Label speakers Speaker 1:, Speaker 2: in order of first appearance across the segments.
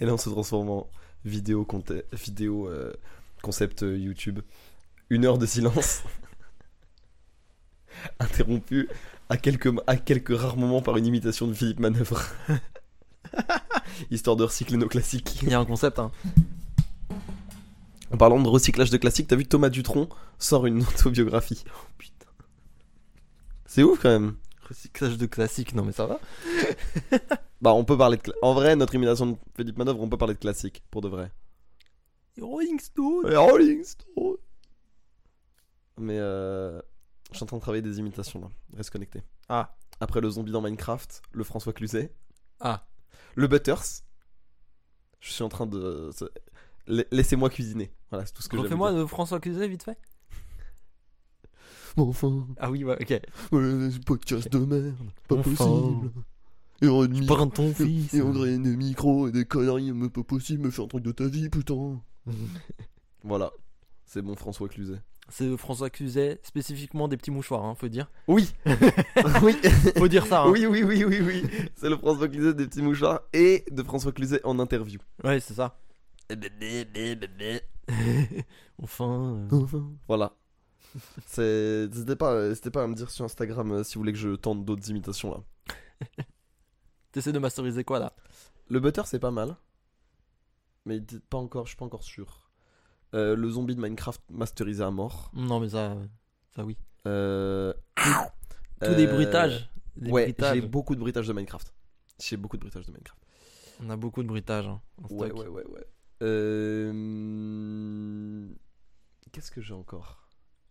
Speaker 1: Et là, on se transforme en vidéo, conte- vidéo euh, concept euh, YouTube. Une heure de silence. Interrompu à quelques, à quelques rares moments par une imitation de Philippe Manœuvre. Histoire de recycler nos classiques.
Speaker 2: Il y a un concept, hein.
Speaker 1: En parlant de recyclage de classiques, t'as vu Thomas Dutronc sort une autobiographie. Oh, putain. C'est ouf quand même.
Speaker 2: Recyclage de classique, non mais ça va.
Speaker 1: Bah, on peut parler de. cla- En vrai, notre imitation de Philippe Manœuvre, on peut parler de classique, pour de vrai.
Speaker 2: Rolling Stone.
Speaker 1: Les Rolling Stones. Mais euh, je suis en train de travailler des imitations là. Reste connecté.
Speaker 2: Ah.
Speaker 1: Après le zombie dans Minecraft, le François Cluzet,
Speaker 2: Ah.
Speaker 1: le Butters. Je suis en train de. c'est- La- Laissez-moi cuisiner. Voilà, c'est tout ce que j'ai. à vous
Speaker 2: Refais-moi
Speaker 1: dire.
Speaker 2: de François Cluzet vite fait.
Speaker 1: Bon, enfin,
Speaker 2: Ah oui, ouais, ok.
Speaker 1: euh, ce podcast de merde,
Speaker 2: Enfin.
Speaker 1: Et on a une
Speaker 2: Prends ton fils.
Speaker 1: graine des micros et des conneries, mais pas possible, me faire un truc de ta vie, putain. voilà, c'est bon François Cluzet.
Speaker 2: C'est François Cluzet, spécifiquement des petits mouchoirs, hein, faut dire.
Speaker 1: Oui, oui,
Speaker 2: Faut dire ça, hein.
Speaker 1: Oui, oui, oui, oui, oui. C'est le François Cluzet des petits mouchoirs et de François Cluzet en interview.
Speaker 2: Ouais, c'est ça. enfin. euh,
Speaker 1: Voilà. C'est- N'hésitez pas, euh, n'hésitez pas à me dire sur Instagram euh, si vous voulez que je tente d'autres imitations là.
Speaker 2: T'essaies de masteriser quoi là
Speaker 1: Le butter, c'est pas mal. Mais dites pas encore, je suis pas encore sûr. Euh, le zombie de Minecraft masterisé à mort.
Speaker 2: Non, mais ça. euh, Ça oui.
Speaker 1: Euh,
Speaker 2: Tout
Speaker 1: euh,
Speaker 2: des bruitages. Des
Speaker 1: Ouais,
Speaker 2: bruitages.
Speaker 1: j'ai beaucoup de bruitages de Minecraft. J'ai beaucoup de bruitages de Minecraft.
Speaker 2: On a beaucoup de bruitages. hein, en
Speaker 1: Ouais,
Speaker 2: stock.
Speaker 1: ouais, ouais, ouais. Euh... Qu'est-ce que j'ai encore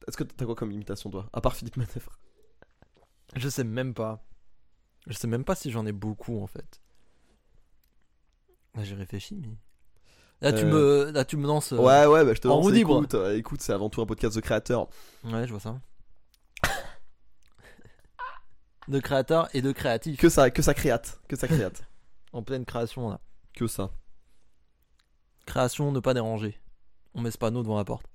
Speaker 1: Est-ce que t'as quoi comme imitation, toi À part Philippe Manœuvre.
Speaker 2: Je sais même pas. Je sais même pas si j'en ai beaucoup en fait. Là, j'ai réfléchi, mais. Là, tu,
Speaker 1: Euh.
Speaker 2: me... Là, tu me lances. euh,
Speaker 1: Ouais, ouais, bah, je te
Speaker 2: en
Speaker 1: lance.
Speaker 2: roue libre.
Speaker 1: Écoute, euh, écoute, c'est avant tout un podcast de créateurs.
Speaker 2: Ouais, je vois ça. de créateur et de créatif.
Speaker 1: Que ça, que ça créate. Que ça créate.
Speaker 2: En pleine création, là.
Speaker 1: que ça.
Speaker 2: Création, ne pas déranger. On met ce panneau devant la porte.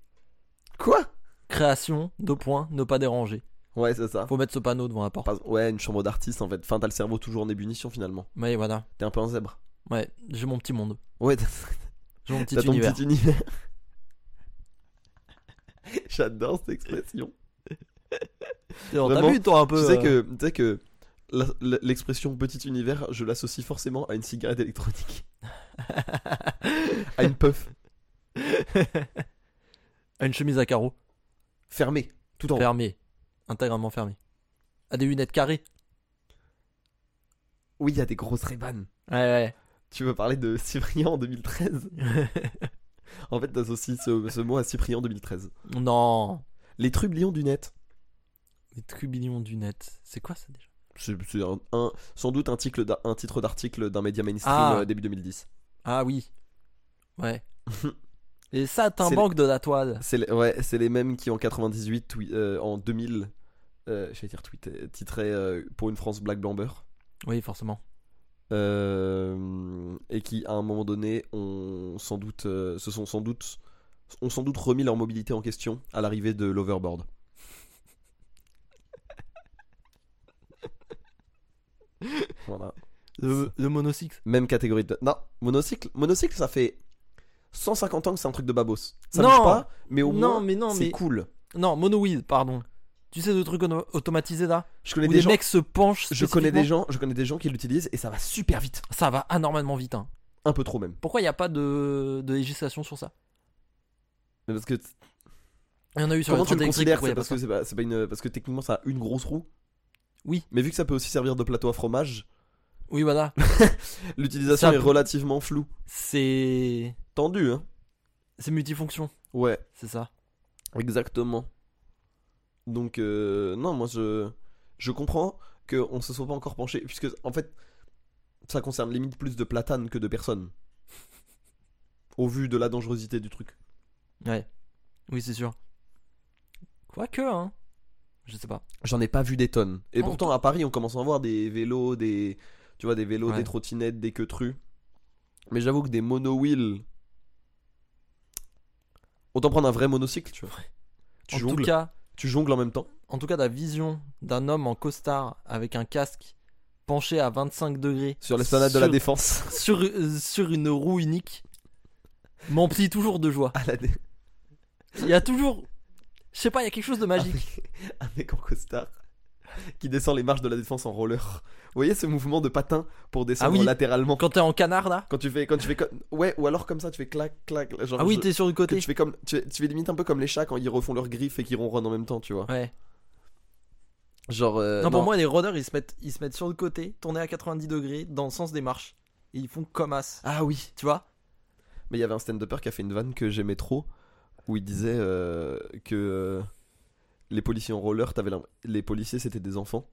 Speaker 1: Quoi
Speaker 2: Création, deux points, ne pas déranger.
Speaker 1: Ouais, c'est ça.
Speaker 2: Faut mettre ce panneau devant la porte.
Speaker 1: Par- Ouais, une chambre d'artiste, en fait. Enfin, t'as le cerveau toujours en ébullition, finalement.
Speaker 2: Ouais, voilà.
Speaker 1: T'es un peu un zèbre.
Speaker 2: Ouais, j'ai mon petit monde.
Speaker 1: Ouais, t'as
Speaker 2: J'ai mon petit
Speaker 1: t'as ton
Speaker 2: univers.
Speaker 1: petit univers. J'adore cette expression.
Speaker 2: Alors, T'as
Speaker 1: Vraiment,
Speaker 2: vu, toi, un peu.
Speaker 1: Tu sais
Speaker 2: euh,
Speaker 1: que, tu sais que la- la- l'expression petit univers, je l'associe forcément à une cigarette électronique.
Speaker 2: euh,
Speaker 1: à une puff
Speaker 2: à une chemise à carreaux.
Speaker 1: fermée, tout en haut.
Speaker 2: Fermée. Intégralement fermée. À des lunettes carrées.
Speaker 1: Oui, il y a des grosses rébanes.
Speaker 2: Ouais,
Speaker 1: Tu veux parler de Cyprien en 2013
Speaker 2: ouais.
Speaker 1: En fait, t'associes ce, ce mot à Cyprien en 2013.
Speaker 2: non.
Speaker 1: Les trublions du net.
Speaker 2: Les trublions du net. C'est quoi ça déjà
Speaker 1: C'est c'est un- un- sans doute un, ticle d'a- un titre d'article d'un média mainstream
Speaker 2: Ah.
Speaker 1: euh, début 2010.
Speaker 2: Ah oui. Ouais. Et ça, banque de la toile.
Speaker 1: C'est les- ouais, c'est les mêmes qui en 98, twi- euh, en 2000, euh, j'allais dire tweet, titraient euh, pour une France Black Blamber.
Speaker 2: Oui, forcément.
Speaker 1: Euh, et qui à un moment donné ont sans doute euh, se sont sans doute ont sans doute remis leur mobilité en question à l'arrivée de l'overboard. voilà.
Speaker 2: Le, le monosix.
Speaker 1: Même catégorie de non monocycle monocycle ça fait 150 ans que c'est un truc de babos. Ça
Speaker 2: Non.
Speaker 1: bouge pas mais au
Speaker 2: Non,
Speaker 1: moins
Speaker 2: mais non,
Speaker 1: c'est
Speaker 2: mais.
Speaker 1: cool.
Speaker 2: Non, monowheel, pardon. Tu sais, le truc auto- automatisé là
Speaker 1: Je connais
Speaker 2: Où
Speaker 1: des
Speaker 2: les
Speaker 1: gens
Speaker 2: mecs se penchent.
Speaker 1: je connais des
Speaker 2: spécifiquement.
Speaker 1: gens je connais des gens qui l'utilisent et ça va super vite,
Speaker 2: Ça va anormalement vite. Hein.
Speaker 1: un peu trop même.
Speaker 2: Pourquoi il n'y a pas de, de législation sur ça
Speaker 1: Mais parce que
Speaker 2: Il y en a eu sur
Speaker 1: Comment
Speaker 2: les
Speaker 1: tu
Speaker 2: trains
Speaker 1: le
Speaker 2: électriques,
Speaker 1: considères
Speaker 2: pourquoi
Speaker 1: c'est
Speaker 2: il y a pas
Speaker 1: parce, que
Speaker 2: ça
Speaker 1: c'est pas, c'est pas une, parce que techniquement ça a une grosse roue.
Speaker 2: Oui.
Speaker 1: Mais vu que ça peut aussi servir de plateau à fromage,
Speaker 2: Oui, voilà.
Speaker 1: l'utilisation
Speaker 2: Ça
Speaker 1: est
Speaker 2: peut-
Speaker 1: relativement floue.
Speaker 2: C'est.
Speaker 1: Tendue, hein
Speaker 2: C'est multifonction,
Speaker 1: Ouais,
Speaker 2: c'est ça.
Speaker 1: exactement. Donc, euh, non, moi je, je comprends qu'on se soit pas encore penché. Puisque, en fait, ça concerne limite plus de platanes que de personnes. Au vu de la dangerosité du truc.
Speaker 2: Ouais. Oui, c'est sûr. Quoique, hein. Je sais pas.
Speaker 1: J'en ai pas vu des tonnes. Et
Speaker 2: Oh,
Speaker 1: pourtant, à Paris, on commence à en voir des vélos, des, tu vois, des vélos,
Speaker 2: Ouais.
Speaker 1: des trottinettes, des queutrues. Mais j'avoue que des mono-wheels. Autant prendre un vrai monocycle, tu vois. Tu
Speaker 2: en
Speaker 1: jongles,
Speaker 2: tout cas,
Speaker 1: tu jongles en même temps.
Speaker 2: en tout cas, la vision d'un homme en costard avec un casque penché à 25 degrés
Speaker 1: Sur l'esplanade de la
Speaker 2: sur-
Speaker 1: défense.
Speaker 2: sur, euh, sur une roue unique m'emplit toujours de joie.
Speaker 1: À la dé-
Speaker 2: Il y a toujours. Je sais pas, il y a quelque chose de magique.
Speaker 1: Un mec en costard qui descend les marches de la défense en roller. Vous voyez ce mouvement de patin pour descendre
Speaker 2: Ah oui.
Speaker 1: latéralement
Speaker 2: Quand t'es en canard là
Speaker 1: quand tu fais quand tu fais comme- ouais ou alors comme ça tu fais clac clac genre
Speaker 2: Ah oui,
Speaker 1: je-
Speaker 2: t'es sur le
Speaker 1: que
Speaker 2: côté.
Speaker 1: tu fais comme tu, fais- tu fais limite un peu comme les chats quand ils refont leurs griffes et qu'ils ronronnent en même temps tu vois
Speaker 2: Ouais.
Speaker 1: genre euh,
Speaker 2: non, pour moi, les runners ils se mettent, ils se mettent sur le côté, tournés à 90 degrés, dans le sens des marches. Et ils font comme as.
Speaker 1: ah oui
Speaker 2: Tu vois
Speaker 1: mais il y avait un stand-upper qui a fait une vanne que j'aimais trop où il disait euh, que euh, les policiers en roller t'avais l'im- les policiers c'était des enfants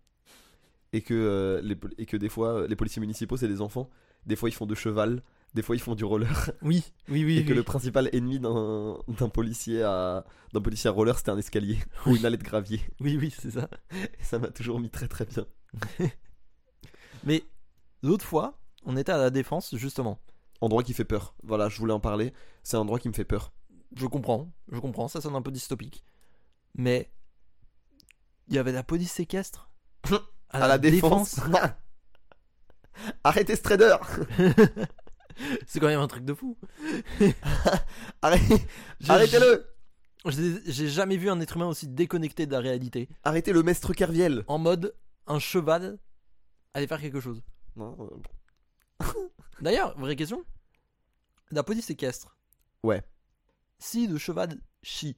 Speaker 1: et que euh, les pol- et que des fois euh, les policiers municipaux c'est des enfants des fois ils font de cheval des fois ils font du roller
Speaker 2: Oui, oui, oui.
Speaker 1: et que le principal ennemi d'un d'un policier à d'un policier à roller c'était un escalier ou une allée de gravier
Speaker 2: Oui, oui, c'est ça.
Speaker 1: et ça m'a toujours mis très très bien
Speaker 2: Mais l'autre fois, on était à la défense, justement.
Speaker 1: endroit qui fait peur. Voilà, je voulais en parler. C'est un endroit qui me fait peur.
Speaker 2: Je comprends, je comprends, ça sonne un peu dystopique. Mais il y avait la police séquestre
Speaker 1: À, la, défense. Arrêtez ce trader
Speaker 2: C'est quand même un truc de fou.
Speaker 1: Arrêtez-
Speaker 2: J'ai-
Speaker 1: Arrêtez-le
Speaker 2: j'ai- J'ai jamais vu un être humain aussi déconnecté de la réalité.
Speaker 1: Arrêtez le maître Kerviel
Speaker 2: En mode, un cheval allait faire quelque chose.
Speaker 1: Non, euh,
Speaker 2: D'ailleurs, vraie question. La police séquestre.
Speaker 1: Ouais.
Speaker 2: Si le cheval chie,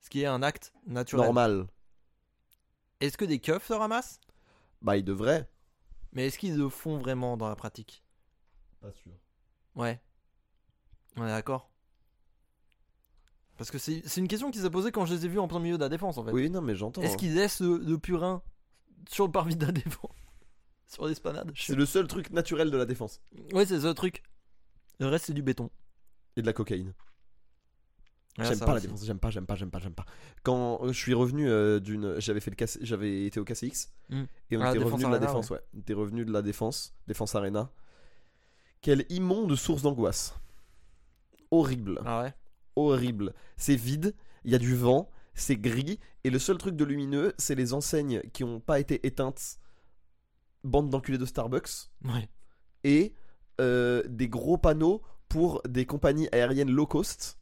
Speaker 2: ce qui est un acte naturel,
Speaker 1: Normal.
Speaker 2: est-ce que des keufs se ramassent
Speaker 1: Bah, il devrait.
Speaker 2: Mais est-ce qu'ils le font vraiment dans la pratique
Speaker 1: Pas sûr.
Speaker 2: Ouais. On est d'accord. Parce que c'est c'est une question qui s'est posée quand je les ai vus en plein milieu de la défense en fait.
Speaker 1: Oui, non, mais j'entends.
Speaker 2: Est-ce
Speaker 1: hein.
Speaker 2: qu'ils laissent le, le purin sur le parvis de la défense Sur l'esplanade Je
Speaker 1: C'est
Speaker 2: sais
Speaker 1: le seul truc naturel de la défense.
Speaker 2: pas. Ouais, c'est ce truc. Le reste, c'est du béton.
Speaker 1: Et de la cocaïne. j'aime
Speaker 2: Ouais, Ah, ça
Speaker 1: pas la
Speaker 2: aussi.
Speaker 1: défense, j'aime pas, j'aime pas, j'aime pas, j'aime pas. Quand euh, je suis revenu euh, d'une. J'avais fait le KC j'avais été au KCX.
Speaker 2: Mm.
Speaker 1: Et on
Speaker 2: Ah,
Speaker 1: était
Speaker 2: Défense
Speaker 1: revenu de la
Speaker 2: Arena,
Speaker 1: défense, ouais. On était revenu de la défense, défense arena. Quelle immonde source d'angoisse. Horrible,
Speaker 2: Ah ouais
Speaker 1: horrible. C'est vide, il y a du vent, c'est gris, et le seul truc de lumineux, c'est les enseignes qui n'ont pas été éteintes, bande d'enculés de Starbucks,
Speaker 2: Ouais.
Speaker 1: et euh, des gros panneaux pour des compagnies aériennes low cost.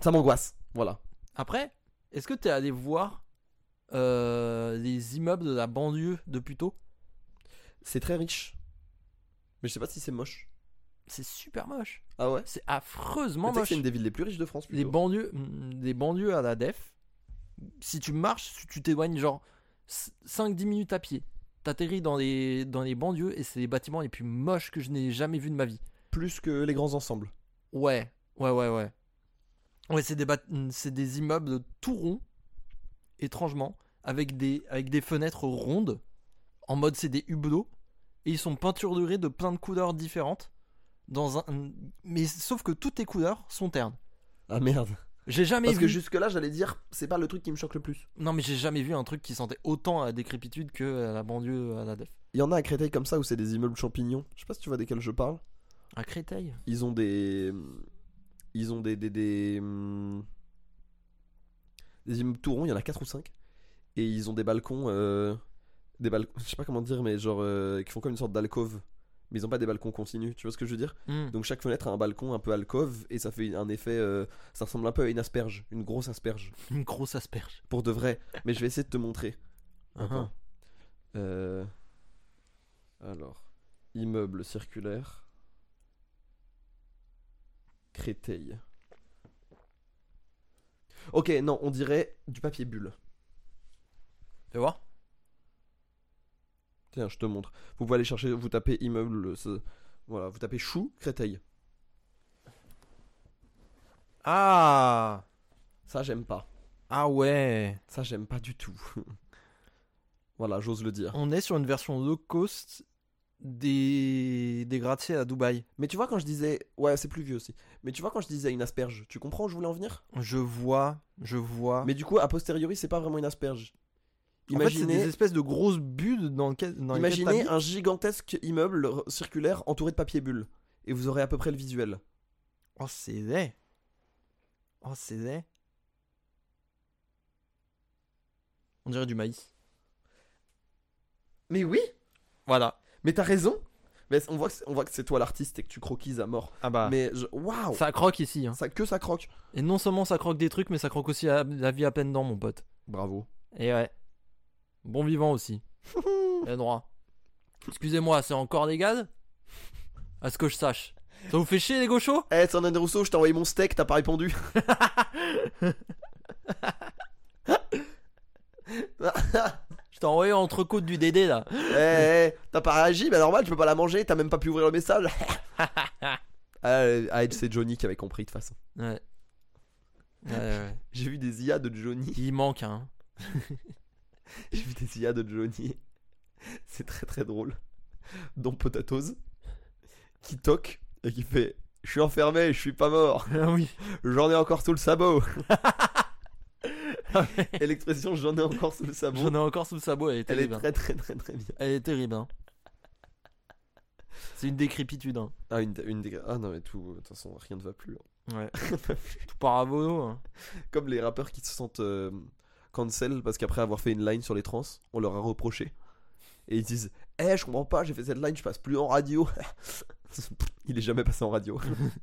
Speaker 1: Ça m'angoisse, voilà.
Speaker 2: Après, est-ce que t'es allé voir euh, les immeubles de la banlieue de Puteaux
Speaker 1: C'est très riche. Mais je sais pas si c'est moche.
Speaker 2: C'est super moche.
Speaker 1: Ah ouais
Speaker 2: C'est
Speaker 1: Mais
Speaker 2: affreusement
Speaker 1: tu sais que
Speaker 2: moche.
Speaker 1: C'est une des villes les plus riches de France.
Speaker 2: les
Speaker 1: plutôt.
Speaker 2: banlieues, mm, les banlieues à la def, si tu marches, si tu t'éloignes genre 5-10 minutes à pied, t'atterris dans les, dans les banlieues et c'est les bâtiments les plus moches que je n'ai jamais vus de ma vie.
Speaker 1: plus que les grands ensembles.
Speaker 2: Ouais, ouais, ouais, ouais. Ouais, c'est des, bat- mm, c'est des immeubles tout ronds, étrangement, avec des, avec des fenêtres rondes, en mode c'est des hublots, et ils sont peinturés de plein de couleurs différentes, dans un... mm, mais sauf que toutes les couleurs sont ternes.
Speaker 1: Ah merde.
Speaker 2: J'ai jamais
Speaker 1: Parce
Speaker 2: vu...
Speaker 1: que jusque là, j'allais dire, c'est pas le truc qui me choque le plus.
Speaker 2: Non, mais j'ai jamais vu un truc qui sentait autant à la décrépitude que à la banlieue à la def.
Speaker 1: Il y en a à Créteil comme ça où c'est des immeubles champignons. Je sais pas si tu vois desquels je parle.
Speaker 2: À Créteil
Speaker 1: Ils ont des, ils ont des des des, hum, des immeubles tout ronds. Il y en a 4 ou 5 et ils ont des balcons, euh, des balcons. Je sais pas comment dire, mais genre euh, qui font comme une sorte d'alcôve. Mais ils ont pas des balcons continus. Tu vois ce que je veux dire
Speaker 2: Hmm.
Speaker 1: Donc chaque fenêtre a un balcon un peu alcôve et ça fait un effet. euh, ça ressemble un peu à une asperge, une grosse asperge.
Speaker 2: Une grosse asperge.
Speaker 1: Pour de vrai. Mais je vais essayer de te montrer.
Speaker 2: Ah
Speaker 1: Attends. Uh-huh. Euh, Alors, immeuble circulaire. Créteil. Ok, non, on dirait du papier bulle.
Speaker 2: Fais voir
Speaker 1: Tiens, je te montre. Vous pouvez aller chercher, vous tapez immeuble. ce- Voilà, vous tapez chou, Créteil.
Speaker 2: Ah
Speaker 1: Ça, j'aime pas.
Speaker 2: Ah ouais
Speaker 1: Ça, j'aime pas du tout. voilà, j'ose le dire.
Speaker 2: On est sur une version low cost des, des gratte-ciels à Dubaï.
Speaker 1: Mais tu vois, quand je disais. Ouais, c'est plus vieux aussi. Mais tu vois, quand je disais une asperge, tu comprends où je voulais en venir
Speaker 2: Je vois, je vois.
Speaker 1: Mais du coup, a posteriori, c'est pas vraiment une asperge.
Speaker 2: Imaginez...
Speaker 1: Imaginez,
Speaker 2: des espèces de grosses bulles dans lesquelles. Dans lesquelles
Speaker 1: imaginez
Speaker 2: t'habites.
Speaker 1: un gigantesque immeuble r- circulaire entouré de papier bulle. Et vous aurez à peu près le visuel.
Speaker 2: Oh, c'est laid Oh, c'est laid On dirait du maïs.
Speaker 1: Mais oui,
Speaker 2: Voilà.
Speaker 1: mais t'as raison. Mais on voit que c'est- on voit que c'est toi l'artiste et que tu croquises à mort.
Speaker 2: Ah bah.
Speaker 1: Mais je- waouh,
Speaker 2: Ça croque ici. hein.
Speaker 1: ça que ça croque.
Speaker 2: Et non seulement ça croque des trucs, mais ça croque aussi la, la vie à pleine dents, mon pote.
Speaker 1: Bravo.
Speaker 2: Et ouais. Bon vivant aussi. Il a droit. Excusez-moi, c'est encore des gaz À ce que je sache. Ça vous fait chier, les gauchos
Speaker 1: Eh, c'est un Rousseau, je t'ai envoyé mon steak, t'as pas répondu.
Speaker 2: Je t'ai envoyé entrecôte du Dédé, là.
Speaker 1: Eh, eh, t'as pas réagi, bah normal, tu peux pas la manger, t'as même pas pu ouvrir le message. ah, ah, c'est Johnny qui avait compris de toute façon.
Speaker 2: Ouais. Ouais, ouais.
Speaker 1: J'ai vu des IA de Johnny.
Speaker 2: Il manque, hein.
Speaker 1: J'ai vu des IA de Johnny. C'est très très drôle. Dont Potatoes qui toque et qui fait Je suis enfermé, je suis pas mort,
Speaker 2: Ah oui.
Speaker 1: j'en ai encore sous le sabot. et l'expression j'en ai encore sous le sabot,
Speaker 2: Ah J'en ai encore sous le sabot, elle est
Speaker 1: elle est
Speaker 2: terrible. hein.
Speaker 1: très très très très bien.
Speaker 2: Elle est terrible, hein. C'est une décrépitude, hein.
Speaker 1: Ah, une, une des- ah non, mais tout, de toute façon, rien ne va plus. hein.
Speaker 2: Ouais. Tout par à volo, hein.
Speaker 1: Comme les rappeurs qui se sentent euh, cancel parce qu'après avoir fait une line sur les trans, on leur a reproché. Et ils disent Eh, je comprends pas, j'ai fait cette line, je passe plus en radio. Il est jamais passé en radio.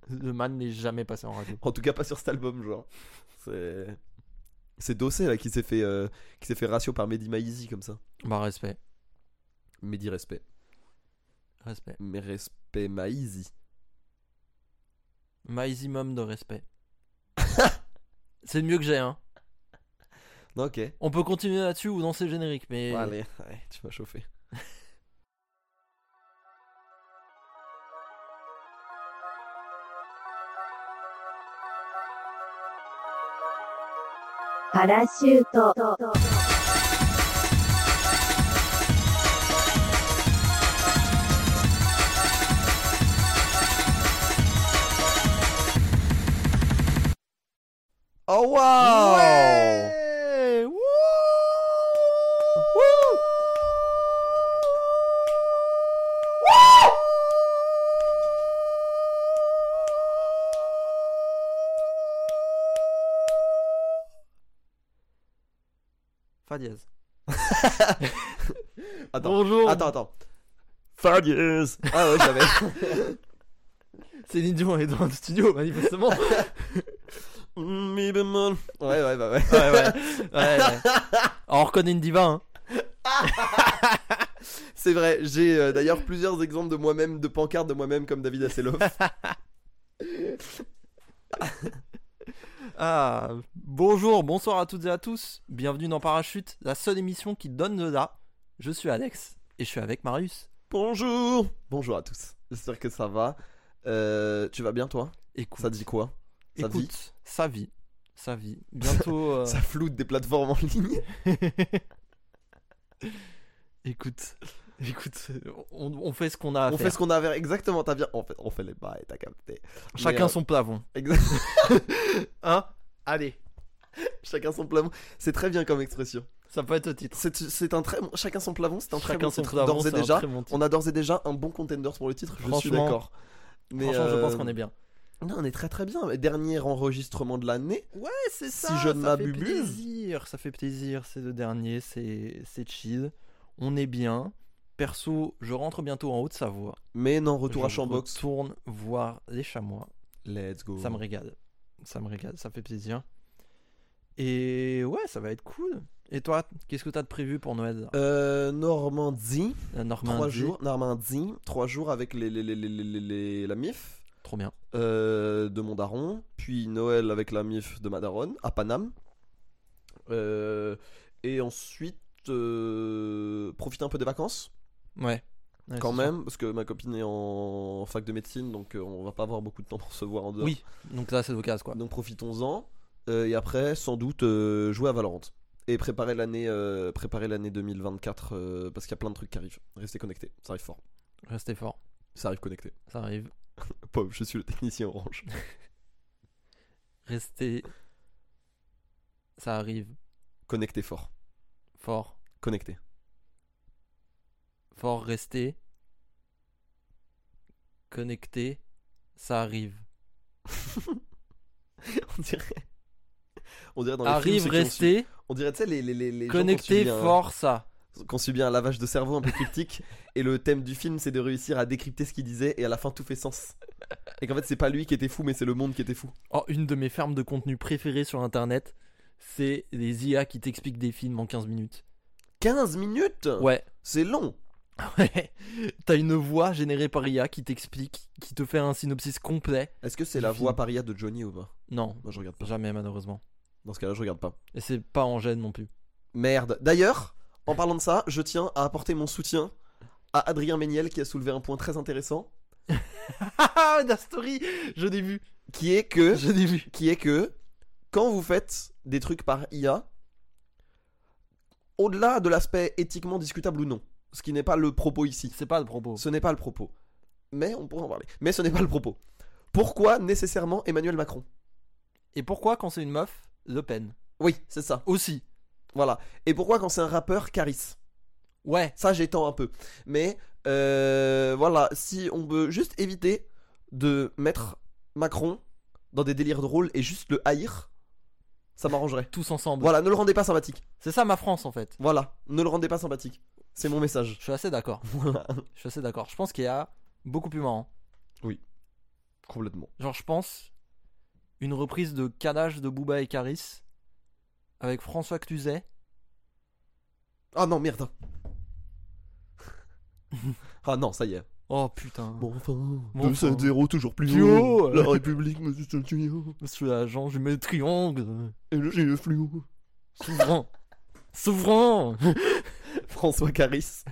Speaker 2: Le man n'est jamais passé en radio.
Speaker 1: En tout cas, pas sur cet album, genre. C'est. C'est Dossé là qui s'est fait, euh, qui s'est fait ratio par Mehdi Maizi comme ça.
Speaker 2: Bah, respect.
Speaker 1: Mehdi respect.
Speaker 2: Respect.
Speaker 1: Mais respect Maizi.
Speaker 2: Maximum de respect. c'est le mieux que j'ai, hein.
Speaker 1: Ok.
Speaker 2: On peut continuer là-dessus ou dans ces génériques, mais.
Speaker 1: Bon, allez, ouais, tu m'as chauffé.
Speaker 3: 「パラシュート」
Speaker 1: Oh wow
Speaker 2: Ouais Wouh Fa dièse.
Speaker 1: Attends,
Speaker 2: Bonjour.
Speaker 1: attends, attends. Fergus Ah ouais, j'avais.
Speaker 2: Céline Dion est dans le studio, manifestement. ouais,
Speaker 1: Mi bémol. Ouais, ouais, bah ouais.
Speaker 2: ouais. ouais, ouais. On reconnaît une diva, hein.
Speaker 1: C'est vrai, j'ai euh, d'ailleurs plusieurs exemples de moi-même, de pancartes de moi-même comme David Asseloff.
Speaker 2: Ah, bonjour, bonsoir à toutes et à tous. Bienvenue dans Parachute, la seule émission qui donne de là. Je suis Alex et je suis avec Marius.
Speaker 1: Bonjour Bonjour à tous. J'espère que ça va. Euh, tu vas bien toi
Speaker 2: Écoute,
Speaker 1: Ça te dit quoi ça te
Speaker 2: écoute, sa vie, sa vie. Bientôt. euh,
Speaker 1: Ça floute des plateformes en ligne.
Speaker 2: écoute, écoute, on, on fait ce qu'on a à
Speaker 1: on
Speaker 2: faire.
Speaker 1: fait ce qu'on a à faire exactement. T'as bien. En fait, on fait les bails, t'as capté.
Speaker 2: Chacun
Speaker 1: Mais, euh,
Speaker 2: son plafond.
Speaker 1: exact-
Speaker 2: Hein Allez,
Speaker 1: Chacun son plafond. C'est très bien comme expression.
Speaker 2: ça peut être le titre.
Speaker 1: C'est c'est un très. bon- Chacun son plafond. C'est un très
Speaker 2: Chacun
Speaker 1: bon
Speaker 2: son
Speaker 1: titre.
Speaker 2: plafond,
Speaker 1: D'ores et
Speaker 2: c'est un
Speaker 1: déjà,
Speaker 2: très bon titre.
Speaker 1: on a d'ores et déjà un bon contender pour le titre. Je suis
Speaker 2: Franchement.
Speaker 1: d'accord. Mais,
Speaker 2: Franchement, je
Speaker 1: euh,
Speaker 2: pense qu'on est bien.
Speaker 1: Non, on est très très bien. Dernier enregistrement de l'année.
Speaker 2: Ouais, c'est
Speaker 1: Si
Speaker 2: ça.
Speaker 1: je ne
Speaker 2: ça fait
Speaker 1: m'abuse.
Speaker 2: plaisir. Ça fait plaisir. C'est le dernier. C'est c'est chill. On est bien. Perso, je rentre bientôt en Haute-Savoie.
Speaker 1: Mais non, retour à
Speaker 2: Je
Speaker 1: Chambox.
Speaker 2: Retourne voir les chamois.
Speaker 1: Let's go.
Speaker 2: Ça me régale. Ça me régale. Ça fait plaisir. Et ouais, ça va être cool. Et toi, qu'est-ce que t'as de prévu pour Noël là
Speaker 1: Euh, Normandie.
Speaker 2: La Normandie.
Speaker 1: Euh, Trois jours, Normandie, trois jours avec les, les- les- les- les- les- les- la MIF
Speaker 2: Trop bien.
Speaker 1: euh, de mon daron, puis Noël avec la MIF de ma daronne, à Paname. Euh, et ensuite, euh, profiter un peu des vacances,
Speaker 2: Ouais. Ouais,
Speaker 1: quand
Speaker 2: c'est
Speaker 1: même, parce que ma copine est en fac de médecine, donc euh, on va pas avoir beaucoup de temps pour se voir en
Speaker 2: sûr.
Speaker 1: dehors.
Speaker 2: Oui. Donc là, c'est l'occasion quoi.
Speaker 1: Donc profitons-en. Euh, et après, sans doute, euh, jouer à Valorant. Et préparer l'année euh, préparer l'année 2024, euh, parce qu'il y a plein de trucs qui arrivent. Restez connectés, ça arrive fort.
Speaker 2: Restez fort.
Speaker 1: Ça arrive connecté.
Speaker 2: Ça arrive.
Speaker 1: Pauvre, je suis le technicien orange.
Speaker 2: Restez. Ça arrive.
Speaker 1: Connecté fort.
Speaker 2: Fort.
Speaker 1: Connecté.
Speaker 2: Fort rester. Connecté. Ça arrive.
Speaker 1: On dirait. On dirait dans les films,
Speaker 2: Arrive,
Speaker 1: ceux qui ont su-
Speaker 2: rester.
Speaker 1: On dirait, tu sais, les, les, les, les gens qui ont
Speaker 2: Connecté,
Speaker 1: suivi un-
Speaker 2: fort, ça.
Speaker 1: qu'on subit un lavage de cerveau un peu cryptique et le thème du film c'est de réussir à décrypter ce qu'il disait et à la fin tout fait sens. Et qu'en fait c'est pas lui qui était fou mais c'est le monde qui était fou.
Speaker 2: Oh, une de mes fermes de contenu préférées sur internet, c'est les IA qui t'expliquent des films en 15 minutes.
Speaker 1: 15 minutes
Speaker 2: Ouais.
Speaker 1: C'est long
Speaker 2: Ouais. T'as une voix générée par IA qui t'explique, qui te fait un synopsis complet.
Speaker 1: Est-ce que c'est
Speaker 2: Du
Speaker 1: la
Speaker 2: film.
Speaker 1: voix paria de Johnny ou pas
Speaker 2: Non,
Speaker 1: Moi je regarde pas.
Speaker 2: jamais malheureusement.
Speaker 1: Dans ce cas là je regarde pas.
Speaker 2: Et c'est pas en gêne non plus.
Speaker 1: Merde. D'ailleurs, en parlant de ça, je tiens à apporter mon soutien à Adrien Méniel qui a soulevé un point très intéressant
Speaker 2: Ah, la story, je l'ai vu,
Speaker 1: qui est que
Speaker 2: je l'ai vu.
Speaker 1: qui est que quand vous faites des trucs par IA, au-delà de l'aspect éthiquement discutable ou non, ce qui n'est pas le propos ici,
Speaker 2: C'est pas le propos.
Speaker 1: ce n'est pas le propos, mais on pourra en parler, mais ce n'est pas le propos. Pourquoi nécessairement Emmanuel Macron
Speaker 2: Et pourquoi quand c'est une meuf, Le Pen
Speaker 1: Oui, c'est ça,
Speaker 2: Aussi.
Speaker 1: voilà. Et pourquoi quand c'est un rappeur, Caris
Speaker 2: Ouais.
Speaker 1: Ça, j'étends un peu. Mais euh, voilà, si on veut juste éviter de mettre Macron dans des délires drôles et juste le haïr, ça m'arrangerait.
Speaker 2: Tous ensemble.
Speaker 1: Voilà, ne le rendez pas sympathique.
Speaker 2: C'est ça ma France en fait.
Speaker 1: Voilà, ne le rendez pas sympathique. C'est mon message.
Speaker 2: Je suis assez d'accord.
Speaker 1: Voilà.
Speaker 2: Je suis assez d'accord. Je pense qu'il y a beaucoup plus marrant.
Speaker 1: Complètement.
Speaker 2: Genre, je pense une reprise de Kalash de Booba et Caris avec François Cluzet.
Speaker 1: Ah non, merde. ah non, ça y est.
Speaker 2: Oh putain.
Speaker 1: Bon enfin,
Speaker 2: Bon,
Speaker 1: de 7
Speaker 2: enfin.
Speaker 1: 0 toujours plus
Speaker 2: Plus
Speaker 1: haut.
Speaker 2: haut.
Speaker 1: La République, me dit un tuyau.
Speaker 2: Sous la jambe, je mets le triangle.
Speaker 1: Et le E gilet fluo.
Speaker 2: Souverain. Souverain.
Speaker 1: François Caris.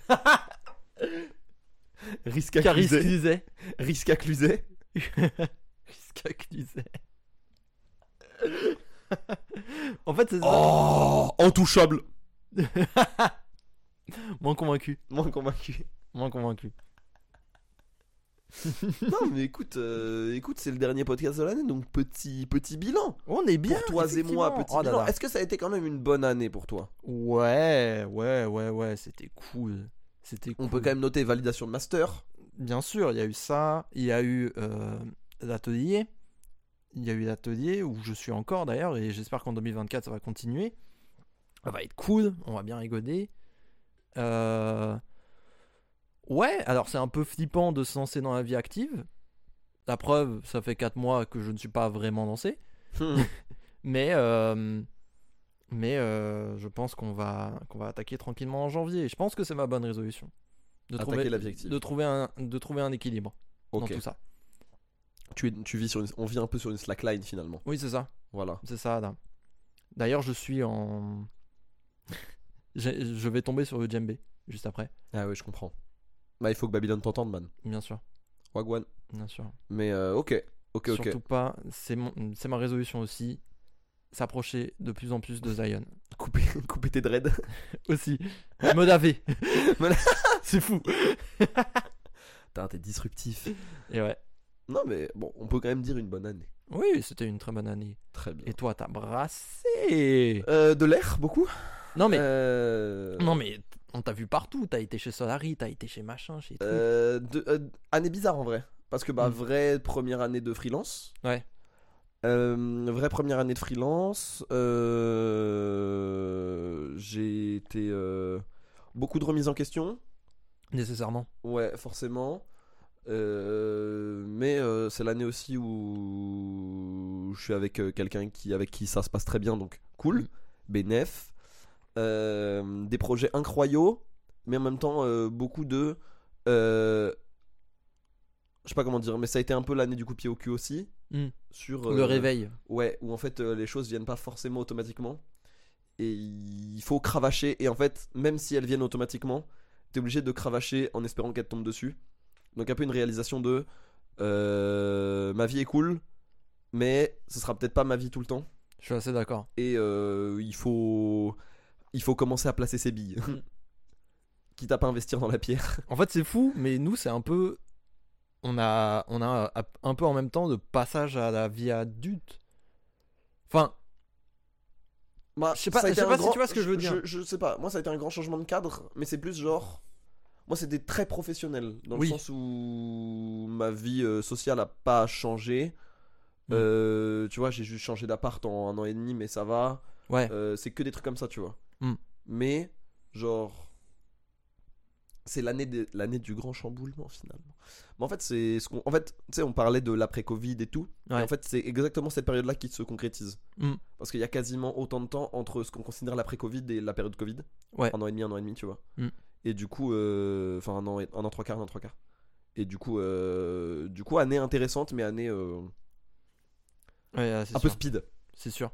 Speaker 1: Risque
Speaker 2: Caris
Speaker 1: accusé.
Speaker 2: Cluzet.
Speaker 1: Risque accusé.
Speaker 2: Risca Cluzet. en fait, c'est ça.
Speaker 1: Oh, intouchable.
Speaker 2: Moins convaincu.
Speaker 1: Moins convaincu.
Speaker 2: Moins convaincu.
Speaker 1: non, mais écoute, euh, écoute, c'est le dernier podcast de l'année, donc petit, petit bilan.
Speaker 2: On est bien.
Speaker 1: pour toi et moi,
Speaker 2: effectivement.
Speaker 1: petit
Speaker 2: Oh là
Speaker 1: bilan.
Speaker 2: là.
Speaker 1: Est-ce que ça a été quand même une bonne année pour toi
Speaker 2: Ouais, ouais, ouais, ouais. C'était cool. C'était
Speaker 1: On
Speaker 2: cool.
Speaker 1: peut quand même noter validation de master.
Speaker 2: Bien sûr, il y a eu ça, il y a eu euh, l'atelier, il y a eu l'atelier où je suis encore d'ailleurs, et j'espère qu'en 2024 ça va continuer. Ça va être cool, on va bien rigoler. Euh, Ouais, alors c'est un peu flippant de se lancer dans la vie active. La preuve, ça fait 4 mois que je ne suis pas vraiment lancé, mais, euh, mais euh, je pense qu'on va, qu'on va attaquer tranquillement en janvier. Je pense que c'est ma bonne résolution. De
Speaker 1: Attaquer
Speaker 2: trouver,
Speaker 1: la vie active.
Speaker 2: de trouver un, de trouver un équilibre
Speaker 1: Ok.
Speaker 2: dans tout ça.
Speaker 1: Tu, es- tu vis sur une, on vit un peu sur une slackline finalement.
Speaker 2: Oui, c'est ça,
Speaker 1: Voilà.
Speaker 2: c'est ça. Adam. D'ailleurs, je suis en. J'ai- je vais tomber sur le djembé juste après,
Speaker 1: Ah oui, je comprends. Bah, il faut que Babylone t'entende, man.
Speaker 2: bien sûr,
Speaker 1: Wagwan.
Speaker 2: bien sûr.
Speaker 1: Mais euh, ok, ok, ok.
Speaker 2: Surtout pas, c'est mon, c'est ma résolution aussi, s'approcher de plus en plus de Zion.
Speaker 1: Couper, couper tes dreads.
Speaker 2: aussi, mode AV.
Speaker 1: Mode-
Speaker 2: c'est fou.
Speaker 1: Putain, t'es disruptif.
Speaker 2: Et ouais.
Speaker 1: non, mais bon, on peut quand même dire une bonne année.
Speaker 2: Oui, c'était une très bonne année.
Speaker 1: Très bien.
Speaker 2: Et toi, t'as brassé.
Speaker 1: Euh, de l'air, beaucoup
Speaker 2: Non mais,
Speaker 1: Euh,
Speaker 2: non mais, on t'a vu partout. T'as été chez Solari, t'as été chez machin, chez. truc.
Speaker 1: euh, de- euh, année bizarre en vrai. Parce que, bah,
Speaker 2: Mm.
Speaker 1: vraie première année de freelance.
Speaker 2: Ouais.
Speaker 1: Euh, vraie première année de freelance. euh, J'ai été. euh, beaucoup de remises en question.
Speaker 2: Nécessairement.
Speaker 1: Ouais, forcément. Euh, mais euh, c'est l'année aussi où je suis avec euh, quelqu'un qui, avec qui ça se passe très bien, donc cool,
Speaker 2: Mm.
Speaker 1: bénef. Euh, des projets incroyables, mais en même temps euh, beaucoup de... euh, je sais pas comment dire, mais ça a été un peu l'année du coup pied au cul aussi.
Speaker 2: Mm.
Speaker 1: Sur,
Speaker 2: Le
Speaker 1: euh,
Speaker 2: réveil.
Speaker 1: Ouais, où en fait euh, les choses viennent pas forcément automatiquement. Et il faut cravacher. Et en fait, même si elles viennent automatiquement, t'es obligé de cravacher en espérant qu'elles te tombent dessus. Donc un peu une réalisation de euh, ma vie est cool, mais ce sera peut-être pas ma vie tout le temps.
Speaker 2: Je suis assez d'accord.
Speaker 1: Et euh, il faut il faut commencer à placer ses billes. Quitte à pas investir dans la pierre.
Speaker 2: En fait, c'est fou, mais nous, c'est un peu. On a, on a un peu en même temps de passage à la vie adulte. Enfin,
Speaker 1: Bah,
Speaker 2: Je sais pas-
Speaker 1: ça a
Speaker 2: je
Speaker 1: été
Speaker 2: sais
Speaker 1: un
Speaker 2: pas si tu vois ce que je veux dire.
Speaker 1: Je, sais pas. Moi, ça a été un grand changement de cadre, mais c'est plus genre. Moi, c'était très professionnel. Dans
Speaker 2: Oui.
Speaker 1: le sens où ma vie euh, sociale a pas changé.
Speaker 2: Mm.
Speaker 1: Euh, tu vois, j'ai juste changé d'appart en un an et demi, mais ça va.
Speaker 2: ouais, Hmm.
Speaker 1: Euh, c'est que des trucs comme ça, tu vois.
Speaker 2: Mm.
Speaker 1: Mais, genre, c'est l'année de- l'année du grand chamboulement finalement. Mais en fait, c'est ce qu'on en fait, tu sais, on parlait de l'après Covid et tout. Et
Speaker 2: Ouais.
Speaker 1: en fait, c'est exactement cette période-là qui se concrétise.
Speaker 2: Mm.
Speaker 1: Parce qu'il y a quasiment autant de temps entre ce qu'on considère l'après Covid et la période Covid.
Speaker 2: Ouais.
Speaker 1: Un an et demi, un an et demi, tu vois.
Speaker 2: Mm.
Speaker 1: Et du coup, euh, enfin un an, et- un an trois quarts, un an trois quarts. Et du coup, euh, du coup, année intéressante, mais année euh,
Speaker 2: Ouais, ouais, c'est
Speaker 1: un peu
Speaker 2: sûr.
Speaker 1: speed.
Speaker 2: C'est sûr.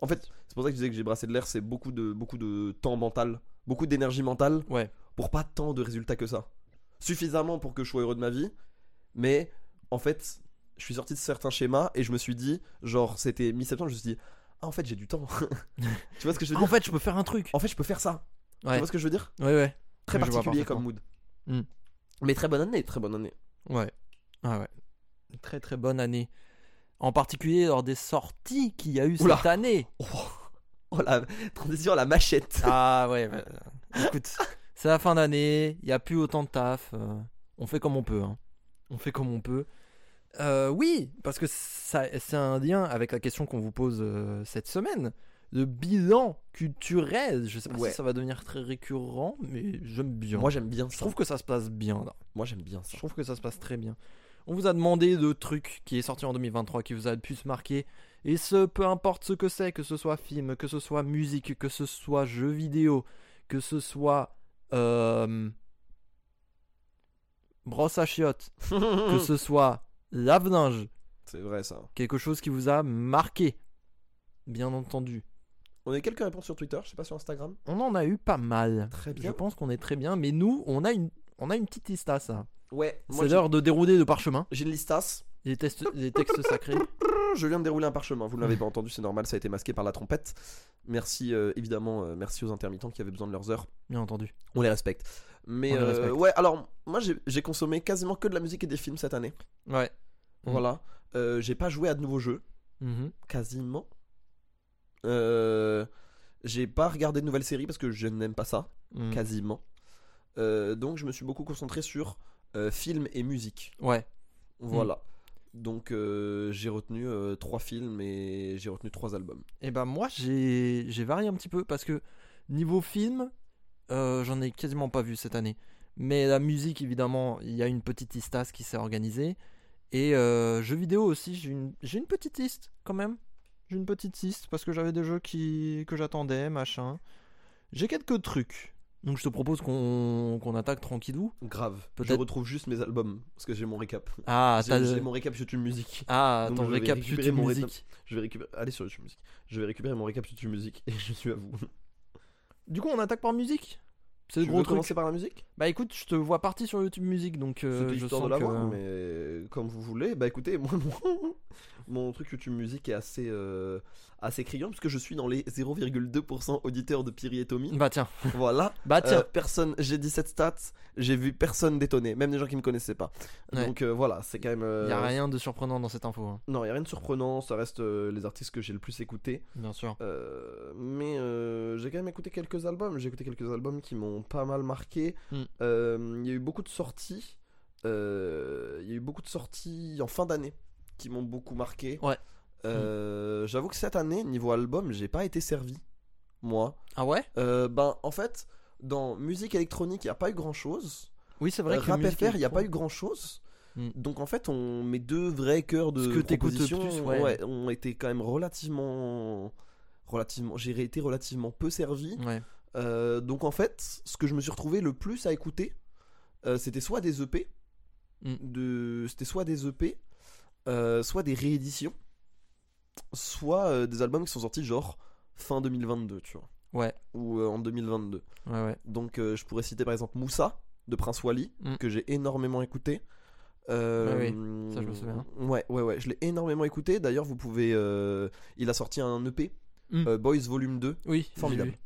Speaker 1: En fait, c'est pour ça que je disais que j'ai brassé de l'air, c'est beaucoup de beaucoup de temps mental, beaucoup d'énergie mentale.
Speaker 2: Ouais.
Speaker 1: pour pas tant de résultats que ça. Suffisamment pour que je sois heureux de ma vie, mais en fait, je suis sorti de certains schémas et je me suis dit, genre, c'était mi-septembre, je me suis dit, ah, en fait, j'ai du temps. tu vois ce que je veux
Speaker 2: Ah, en
Speaker 1: dire
Speaker 2: fait, je peux faire un truc.
Speaker 1: En fait, je peux faire ça. Tu
Speaker 2: Ouais.
Speaker 1: vois ce que je veux dire
Speaker 2: Ouais, ouais.
Speaker 1: Très
Speaker 2: Oui, je vois
Speaker 1: particulier comme mood.
Speaker 2: Mm.
Speaker 1: Mais très bonne année, très bonne année.
Speaker 2: Ouais. Ah ouais. Une Très très bonne année. En particulier lors des sorties qu'il y a eu
Speaker 1: Oula.
Speaker 2: cette année.
Speaker 1: Oh, oh, la transition à la machette.
Speaker 2: Ah ouais. bah, écoute, c'est la fin d'année. Il n'y a plus autant de taf. euh, on fait comme on peut. hein. On fait comme on peut. Euh, oui, parce que ça, c'est un lien avec la question qu'on vous pose euh, cette semaine. Le bilan culturel. Je sais pas
Speaker 1: Ouais.
Speaker 2: si ça va devenir très récurrent, mais j'aime bien.
Speaker 1: Moi, j'aime bien
Speaker 2: je
Speaker 1: ça.
Speaker 2: trouve que ça se passe bien. là.
Speaker 1: Moi, j'aime bien ça.
Speaker 2: Je trouve que ça se passe très bien. On vous a demandé de trucs qui est sorti en 2023 qui vous a le plus marqué. Et ce, peu importe ce que c'est, que ce soit film, que ce soit musique, que ce soit jeu vidéo, que ce soit. euh, brosse à chiottes,
Speaker 1: Mm.
Speaker 2: que ce soit lave-linge,
Speaker 1: C'est vrai ça.
Speaker 2: quelque chose qui vous a marqué. Bien entendu.
Speaker 1: On a eu quelques réponses sur Twitter, je sais pas sur Instagram.
Speaker 2: On en a eu pas mal.
Speaker 1: Très bien.
Speaker 2: Je pense qu'on est très bien, mais nous, on a une, on a une petite liste à ça.
Speaker 1: Ouais, moi,
Speaker 2: C'est
Speaker 1: j'ai-
Speaker 2: l'heure de dérouler le parchemin,
Speaker 1: j'ai une listasse.
Speaker 2: les, tests, les textes sacrés.
Speaker 1: Je viens de dérouler un parchemin, vous ne l'avez pas entendu, c'est normal, ça a été masqué par la trompette. Merci euh, évidemment, euh, merci aux intermittents qui avaient besoin de leurs heures.
Speaker 2: Bien entendu.
Speaker 1: On les respecte. Mais
Speaker 2: On les
Speaker 1: euh,
Speaker 2: respecte.
Speaker 1: ouais, alors moi j'ai- j'ai consommé quasiment que de la musique et des films cette année.
Speaker 2: Ouais. Mhm.
Speaker 1: Voilà. Euh, j'ai pas joué à de nouveaux jeux,
Speaker 2: Mhm.
Speaker 1: quasiment. Euh, j'ai pas regardé de nouvelles séries parce que je n'aime pas ça,
Speaker 2: Mhm.
Speaker 1: quasiment. Euh, donc je me suis beaucoup concentré sur euh, films et musique.
Speaker 2: Ouais. Mm.
Speaker 1: Voilà. Donc euh, j'ai retenu euh, trois films et j'ai retenu trois albums.
Speaker 2: Et ben moi j'ai j'ai varié un petit peu parce que niveau film, euh, j'en ai quasiment pas vu cette année. Mais la musique évidemment, il y a une petite liste qui s'est organisée et euh, jeux vidéo aussi. J'ai une j'ai une petite liste quand même. J'ai une petite liste parce que j'avais des jeux qui que j'attendais machin. J'ai quelques trucs. Donc je te propose qu'on qu'on attaque tranquillou.
Speaker 1: Grave. Je
Speaker 2: Peut-être-
Speaker 1: retrouve juste mes albums parce que j'ai mon récap.
Speaker 2: Ah
Speaker 1: j'ai
Speaker 2: t'as
Speaker 1: j'ai
Speaker 2: le-
Speaker 1: mon récap YouTube Musique.
Speaker 2: ah
Speaker 1: Donc,
Speaker 2: ton
Speaker 1: je vais
Speaker 2: récap
Speaker 1: récupérer
Speaker 2: YouTube
Speaker 1: mon rythme.
Speaker 2: musique.
Speaker 1: Je vais récupérer. Allez sur YouTube Musique. Je vais récupérer mon récap YouTube Musique et je suis à vous.
Speaker 2: Du coup on attaque par musique. C'est le
Speaker 1: Tu veux
Speaker 2: gros truc.
Speaker 1: commencer par la musique
Speaker 2: Bah écoute, je te vois parti sur YouTube Musique, donc euh,
Speaker 1: C'était
Speaker 2: je
Speaker 1: histoire
Speaker 2: sens
Speaker 1: de l'avoir,
Speaker 2: que...
Speaker 1: mais comme vous voulez. Bah écoutez, moi, mon, mon truc YouTube Musique est assez, euh, assez criant parce que je suis dans les 0,2% auditeurs de Piri et Tommy.
Speaker 2: Bah tiens,
Speaker 1: voilà.
Speaker 2: bah
Speaker 1: Euh,
Speaker 2: tiens,
Speaker 1: personne, j'ai 17 stats, j'ai vu personne détonner, même des gens qui me connaissaient pas.
Speaker 2: Ouais.
Speaker 1: Donc euh, voilà, c'est quand même. euh,
Speaker 2: y a rien de surprenant dans cette info, hein.
Speaker 1: Non, y a rien de surprenant, ça reste euh, les artistes que j'ai le plus écoutés.
Speaker 2: bien sûr.
Speaker 1: Euh, mais euh, j'ai quand même écouté quelques albums. J'ai écouté quelques albums qui m'ont pas mal marqué.
Speaker 2: Mm.
Speaker 1: Euh, Il y a eu beaucoup de sorties. Euh, Il y a eu beaucoup de sorties en fin d'année qui m'ont beaucoup marqué.
Speaker 2: Ouais.
Speaker 1: Euh, J'avoue que cette année, niveau album, j'ai pas été servi. Moi.
Speaker 2: Ah ouais
Speaker 1: Euh, ben, en fait, dans musique électronique, il n'y a pas eu grand chose.
Speaker 2: Oui, c'est vrai que
Speaker 1: Euh, Rap
Speaker 2: musique euh,
Speaker 1: FR, il n'y a
Speaker 2: électro-
Speaker 1: pas eu grand chose.
Speaker 2: Mm.
Speaker 1: Donc en fait, on, mes deux vrais cœurs de
Speaker 2: Ce que t'écoutes le
Speaker 1: propositions
Speaker 2: plus, ouais.
Speaker 1: ont été quand même relativement. relativement J'ai été relativement peu servi.
Speaker 2: Ouais,
Speaker 1: Euh, donc en fait, ce que je me suis retrouvé le plus à écouter, euh, c'était soit des EP,
Speaker 2: Mm.
Speaker 1: de, c'était soit des EP, euh, soit des rééditions, soit euh, des albums qui sont sortis genre fin 2022, tu vois,
Speaker 2: ouais,
Speaker 1: ou euh, en 2022.
Speaker 2: ouais, ouais.
Speaker 1: Donc euh, je pourrais citer par exemple Moussa de Prince Wally,
Speaker 2: Mm.
Speaker 1: que j'ai énormément écouté. Euh,
Speaker 2: Ouais, ça, je me souviens.
Speaker 1: Ouais, ouais, ouais, je l'ai énormément écouté. D'ailleurs, vous pouvez. euh, il a sorti un EP,
Speaker 2: Mm.
Speaker 1: euh, Boys Volume 2,
Speaker 2: Oui, j'ai
Speaker 1: Formidable.
Speaker 2: vu.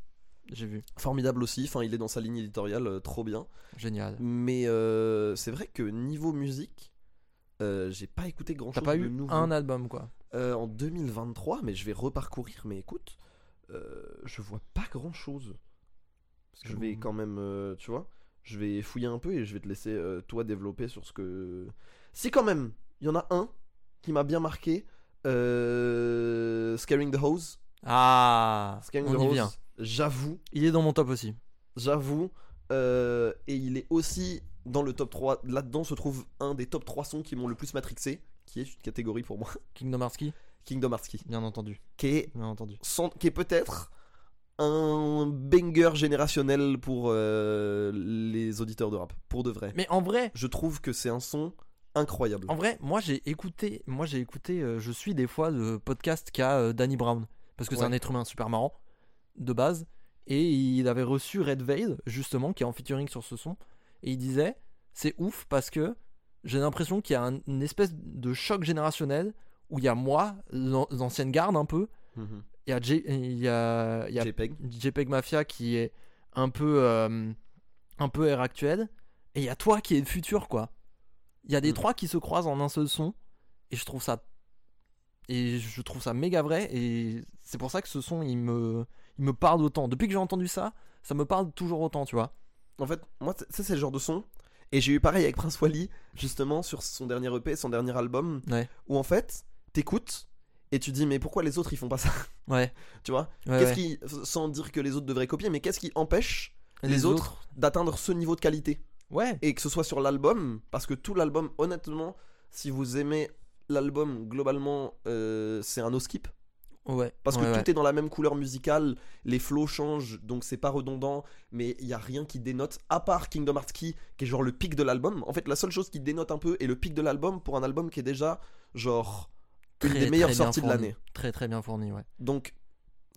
Speaker 2: J'ai vu,
Speaker 1: formidable aussi. Enfin, il est dans sa ligne éditoriale, euh, trop bien.
Speaker 2: génial.
Speaker 1: Mais euh, c'est vrai que niveau musique, euh, j'ai pas écouté grand
Speaker 2: T'as
Speaker 1: chose
Speaker 2: pas
Speaker 1: de
Speaker 2: eu
Speaker 1: nouveau.
Speaker 2: un album, quoi.
Speaker 1: Euh, en 2023, mais je vais reparcourir. Mais écoute, euh, je vois pas grand chose. Parce que je vais
Speaker 2: Mm.
Speaker 1: quand même, euh, tu vois, je vais fouiller un peu et je vais te laisser euh, toi développer sur ce que. Si quand même, il y en a un qui m'a bien marqué. euh, Scaring the Hose.
Speaker 2: Ah,
Speaker 1: Scaring
Speaker 2: on
Speaker 1: the
Speaker 2: y
Speaker 1: Hose,
Speaker 2: vient.
Speaker 1: J'avoue,
Speaker 2: Il est dans mon top aussi.
Speaker 1: j'avoue. Euh, et il est aussi dans le top 3. Là-dedans se trouve un des top 3 sons qui m'ont le plus matrixé, qui est une catégorie pour moi,
Speaker 2: Kingdom Hearts Key,
Speaker 1: Kingdom Hearts Key,
Speaker 2: bien entendu,
Speaker 1: qui est
Speaker 2: bien entendu.
Speaker 1: sans- qui est peut-être un banger générationnel pour euh, les auditeurs de rap, pour de vrai.
Speaker 2: Mais en vrai,
Speaker 1: Je trouve que c'est un son incroyable.
Speaker 2: en vrai, moi j'ai écouté, moi j'ai écouté, euh, je suis des fois le podcast qu'a euh, Danny Brown parce que c'est
Speaker 1: Ouais.
Speaker 2: un être humain super marrant de base et il avait reçu Red Veil justement qui est en featuring sur ce son et il disait c'est ouf parce que j'ai l'impression qu'il y a un- une espèce de choc générationnel où il y a moi, l'an- l'ancienne garde un peu,
Speaker 1: Mhm.
Speaker 2: il y a, J- il y a, il y a
Speaker 1: JPEG.
Speaker 2: JPEG Mafia qui est un peu euh, un peu air actuel et il y a toi qui est le futur quoi. Il y a des
Speaker 1: Mm.
Speaker 2: trois qui se croisent en un seul son et je trouve ça et je trouve ça méga vrai et c'est pour ça que ce son il me il me parle autant. Depuis que j'ai entendu ça, ça me parle toujours autant, tu vois.
Speaker 1: En fait, moi, c'est- ça, c'est le genre de son. Et j'ai eu pareil avec Prince Wally, justement, sur son dernier EP, son dernier album,
Speaker 2: Ouais.
Speaker 1: où en fait, t'écoutes et tu dis, mais pourquoi les autres ils font pas ça
Speaker 2: Ouais.
Speaker 1: Tu vois
Speaker 2: ouais,
Speaker 1: Qu'est-ce
Speaker 2: ouais.
Speaker 1: qui, sans dire que les autres devraient copier, mais qu'est-ce qui empêche
Speaker 2: Et
Speaker 1: les d'atteindre ce niveau de qualité
Speaker 2: Ouais.
Speaker 1: et que ce soit sur l'album, parce que tout l'album, honnêtement, si vous aimez l'album, globalement, euh, c'est un no skip.
Speaker 2: Ouais.
Speaker 1: Parce que
Speaker 2: ouais, ouais.
Speaker 1: tout est dans la même couleur musicale, les flows changent, donc c'est pas redondant, mais il y a rien qui dénote, à part Kingdom Hearts Key, qui est genre le pic de l'album. En fait, la seule chose qui dénote un peu est le pic de l'album pour un album qui est déjà, genre, une
Speaker 2: Très,
Speaker 1: des meilleures
Speaker 2: très bien
Speaker 1: sorties de
Speaker 2: fourni.
Speaker 1: l'année.
Speaker 2: Très très bien fourni, ouais.
Speaker 1: Donc,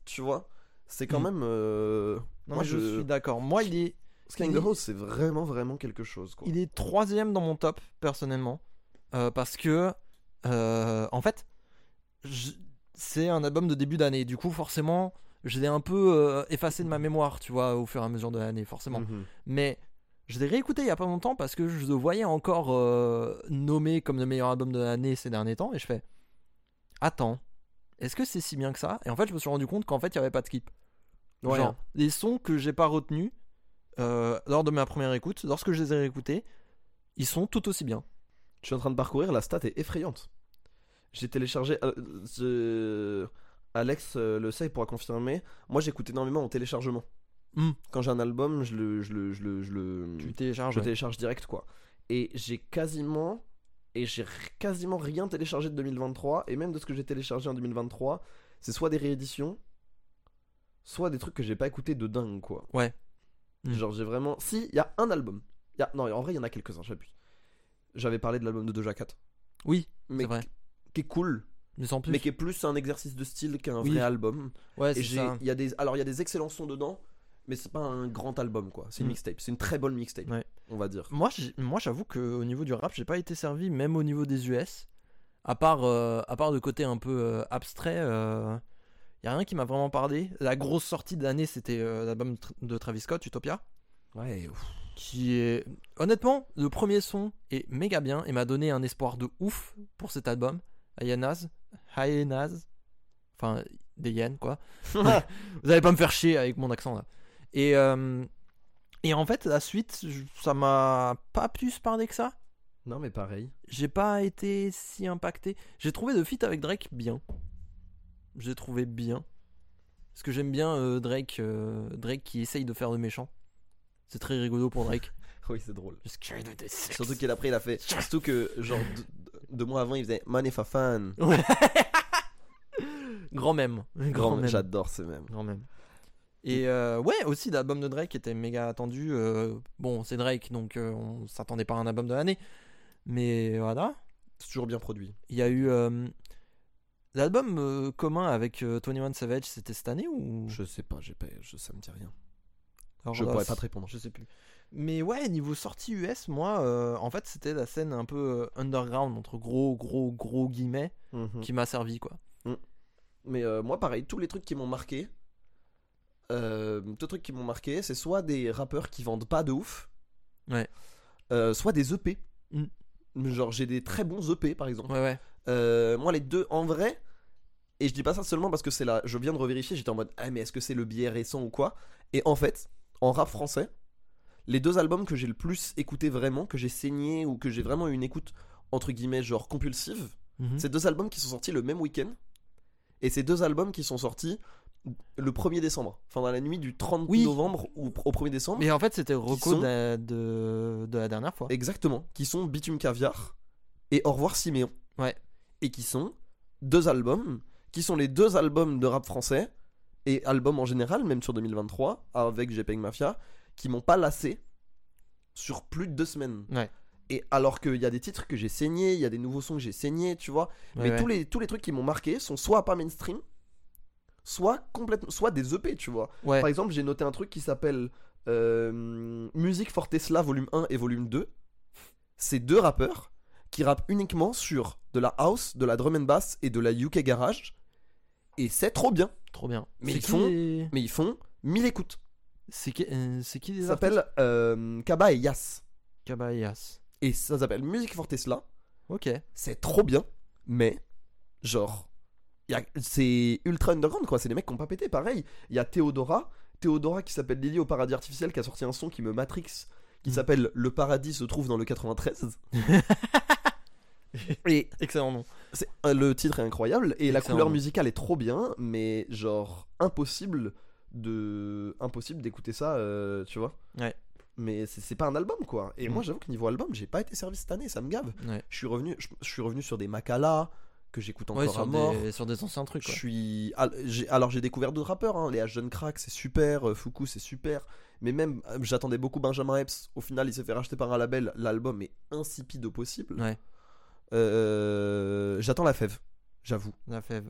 Speaker 1: tu vois, c'est quand
Speaker 2: Mm.
Speaker 1: même. euh,
Speaker 2: Non,
Speaker 1: moi,
Speaker 2: mais je...
Speaker 1: je-
Speaker 2: suis d'accord. Moi, il est
Speaker 1: Sky in the House, c'est vraiment, vraiment quelque chose, quoi.
Speaker 2: Il est troisième dans mon top, personnellement. Euh, parce que, euh, en fait, je- c'est un album de début d'année. Du coup, forcément, je l'ai un peu euh, effacé de ma mémoire, tu vois, au fur et à mesure de l'année, forcément.
Speaker 1: Mhm.
Speaker 2: Mais je l'ai réécouté il y a pas longtemps parce que je le voyais encore euh, nommé comme le meilleur album de l'année ces derniers temps. Et je fais, attends, est-ce que c'est si bien que ça Et en fait, je me suis rendu compte qu'en fait, il n'y avait pas de skip.
Speaker 1: Ouais.
Speaker 2: Genre, les sons que j'ai pas retenus euh, lors de ma première écoute, lorsque je les ai réécoutés, ils sont tout aussi bien.
Speaker 1: Je suis en train de parcourir, la stat est effrayante. J'ai téléchargé. euh, euh, Alex euh, le sait, il pourra confirmer. Moi, j'écoute énormément en téléchargement.
Speaker 2: Hmm.
Speaker 1: Quand j'ai un album, je le, je le, je le, je le-
Speaker 2: Tu
Speaker 1: Mm. je
Speaker 2: télécharges.
Speaker 1: le télécharge direct, quoi. Et j'ai quasiment. Et j'ai r- quasiment rien téléchargé de 2023. Et même de ce que j'ai téléchargé en 2023, c'est soit des rééditions, soit des trucs que j'ai pas écouté de dingue, quoi.
Speaker 2: Ouais. Hmm.
Speaker 1: Genre, j'ai vraiment. Si, il y a un album. Y a... Non, en vrai, il y en a quelques-uns, j'abuse. J'avais parlé de l'album de Doja Cat
Speaker 2: Oui,
Speaker 1: mais
Speaker 2: c'est vrai.
Speaker 1: qui- qui est cool,
Speaker 2: Mais sans plus.
Speaker 1: mais qui est plus un exercice de style qu'un
Speaker 2: Oui.
Speaker 1: vrai album.
Speaker 2: Ouais,
Speaker 1: Et
Speaker 2: c'est
Speaker 1: j'ai,
Speaker 2: ça.
Speaker 1: il y a des, alors il y a des excellents sons dedans, mais c'est pas un grand album quoi. C'est une
Speaker 2: Mm.
Speaker 1: mixtape, c'est une très bonne mixtape,
Speaker 2: Ouais.
Speaker 1: on va dire.
Speaker 2: Moi, j'ai- moi, j'avoue que au niveau du rap, j'ai pas été servi, même au niveau des US. À part, euh, à part le côté un peu euh, abstrait, euh, y a rien qui m'a vraiment parlé. La grosse sortie de l'année, c'était euh, l'album de Tra- de Travis Scott, Utopia,
Speaker 1: Ouais. ouf.
Speaker 2: qui est honnêtement le premier son est méga bien et m'a donné un espoir de ouf pour cet album. Hyenas, Hyenas, enfin des hyènes quoi. Vous allez pas me faire chier avec mon accent là. Et, euh, et en fait, la suite, je- ça m'a pas plus parlé que ça.
Speaker 1: non mais pareil.
Speaker 2: J'ai pas été si impacté. J'ai trouvé le feat avec Drake bien. J'ai trouvé bien. Parce que j'aime bien euh, Drake, euh, Drake qui essaye de faire le méchant. C'est très rigolo pour Drake.
Speaker 1: Oui, c'est drôle.
Speaker 2: Just carry the day six.
Speaker 1: Surtout qu'il a pris, il a fait. Surtout que genre deux, deux mois avant, il faisait Manif fan.
Speaker 2: Ouais. Grand même.
Speaker 1: Grand, j'adore ce même.
Speaker 2: Grand même. Et euh, ouais, aussi l'album de Drake était méga attendu. euh, bon, c'est Drake, donc euh, on s'attendait pas à un album de l'année. Mais voilà.
Speaker 1: C'est toujours bien produit.
Speaker 2: Il y a eu. euh, L'album euh, commun avec euh, 21 Savage, c'était cette année ou
Speaker 1: Je sais pas, j'ai pas, je, ça me dit rien.
Speaker 2: Alors,
Speaker 1: je
Speaker 2: là,
Speaker 1: pourrais
Speaker 2: c'est-
Speaker 1: pas te répondre.
Speaker 2: Je sais plus. Mais ouais, niveau sortie US, moi, euh, en fait, c'était la scène un peu euh, underground, entre gros, gros, gros guillemets,
Speaker 1: Mhm.
Speaker 2: qui m'a servi, quoi.
Speaker 1: Mais euh, moi, pareil, tous les trucs qui m'ont marqué, euh, tous les trucs qui m'ont marqué, c'est soit des rappeurs qui vendent pas de ouf,
Speaker 2: Ouais.
Speaker 1: euh, soit des EP.
Speaker 2: Mm.
Speaker 1: Genre, j'ai des très bons EP, par exemple.
Speaker 2: Ouais, ouais.
Speaker 1: Euh, moi, les deux, en vrai, et je dis pas ça seulement parce que c'est là, je viens de revérifier, j'étais en mode, ah, mais est-ce que c'est le biais récent ou quoi Et en fait, en rap français, les deux albums que j'ai le plus écouté vraiment, que j'ai saigné ou que j'ai vraiment eu une écoute, entre guillemets, genre compulsive,
Speaker 2: Mhm.
Speaker 1: c'est deux albums qui sont sortis le même week-end. Et c'est deux albums qui sont sortis le 1er décembre. Enfin, dans la nuit du 30
Speaker 2: Oui.
Speaker 1: novembre au, au 1er décembre.
Speaker 2: Mais en fait, c'était Rocco
Speaker 1: sont-
Speaker 2: de, la- de- de la dernière fois.
Speaker 1: Exactement. Qui sont Bitume Caviar et Au revoir Siméon.
Speaker 2: Ouais.
Speaker 1: Et qui sont deux albums, qui sont les deux albums de rap français et albums en général, même sur 2023, avec Gpeng Mafia, qui m'ont pas lassé sur plus de deux semaines.
Speaker 2: Ouais.
Speaker 1: Et alors qu'il y a des titres que j'ai saignés, il y a des nouveaux sons que j'ai saignés, tu vois. mais
Speaker 2: Ouais,
Speaker 1: Tous,
Speaker 2: ouais.
Speaker 1: les, tous les trucs qui m'ont marqué sont soit pas mainstream, soit complètement, soit des EP, tu vois.
Speaker 2: Ouais.
Speaker 1: Par exemple, j'ai noté un truc qui s'appelle euh, Musique for Tesla volume 1 et volume 2. C'est deux rappeurs qui rappent uniquement sur de la house, de la drum and bass et de la UK garage. Et c'est trop bien.
Speaker 2: Trop bien.
Speaker 1: Mais
Speaker 2: C'est
Speaker 1: ils
Speaker 2: qui
Speaker 1: font-
Speaker 2: les-
Speaker 1: Mais ils font 1000 écoutes.
Speaker 2: C'est qui, euh, c'est qui les
Speaker 1: Ça
Speaker 2: artistes
Speaker 1: s'appelle euh, Kaba et Yas.
Speaker 2: Cabayas.
Speaker 1: Et ça s'appelle Musique for Tesla.
Speaker 2: Ok.
Speaker 1: C'est trop bien. Mais, genre, y a- c'est ultra underground quoi. C'est des mecs qui ont pas pété. Pareil, il y a Théodora. Théodora qui s'appelle Lily au paradis artificiel qui a sorti un son qui me matrix qui
Speaker 2: Mm.
Speaker 1: s'appelle Le paradis se trouve dans le 93.
Speaker 2: Et excellent nom.
Speaker 1: C'est- euh, le titre est incroyable et la
Speaker 2: Excellent.
Speaker 1: couleur musicale est trop bien, mais genre impossible de impossible d'écouter ça, euh, tu vois.
Speaker 2: Ouais.
Speaker 1: Mais c'est c'est pas un album quoi. Et
Speaker 2: Mm.
Speaker 1: moi j'avoue que niveau album, j'ai pas été servi cette année, ça me gave.
Speaker 2: Ouais.
Speaker 1: Je suis revenu, je, je suis revenu sur des Makala que j'écoute encore
Speaker 2: Ouais,
Speaker 1: à
Speaker 2: sur
Speaker 1: mort.
Speaker 2: des, sur des anciens trucs.
Speaker 1: Je
Speaker 2: quoi.
Speaker 1: suis. al- j'ai- Alors j'ai découvert d'autres rappeurs, hein. les H. John Crack, c'est super, euh, Fuku, c'est super. Mais même, euh, j'attendais beaucoup Benjamin Epps. Au final, il s'est fait racheter par un label. L'album est insipide au possible.
Speaker 2: Ouais.
Speaker 1: Euh, J'attends la fève, j'avoue.
Speaker 2: La fève.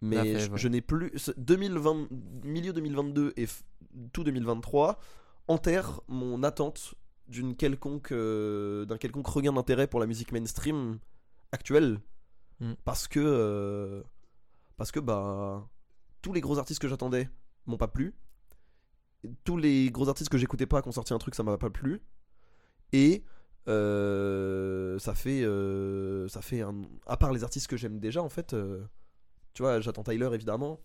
Speaker 1: Mais
Speaker 2: La
Speaker 1: je,
Speaker 2: fève, ouais.
Speaker 1: je n'ai plus. ce- 2020, milieu 2022 et f- tout 2023 enterre mon attente d'une quelconque euh, d'un quelconque regain d'intérêt pour la musique mainstream actuelle
Speaker 2: Mm.
Speaker 1: parce que euh, parce que bah tous les gros artistes que j'attendais m'ont pas plu tous les gros artistes que j'écoutais pas qui ont sorti un truc ça m'a pas plu et euh, ça fait euh, ça fait un... à part les artistes que j'aime déjà en fait euh, tu vois j'attends Tyler évidemment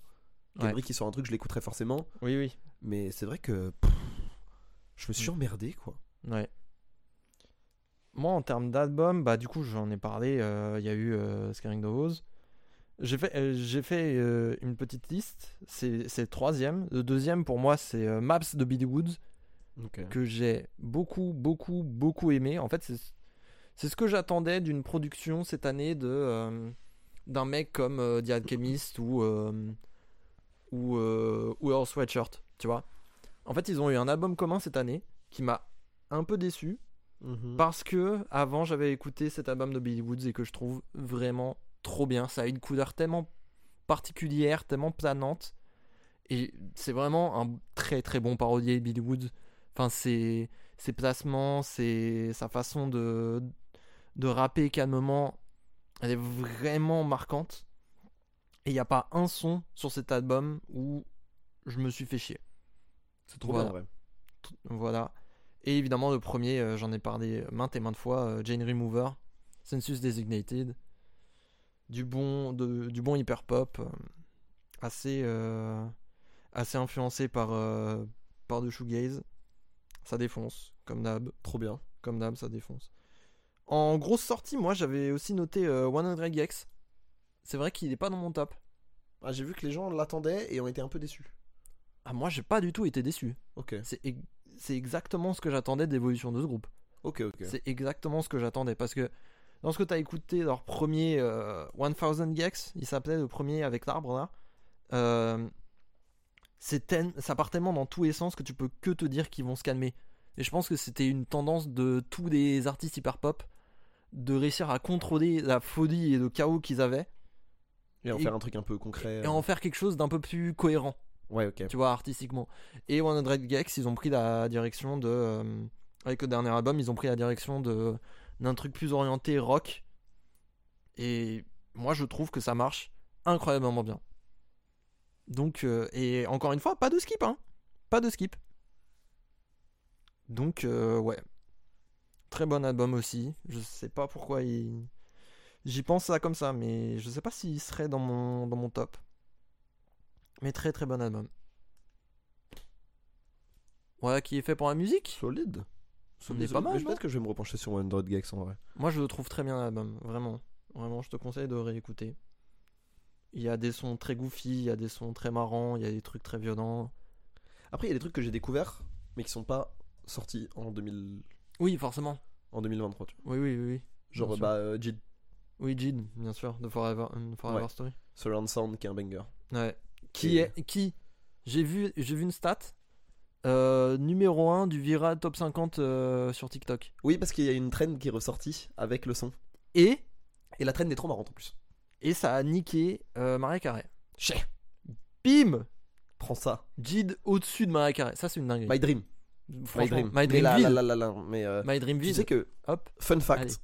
Speaker 2: Ouais.
Speaker 1: Kendrick qui sort un truc je l'écouterai forcément
Speaker 2: Oui, oui.
Speaker 1: mais c'est vrai que pff, je me suis
Speaker 2: Mm.
Speaker 1: emmerdé quoi
Speaker 2: Ouais. Moi, en termes d'album, bah, du coup, j'en ai parlé. euh, Il y a eu euh, Scaring the Rose. J'ai fait, euh, j'ai fait euh, une petite liste. C'est c'est le troisième. Le deuxième, pour moi, c'est euh, Maps de Billy Woods, que j'ai beaucoup, beaucoup, beaucoup aimé. En fait, c'est c'est ce que j'attendais d'une production cette année de euh, d'un mec comme euh, The Alchemist ou, euh, ou, euh, ou Earl Sweatshirt, tu vois. En fait, ils ont eu un album commun cette année qui m'a un peu déçu.
Speaker 1: Mhm.
Speaker 2: Parce que avant j'avais écouté cet album de Billy Woods et que je trouve vraiment trop bien. Ça a une couleur tellement particulière, tellement planante. Et c'est vraiment un très très bon parolier Billy Woods. Enfin ses, ses placements, ses- sa façon de, de rapper calmement, elle est vraiment marquante. Et il n'y a pas un son sur cet album où je me suis fait chier.
Speaker 1: c'est trop
Speaker 2: Voilà.
Speaker 1: bien ouais.
Speaker 2: Voilà. Et évidemment, le premier, euh, j'en ai parlé maintes et maintes fois, euh, Jane Remover, Census Designated, du bon, de- du bon hyper pop, euh, assez, euh, assez influencé par, euh, par du shoegaze. Ça défonce, comme d'hab,
Speaker 1: trop bien
Speaker 2: comme d'hab, ça défonce. En grosse sortie, moi, j'avais aussi noté euh, 100 Gex. C'est vrai qu'il est pas dans mon top.
Speaker 1: Ah, j'ai vu que les gens l'attendaient et ont été un peu déçus
Speaker 2: Ah, moi, j'ai pas du tout été déçu.
Speaker 1: ok
Speaker 2: C'est ex- c'est exactement ce que j'attendais d'évolution de ce groupe.
Speaker 1: ok ok
Speaker 2: C'est exactement ce que j'attendais parce que dans ce que t'as écouté leur premier euh, 1000 Gex, il s'appelait le premier avec l'arbre là. euh, c'est ten- ça part tellement dans tous les sens que tu peux que te dire qu'ils vont se calmer. Et je pense que c'était une tendance de tous les artistes hyper pop de réussir à contrôler la folie et le chaos qu'ils avaient
Speaker 1: et en
Speaker 2: et-
Speaker 1: faire un truc un peu concret
Speaker 2: et en faire quelque chose d'un peu plus cohérent
Speaker 1: ouais ok
Speaker 2: tu vois, artistiquement. Et 100 Gex, ils ont pris la direction de. euh, avec le dernier album, ils ont pris la direction de d'un truc plus orienté rock. Et moi, je trouve que ça marche incroyablement bien. Donc, euh, et encore une fois, pas de skip, hein. Pas de skip. Donc, euh, ouais. Très bon album aussi. Je sais pas pourquoi il. J'y pense là comme ça, mais je sais pas s'il serait dans mon, dans mon top. Mais très très bon album. Voilà qui est fait pour la musique.
Speaker 1: solide
Speaker 2: est
Speaker 1: Solide,
Speaker 2: pas
Speaker 1: solide.
Speaker 2: mal,
Speaker 1: Mais
Speaker 2: non
Speaker 1: peut-être que je vais me repencher sur 100 Gex en vrai
Speaker 2: Moi, je le trouve très bien l'album, vraiment. Vraiment, je te conseille de réécouter. Il y a des sons très goofy, il y a des sons très marrants, il y a des trucs très violents.
Speaker 1: Après, il y a des trucs que j'ai découverts, mais qui sont pas sortis en, 2000...
Speaker 2: Oui, forcément.
Speaker 1: en 2023. tu vois.
Speaker 2: Oui, oui, oui. oui.
Speaker 1: Genre,
Speaker 2: Bien sûr.
Speaker 1: bah, euh, Jid,
Speaker 2: Oui, Jid, bien sûr, de Forever, euh, Forever
Speaker 1: Ouais.
Speaker 2: Story.
Speaker 1: Surround Sound, qui est un banger.
Speaker 2: Ouais. Qui
Speaker 1: Et-
Speaker 2: est qui J'ai vu j'ai vu une stat euh, numéro 1 du viral top 50 euh, sur TikTok.
Speaker 1: Oui, parce qu'il y a une traîne qui est ressortie avec le son.
Speaker 2: Et
Speaker 1: Et la traîne est trop marrante en plus.
Speaker 2: et ça a niqué euh, Maria Carré.
Speaker 1: Ché.
Speaker 2: Bim
Speaker 1: Prends ça.
Speaker 2: Jid au-dessus de Maria Carré. Ça c'est une dinguerie.
Speaker 1: My Dream.
Speaker 2: Franchement,
Speaker 1: My Dream.
Speaker 2: My
Speaker 1: mais
Speaker 2: Dream
Speaker 1: là,
Speaker 2: vide.
Speaker 1: là, là, là, là, mais, euh,
Speaker 2: My Dream
Speaker 1: tu
Speaker 2: vide.
Speaker 1: sais que,
Speaker 2: Hop.
Speaker 1: fun
Speaker 2: Allez.
Speaker 1: fact,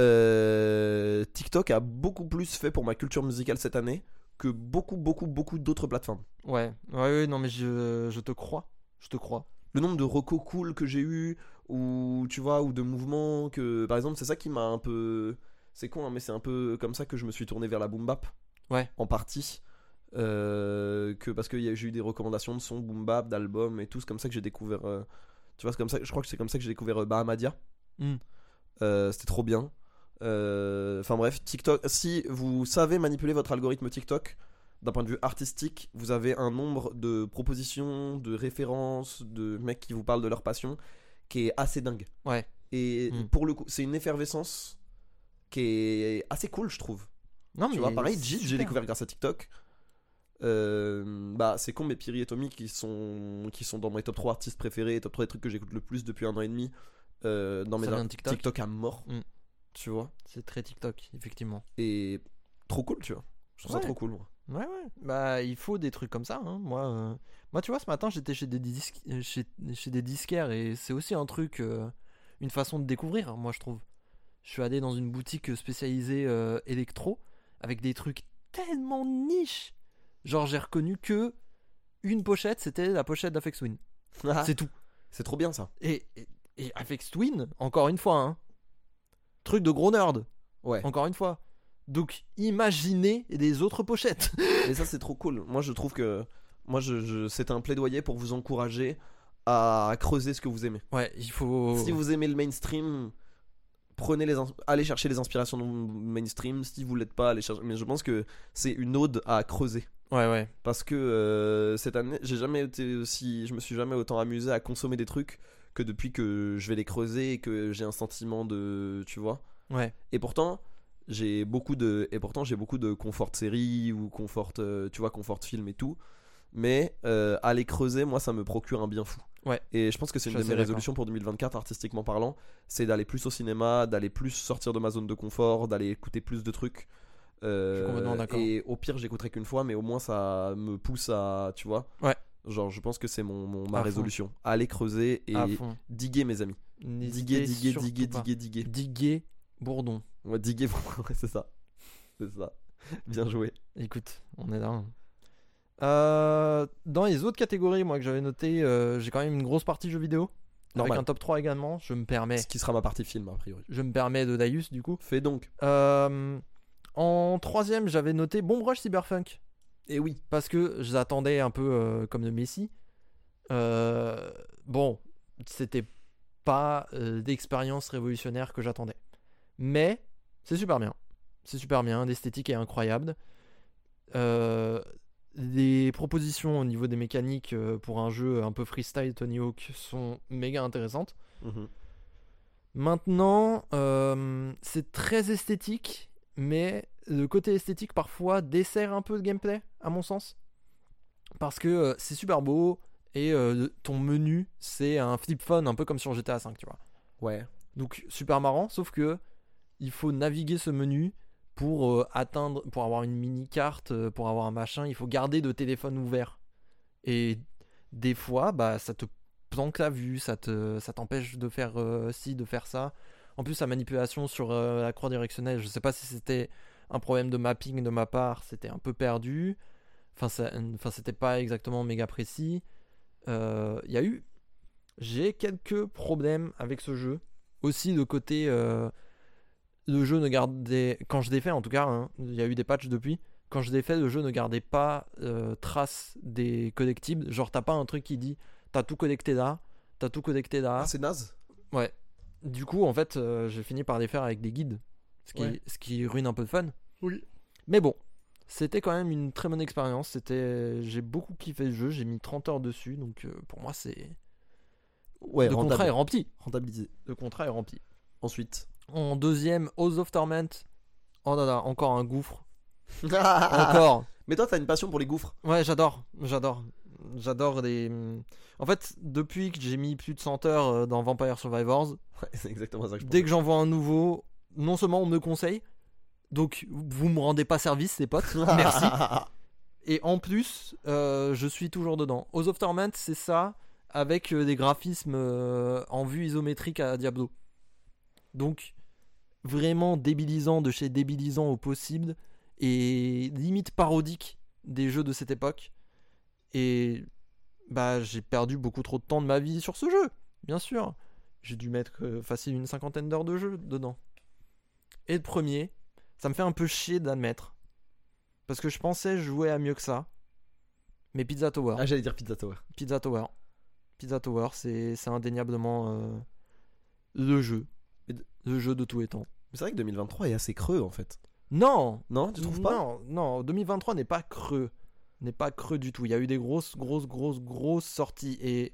Speaker 1: euh, TikTok a beaucoup plus fait pour ma culture musicale cette année que beaucoup, beaucoup, beaucoup d'autres plateformes.
Speaker 2: Ouais. Ouais ouais non mais je, je te crois. Je te crois.
Speaker 1: Le nombre de recos cool que j'ai eu, ou tu vois, ou de mouvements que, par exemple, c'est ça qui m'a un peu. C'est con, hein, mais c'est un peu comme ça que je me suis tourné vers la boom bap.
Speaker 2: Ouais.
Speaker 1: En partie. Euh, que parce que y a- j'ai eu des recommandations de sons boom bap, d'albums et tout, c'est comme ça que j'ai découvert. euh, tu vois, c'est comme ça, je crois que c'est comme ça que j'ai découvert euh, Bahamadia.
Speaker 2: Mm.
Speaker 1: Euh, C'était trop bien. Euh, Enfin bref, TikTok. Si vous savez manipuler votre algorithme TikTok, d'un point de vue artistique, vous avez un nombre de propositions, de références, de mecs qui vous parlent de leur passion, qui est assez dingue.
Speaker 2: Ouais.
Speaker 1: Et
Speaker 2: Mm.
Speaker 1: pour le coup, c'est une effervescence qui est assez cool, je trouve.
Speaker 2: Non mais
Speaker 1: Tu vois, pareil,
Speaker 2: c'est
Speaker 1: Jid, j'ai
Speaker 2: super.
Speaker 1: découvert grâce à TikTok. Euh, bah, c'est con, mais Piri et Tommy qui sont, qui sont dans mes top 3 artistes préférés, top 3 des trucs que j'écoute le plus depuis un an et demi. euh, dans
Speaker 2: Ça
Speaker 1: mes
Speaker 2: vient
Speaker 1: ar-
Speaker 2: de TikTok.
Speaker 1: à mort,
Speaker 2: Mm.
Speaker 1: tu vois.
Speaker 2: C'est très TikTok effectivement.
Speaker 1: Et trop cool, tu vois. Je trouve
Speaker 2: Ouais.
Speaker 1: ça trop cool, moi.
Speaker 2: Ouais, ouais. Bah, il faut des trucs comme ça. hein. Moi, euh, moi, tu vois, ce matin, j'étais chez des, disques euh, chez, chez des disquaires et c'est aussi un truc, euh, une façon de découvrir, moi, je trouve. Je suis allé dans une boutique spécialisée euh, électro avec des trucs tellement niche. Genre, j'ai reconnu que une pochette, c'était la pochette d'Afex Twin. C'est tout.
Speaker 1: c'est trop bien ça.
Speaker 2: Et, et, et Aphex Twin, encore une fois, hein. truc de gros nerd,
Speaker 1: Ouais.
Speaker 2: encore une fois. Donc, imaginez des autres pochettes.
Speaker 1: Et ça, c'est trop cool. Moi, je trouve que. Moi, je, je- c'est un plaidoyer pour vous encourager à creuser ce que vous aimez.
Speaker 2: Ouais, il faut.
Speaker 1: Si vous aimez le mainstream, prenez les ins- allez chercher les inspirations dans le mainstream. Si vous l'êtes pas, allez chercher. Mais je pense que c'est une ode à creuser
Speaker 2: Ouais, ouais.
Speaker 1: parce que euh, cette année, j'ai jamais été aussi, je me suis jamais autant amusé à consommer des trucs que depuis que je vais les creuser et que j'ai un sentiment de, tu vois.
Speaker 2: Ouais.
Speaker 1: Et pourtant, j'ai beaucoup de et pourtant j'ai beaucoup de confort série ou confort euh, tu vois confort film et tout. Mais euh, aller creuser, moi ça me procure un bien fou.
Speaker 2: Ouais.
Speaker 1: Et je pense que c'est
Speaker 2: Je
Speaker 1: une
Speaker 2: suis
Speaker 1: de mes
Speaker 2: assez
Speaker 1: résolutions pour 2024 artistiquement parlant, c'est d'aller plus au cinéma, d'aller plus sortir de ma zone de confort, d'aller écouter plus de trucs. Euh,
Speaker 2: Je suis complètement d'accord.
Speaker 1: Et au pire, j'écouterai qu'une fois, mais au moins ça me pousse à, tu vois.
Speaker 2: Ouais.
Speaker 1: Genre, je pense que c'est mon, mon-
Speaker 2: À
Speaker 1: ma
Speaker 2: fond.
Speaker 1: résolution. Aller creuser et
Speaker 2: à fond.
Speaker 1: diguer mes amis. Diguer,
Speaker 2: N'hésitez
Speaker 1: diguer,
Speaker 2: surtout
Speaker 1: diguer,
Speaker 2: pas.
Speaker 1: diguer, diguer.
Speaker 2: Diguer Bourdon.
Speaker 1: Ouais, diguer, ouais, c'est ça. C'est ça. Bien joué.
Speaker 2: Écoute, on est là. hein. Euh, dans les autres catégories, moi que j'avais noté, euh, j'ai quand même une grosse partie jeux vidéo. Avec
Speaker 1: Normal.
Speaker 2: un top 3 également. Je me permets.
Speaker 1: Ce qui sera ma partie film, a priori.
Speaker 2: Je me permets de Daius du coup.
Speaker 1: Eh. Fais donc.
Speaker 2: Euh, en troisième, j'avais noté Bomb Rush Cyberpunk.
Speaker 1: Et Eh oui.
Speaker 2: parce que j'attendais un peu euh, comme de Messi. Euh, bon, c'était pas euh, d'expérience révolutionnaire que j'attendais. Mais c'est super bien. C'est super bien, l'esthétique est incroyable. Euh, les propositions au niveau des mécaniques euh, pour un jeu un peu freestyle Tony Hawk sont méga intéressantes.
Speaker 1: Mhm.
Speaker 2: Maintenant, euh, c'est très esthétique, mais le côté esthétique parfois dessert un peu le gameplay, à mon sens. Parce que euh, c'est super beau et euh, ton menu, c'est un flip phone, un peu comme sur GTA V, tu vois.
Speaker 1: Ouais.
Speaker 2: Donc super marrant, sauf que il faut naviguer ce menu pour euh, atteindre, pour avoir une mini carte, euh, pour avoir un machin. Il faut garder le téléphone ouvert. Et des fois, bah ça te planque la vue, ça te, ça t'empêche de faire euh, ci, de faire ça. En plus, la manipulation sur euh, la croix directionnelle, je sais pas si c'était un problème de mapping de ma part, c'était un peu perdu. Enfin, ça, euh, enfin c'était pas exactement méga précis. Euh, Il y a eu, j'ai quelques problèmes avec ce jeu aussi le côté euh, le jeu ne gardait quand je l'ai fait en tout cas hein, il y a eu des patchs depuis quand je l'ai fait le jeu ne gardait pas euh, trace des collectibles genre t'as pas un truc qui dit t'as tout collecté là t'as tout collecté là
Speaker 1: Ah, c'est naze.
Speaker 2: ouais du coup en fait euh, j'ai fini par les faire avec des guides ce qui,
Speaker 1: Ouais.
Speaker 2: ce qui ruine un peu le fun oui mais bon C'était quand même une très bonne expérience. C'était, j'ai beaucoup kiffé le jeu. J'ai mis 30 heures dessus, donc euh, pour moi c'est
Speaker 1: Ouais,
Speaker 2: le contrat
Speaker 1: rentable.
Speaker 2: est rempli.
Speaker 1: hein. rentabilisé.
Speaker 2: Le contrat est rempli.
Speaker 1: Ensuite.
Speaker 2: En deuxième, House of Torment. Oh là là, encore un gouffre.
Speaker 1: Encore.
Speaker 2: Encore.
Speaker 1: Mais toi, t'as une passion pour les gouffres.
Speaker 2: Ouais, j'adore, j'adore. J'adore les. En fait, depuis que j'ai mis plus de 100 heures euh, dans Vampire Survivors,
Speaker 1: Ouais, c'est exactement ça que je
Speaker 2: dès que j'en vois un nouveau, non seulement on me le conseille, donc vous me rendez pas service, les potes,
Speaker 1: pense.
Speaker 2: merci. Et en plus, euh, je suis toujours dedans. House of Torment, c'est ça, avec euh, des graphismes euh, en vue isométrique à Diablo. Donc, vraiment débilisant de chez débilisant au possible, et limite parodique des jeux de cette époque. Et bah, j'ai perdu beaucoup trop de temps de ma vie sur ce jeu, bien sûr. J'ai dû mettre euh, facile une cinquantaine d'heures de jeu dedans. Et le premier, ça me fait un peu chier d'admettre. Parce que je pensais jouer à mieux que ça. Mais Pizza Tower.
Speaker 1: Ah, j'allais dire Pizza Tower.
Speaker 2: Pizza Tower. Pizza Tower, c'est c'est indéniablement euh, le jeu.
Speaker 1: Mais de-
Speaker 2: Le jeu de tous les temps.
Speaker 1: Mais c'est vrai que 2023 est assez creux en fait.
Speaker 2: Non
Speaker 1: Non, tu trouves pas
Speaker 2: Non, non, 2023 n'est pas creux. N'est pas creux du tout. Il y a eu des grosses, grosses, grosses, grosses sorties. Et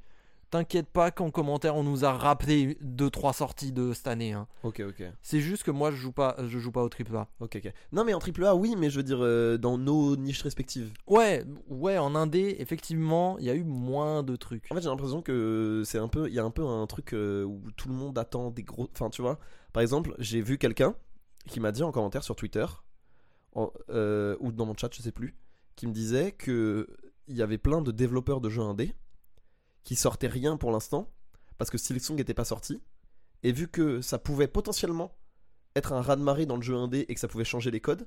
Speaker 2: t'inquiète pas qu'en commentaire, on nous a rappelé 2-3 sorties de cette année. hein.
Speaker 1: Ok, ok.
Speaker 2: C'est juste que moi, je joue pas, je joue pas au triple A.
Speaker 1: Ok, ok. Non, mais en AAA, oui, mais je veux dire euh, dans nos niches respectives.
Speaker 2: Ouais, ouais, en indé, effectivement, il y a eu moins de trucs.
Speaker 1: En fait, j'ai l'impression que c'est un peu, il y a un peu un truc euh, où tout le monde attend des gros. Enfin, tu vois. Par exemple, j'ai vu quelqu'un qui m'a dit en commentaire sur Twitter en- euh, ou dans mon chat, je sais plus, qui me disait que il y avait plein de développeurs de jeux indés qui sortaient rien pour l'instant parce que Silksong n'était pas sorti et vu que ça pouvait potentiellement être un raz-de-marée dans le jeu indé et que ça pouvait changer les codes,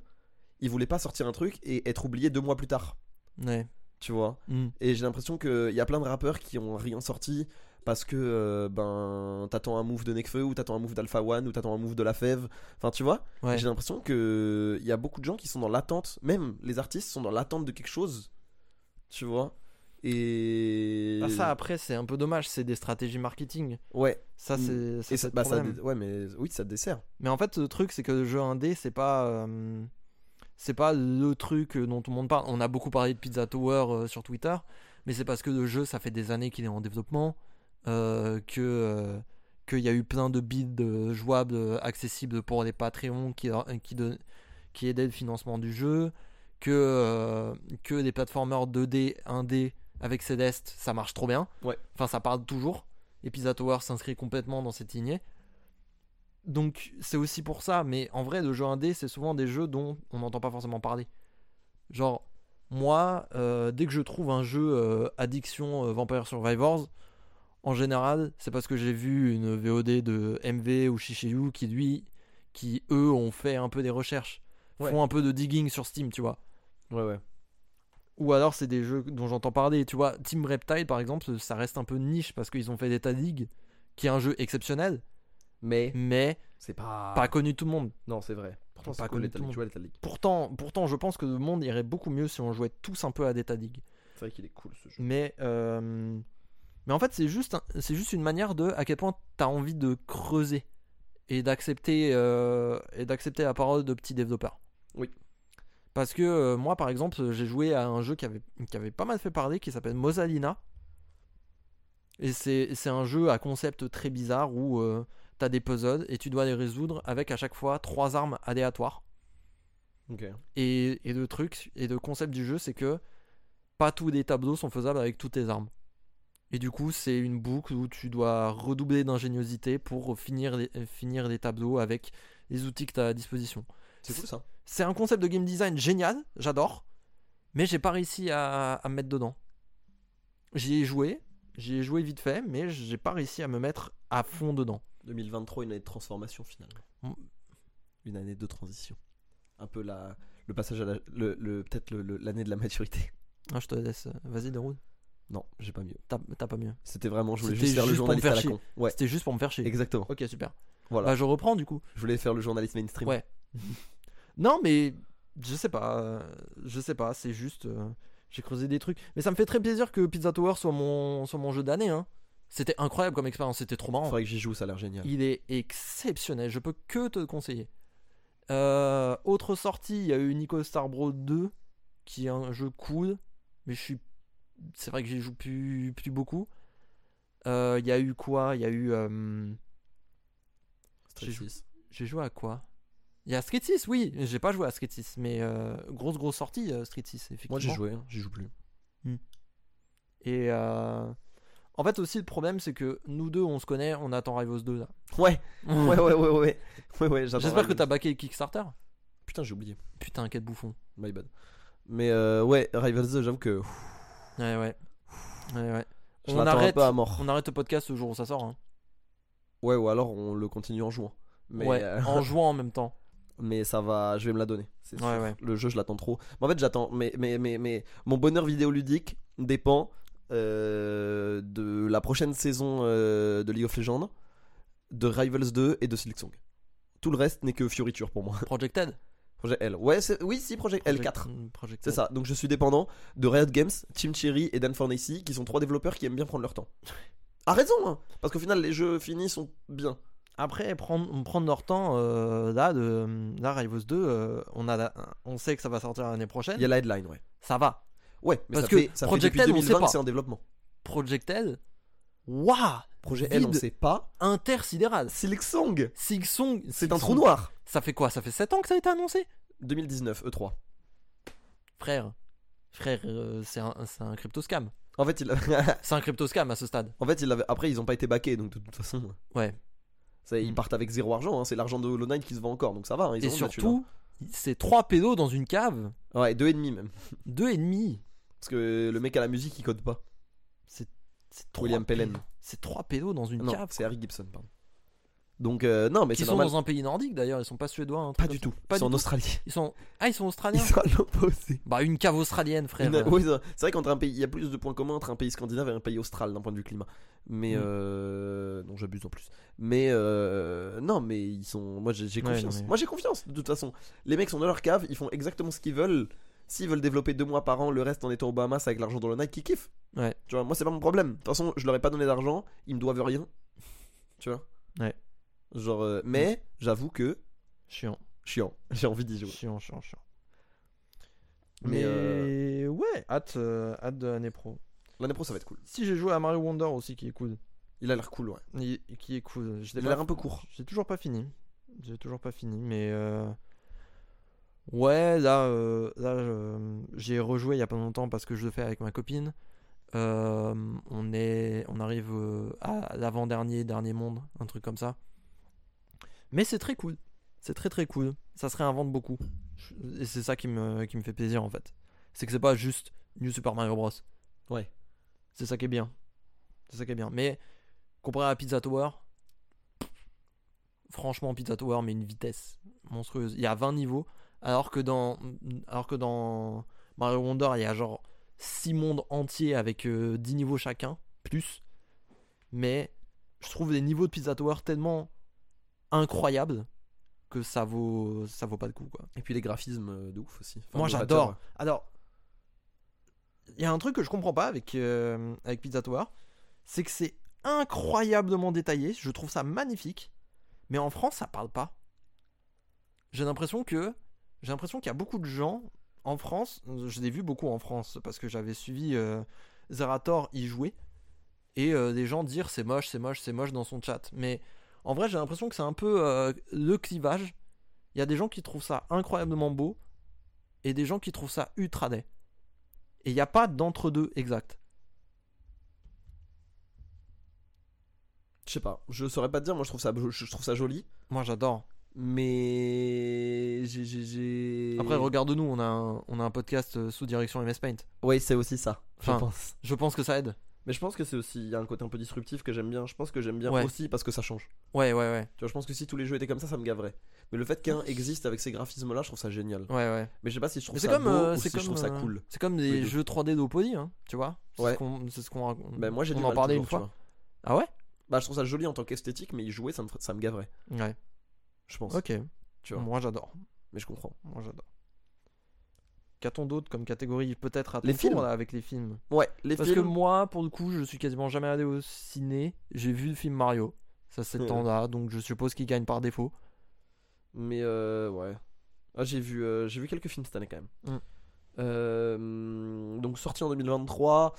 Speaker 1: ils voulaient pas sortir un truc et être oublié deux mois plus tard.
Speaker 2: Ouais.
Speaker 1: Tu vois.
Speaker 2: Mm.
Speaker 1: Et j'ai l'impression qu'il y a plein de rappeurs qui ont rien sorti parce que euh, ben t'attends un move de Nekfeu ou t'attends un move d'Alpha One ou t'attends un move de La Fève. Enfin, tu vois,
Speaker 2: Ouais.
Speaker 1: j'ai l'impression que il y a beaucoup de gens qui sont dans l'attente, même les artistes sont dans l'attente de quelque chose. Tu vois Et
Speaker 2: Ah, ça après c'est un peu dommage, c'est des stratégies marketing.
Speaker 1: ouais,
Speaker 2: Ça
Speaker 1: Mm.
Speaker 2: c'est ça,
Speaker 1: et
Speaker 2: c'est
Speaker 1: ça,
Speaker 2: le
Speaker 1: bah, ça
Speaker 2: problème.
Speaker 1: dé- ouais mais oui, ça te dessert.
Speaker 2: Mais en fait le truc c'est que le jeu indé c'est pas euh, c'est pas le truc dont tout le monde parle. On a beaucoup parlé de Pizza Tower euh, sur Twitter, mais c'est parce que le jeu ça fait des années qu'il est en développement, euh, que euh, qu'il y a eu plein de builds euh, jouables euh, accessibles pour les Patreons qui euh, qui don- qui aidaient le financement du jeu, que euh, que les plateformeurs 2D 1D avec Céleste ça marche trop bien.
Speaker 1: Ouais.
Speaker 2: Enfin ça parle toujours. Et Pizza Tower s'inscrit complètement dans cette lignée. Donc c'est aussi pour ça, mais en vrai, le jeu indé, c'est souvent des jeux dont on n'entend pas forcément parler. Genre, moi, euh, dès que je trouve un jeu euh, addiction euh, Vampire Survivors, en général, c'est parce que j'ai vu une VOD de MV ou Shishiyu qui, lui, qui eux ont fait un peu des recherches,
Speaker 1: Ouais.
Speaker 2: font un peu de digging sur Steam, tu vois.
Speaker 1: Ouais ouais.
Speaker 2: Ou alors c'est des jeux dont j'entends parler, tu vois, Team Reptile par exemple, ça reste un peu niche parce qu'ils ont fait Data League, qui est un jeu exceptionnel,
Speaker 1: Mais
Speaker 2: mais
Speaker 1: c'est pas
Speaker 2: pas connu de tout le monde.
Speaker 1: Non, c'est vrai. Pourtant
Speaker 2: Pas
Speaker 1: c'est cool
Speaker 2: connu
Speaker 1: les
Speaker 2: de tout le
Speaker 1: tu vois les Talik.
Speaker 2: Pourtant, pourtant, je pense que le monde irait beaucoup mieux si on jouait tous un peu à Data League.
Speaker 1: C'est vrai qu'il est cool ce jeu.
Speaker 2: Mais, euh, mais en fait, c'est juste, un- c'est juste une manière de à quel point t'as envie de creuser et d'accepter euh, et d'accepter la parole de petits développeurs.
Speaker 1: Oui.
Speaker 2: Parce que euh, moi, par exemple, j'ai joué à un jeu qui avait, qui avait pas mal fait parler, qui s'appelle Mosalina. Et c'est c'est un jeu à concept très bizarre où euh, t'as des puzzles et tu dois les résoudre avec à chaque fois trois armes aléatoires.
Speaker 1: OK.
Speaker 2: Et, et le truc et le concept du jeu, c'est que pas tous les tableaux sont faisables avec toutes tes armes. Et du coup, c'est une boucle où tu dois redoubler d'ingéniosité pour finir les, euh, finir les tableaux avec les outils que tu as à disposition.
Speaker 1: C'est cool ça.
Speaker 2: C'est un concept de game design génial, j'adore, mais j'ai pas réussi à, à me mettre dedans. J'y ai joué, j'y ai joué vite fait, mais j'ai pas réussi à me mettre à fond dedans.
Speaker 1: 2023, une année de transformation finalement.
Speaker 2: Mm.
Speaker 1: Une année de transition. Un peu la, le passage à la, le, le- peut-être le- le- l'année de la maturité.
Speaker 2: Ah, je te laisse, vas-y, déroule,
Speaker 1: Non, j'ai pas mieux.
Speaker 2: t'as t'as pas mieux.
Speaker 1: C'était vraiment, je voulais
Speaker 2: C'était
Speaker 1: juste faire le
Speaker 2: juste pour me
Speaker 1: journaliste à la
Speaker 2: faire
Speaker 1: con. Ouais,
Speaker 2: C'était juste pour me faire chier.
Speaker 1: exactement.
Speaker 2: Ok, super.
Speaker 1: Voilà.
Speaker 2: Bah, je reprends du coup.
Speaker 1: Je voulais faire le journaliste mainstream.
Speaker 2: Ouais. Non, mais je sais pas. euh, Je sais pas. C'est juste. euh, J'ai creusé des trucs. Mais ça me fait très plaisir que Pizza Tower soit mon, soit mon jeu d'année. Hein. C'était incroyable comme expérience. C'était trop marrant.
Speaker 1: Faudrait que j'y joue, ça a l'air génial.
Speaker 2: Il est exceptionnel. Je peux que te le conseiller. Euh, autre sortie, il y a eu Nico Starbro 2 qui est un jeu cool, mais je suis, c'est vrai que j'y joue plus, plus beaucoup. Euh, Il y a eu quoi Il y a eu, euh,
Speaker 1: Street
Speaker 2: j'ai joué-
Speaker 1: Six.
Speaker 2: j'ai joué à quoi Il y a Street 6, oui, j'ai pas joué à Street 6, mais euh, grosse grosse sortie euh, Street 6 effectivement.
Speaker 1: Moi j'ai joué, hein, j'y joue plus.
Speaker 2: Et euh, en fait aussi le problème c'est que nous deux on se connaît, on attend Rivals 2 là.
Speaker 1: Ouais, ouais, ouais, ouais, ouais. ouais, ouais j'attends
Speaker 2: Mm. J'espère que
Speaker 1: Rivals.
Speaker 2: t'as baqué le Kickstarter.
Speaker 1: Putain, j'ai oublié.
Speaker 2: Putain quel bouffon.
Speaker 1: My bad. Mais euh, ouais, Rivals 2, j'avoue que pff,
Speaker 2: Ouais ouais. Ouais ouais.
Speaker 1: je
Speaker 2: On
Speaker 1: l'attends un
Speaker 2: arrête.
Speaker 1: peu à mort.
Speaker 2: On arrête le podcast le jour où ça sort. hein.
Speaker 1: Ouais, ou alors on le continue en jouant. Mais,
Speaker 2: ouais,
Speaker 1: euh,
Speaker 2: en jouant en même temps.
Speaker 1: mais ça va, je vais me la donner. c'est sûr.
Speaker 2: Ouais, ouais.
Speaker 1: Le jeu, je l'attends trop. Mais en fait, j'attends. Mais, mais, mais, mais mon bonheur vidéoludique dépend euh, de la prochaine saison euh, de League of Legends, de Rivals 2 et de Silk Song. Tout le reste n'est que fioriture pour moi.
Speaker 2: Projected. mm,
Speaker 1: Projet L. Ouais, c'est- oui, si, projet L4.
Speaker 2: Projected.
Speaker 1: C'est ça, donc je suis dépendant de Riot Games, Tim Cherry et Dan Fornacy, qui sont trois développeurs qui aiment bien prendre leur temps. À raison, hein, parce qu'au final, les jeux finis sont bien.
Speaker 2: Après, prendre, prendre leur temps, euh, là, de, là, Rivals 2, euh, on, a la- on sait que ça va sortir l'année prochaine.
Speaker 1: Il y a la headline, ouais.
Speaker 2: Ça va.
Speaker 1: Ouais, mais
Speaker 2: Parce
Speaker 1: ça,
Speaker 2: que
Speaker 1: fait, ça fait
Speaker 2: Project
Speaker 1: depuis
Speaker 2: L, on sait
Speaker 1: 2020 que
Speaker 2: pas.
Speaker 1: c'est en développement.
Speaker 2: Projected, waouh
Speaker 1: Projet L, on
Speaker 2: Vide.
Speaker 1: sait pas.
Speaker 2: Intersidéral.
Speaker 1: Silk Song,
Speaker 2: Six Song,
Speaker 1: c'est
Speaker 2: Six
Speaker 1: un trou
Speaker 2: Song.
Speaker 1: noir.
Speaker 2: Ça fait quoi Ça fait 7 ans que ça a été annoncé
Speaker 1: 2019, E3.
Speaker 2: Frère, frère, euh, c'est un, c'est un crypto scam.
Speaker 1: En fait, il...
Speaker 2: C'est un crypto scam à ce stade.
Speaker 1: en fait il avait... après, ils ont pas été baqués, donc de toute façon,
Speaker 2: Ouais.
Speaker 1: ça, ils
Speaker 2: Mm.
Speaker 1: partent avec zéro argent. hein, C'est l'argent de Hollow Knight qui se vend encore, donc ça va. hein, ils
Speaker 2: Et
Speaker 1: ont battu,
Speaker 2: surtout, c'est trois pédos dans une cave,
Speaker 1: là. Ouais, deux et demi même.
Speaker 2: deux et demi.
Speaker 1: Parce que le mec à la musique, il code pas.
Speaker 2: C'est trois
Speaker 1: William
Speaker 2: pédos-
Speaker 1: Pellen.
Speaker 2: C'est trois pédos dans une
Speaker 1: Non,
Speaker 2: cave.
Speaker 1: c'est Harry Gibson, pardon. Donc, euh, non, mais
Speaker 2: Qui
Speaker 1: c'est
Speaker 2: sont
Speaker 1: normal.
Speaker 2: dans un pays nordique d'ailleurs, ils sont pas suédois. un truc
Speaker 1: Pas
Speaker 2: comme
Speaker 1: du
Speaker 2: ça.
Speaker 1: tout.
Speaker 2: Pas
Speaker 1: ils sont
Speaker 2: du
Speaker 1: en
Speaker 2: tout.
Speaker 1: Australie.
Speaker 2: Ils sont. Ah, ils sont
Speaker 1: Ils
Speaker 2: australiens.
Speaker 1: sont à l'opposé.
Speaker 2: Bah, une cave australienne, frère.
Speaker 1: Une- oui, c'est c'est vrai qu'entre un pays, il y a plus de points communs entre un pays scandinave et un pays austral d'un point de vue climat. Mais
Speaker 2: Mm.
Speaker 1: euh, non, j'abuse en plus. Mais euh, non, mais ils sont. Moi, j'ai j'ai
Speaker 2: Ouais,
Speaker 1: confiance.
Speaker 2: non, mais-
Speaker 1: Moi, j'ai confiance. De toute façon, les mecs sont dans leur cave. Ils font exactement ce qu'ils veulent. S'ils veulent développer deux mois par an, le reste en étant aux Bahamas avec l'argent dans le Nike, qui kiffent.
Speaker 2: Ouais.
Speaker 1: Tu vois, moi, c'est pas mon problème. De toute façon, je leur ai pas donné d'argent. Ils me doivent rien. Tu vois.
Speaker 2: Ouais.
Speaker 1: Genre, euh, mais j'avoue que
Speaker 2: Chiant,
Speaker 1: chiant. J'ai envie d'y jouer.
Speaker 2: chiant, chiant, chiant.
Speaker 1: Mais,
Speaker 2: Mais
Speaker 1: euh,
Speaker 2: ouais, hâte, euh, hâte de l'année pro.
Speaker 1: L'année pro, ça va être cool.
Speaker 2: Si j'ai joué à Mario Wonder aussi, qui est cool.
Speaker 1: Il a l'air cool, ouais.
Speaker 2: Il- Qui est cool. Je l'ai
Speaker 1: Il a l'air
Speaker 2: pas-
Speaker 1: un peu court.
Speaker 2: J'ai toujours pas fini. J'ai toujours pas fini, mais euh, ouais, là, euh, là, euh, j'ai rejoué il y a pas longtemps parce que je le fais avec ma copine. Euh, on est, on arrive euh, à l'avant dernier, dernier monde, un truc comme ça. Mais c'est très cool. C'est très très cool. Ça se réinvente beaucoup. Je- Et c'est ça qui me, qui me fait plaisir en fait. C'est que c'est pas juste New Super Mario Bros.
Speaker 1: Ouais.
Speaker 2: C'est ça qui est bien. C'est ça qui est bien. Mais comparé à Pizza Tower, franchement, Pizza Tower met une vitesse monstrueuse. Il y a 20 niveaux, alors que dans, alors que dans Mario Wonder, il y a genre 6 mondes entiers avec euh, 10 niveaux chacun, plus. Mais je trouve les niveaux de Pizza Tower tellement incroyables que ça vaut, ça vaut pas le coup, quoi.
Speaker 1: Et puis les graphismes euh, de ouf aussi. Enfin,
Speaker 2: Moi
Speaker 1: novateurs.
Speaker 2: j'adore. Alors, il y a un truc que je comprends pas avec, euh, avec Pizza Tower, c'est que c'est incroyablement détaillé, je trouve ça magnifique, mais en France ça parle pas. J'ai l'impression que j'ai l'impression qu'il y a beaucoup de gens en France, je l'ai vu beaucoup en France parce que j'avais suivi euh, Zerator y jouer et euh, des gens dire c'est moche, c'est moche, c'est moche dans son chat. Mais en vrai, j'ai l'impression que c'est un peu euh, le clivage. Il y a des gens qui trouvent ça incroyablement beau et des gens qui trouvent ça ultra laid. Et il n'y a pas d'entre-deux exact.
Speaker 1: Je sais pas, je saurais pas te dire, moi je trouve ça, je trouve ça joli,
Speaker 2: Moi j'adore.
Speaker 1: mais j'ai- j'ai. j'ai-
Speaker 2: Après, regarde-nous, on, a un- on a un podcast euh, sous direction MS Paint.
Speaker 1: Ouais, c'est aussi ça,
Speaker 2: Enfin.
Speaker 1: je pense.
Speaker 2: Je pense que ça aide.
Speaker 1: Mais je pense que c'est aussi, il y a un côté un peu disruptif que j'aime bien. Je pense que j'aime bien
Speaker 2: Ouais.
Speaker 1: aussi parce que ça change.
Speaker 2: Ouais, ouais, ouais.
Speaker 1: Tu vois, je pense que si tous les jeux étaient comme ça, ça me gaverait. Mais le fait qu'un existe avec ces graphismes-là, je trouve ça génial.
Speaker 2: Ouais, ouais.
Speaker 1: Mais je sais pas si je trouve
Speaker 2: Mais c'est
Speaker 1: ça
Speaker 2: comme,
Speaker 1: beau
Speaker 2: euh,
Speaker 1: ou si
Speaker 2: c'est
Speaker 1: je
Speaker 2: comme,
Speaker 1: trouve ça
Speaker 2: euh,
Speaker 1: cool.
Speaker 2: c'est comme
Speaker 1: Les
Speaker 2: des
Speaker 1: deux.
Speaker 2: jeux 3D d'Opoly, hein, tu vois. C'est
Speaker 1: Ouais.
Speaker 2: ce qu'on, c'est ce qu'on raconte.
Speaker 1: Bah, moi j'ai
Speaker 2: on
Speaker 1: du
Speaker 2: en
Speaker 1: mal
Speaker 2: parlait
Speaker 1: toujours,
Speaker 2: une fois.
Speaker 1: tu vois.
Speaker 2: Ah ouais
Speaker 1: Bah, je trouve ça joli en tant qu'esthétique, mais y jouer, ça me, ferait- ça me gaverait,
Speaker 2: Ouais.
Speaker 1: je pense.
Speaker 2: Ok.
Speaker 1: Tu vois.
Speaker 2: Moi j'adore.
Speaker 1: Mais je comprends.
Speaker 2: Moi j'adore. Qu'a-t-on d'autre comme catégorie Peut-être à ton
Speaker 1: Les
Speaker 2: tour,
Speaker 1: films.
Speaker 2: là, avec les films.
Speaker 1: Ouais, les
Speaker 2: Parce que
Speaker 1: films.
Speaker 2: moi, pour le coup, je suis quasiment jamais allé au ciné. J'ai vu le film Mario. Ça c'est le
Speaker 1: Ouais.
Speaker 2: temps là, donc je suppose qu'il gagne par défaut.
Speaker 1: Mais euh, ouais. Ah, j'ai vu, euh, j'ai vu quelques films cette année quand même.
Speaker 2: Mm.
Speaker 1: Euh, donc sorti en 2023,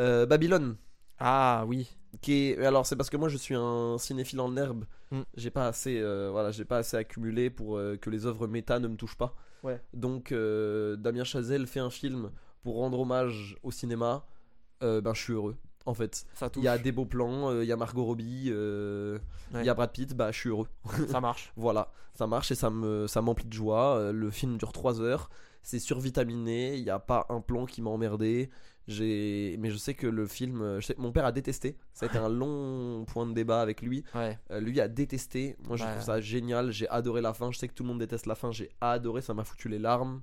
Speaker 1: euh, Babylone.
Speaker 2: Ah oui.
Speaker 1: Qui est... Alors c'est parce que moi je suis un cinéphile en herbe.
Speaker 2: Mm.
Speaker 1: J'ai pas assez, euh, voilà, j'ai pas assez accumulé pour euh, que les œuvres méta ne me touchent pas.
Speaker 2: Ouais.
Speaker 1: Donc euh, Damien Chazelle fait un film pour rendre hommage au cinéma. Euh, ben je suis heureux. En fait,
Speaker 2: Ça
Speaker 1: il
Speaker 2: touche.
Speaker 1: y a des beaux plans, euh, il y a Margot Robbie, euh, il
Speaker 2: Ouais.
Speaker 1: y a Brad Pitt, bah je suis heureux.
Speaker 2: Ça marche.
Speaker 1: Voilà, ça marche et ça me ça m'emplit de joie. Euh, Le film dure 3 heures, c'est survitaminé, il n'y a pas un plan qui m'a emmerdé. J'ai mais je sais que le film euh, je sais- mon père a détesté. Ça a été un long point de débat avec lui.
Speaker 2: Ouais.
Speaker 1: Euh, lui a détesté. Moi je
Speaker 2: Bah.
Speaker 1: trouve ça génial, j'ai adoré la fin. Je sais que tout le monde déteste la fin, j'ai adoré, ça m'a foutu les larmes.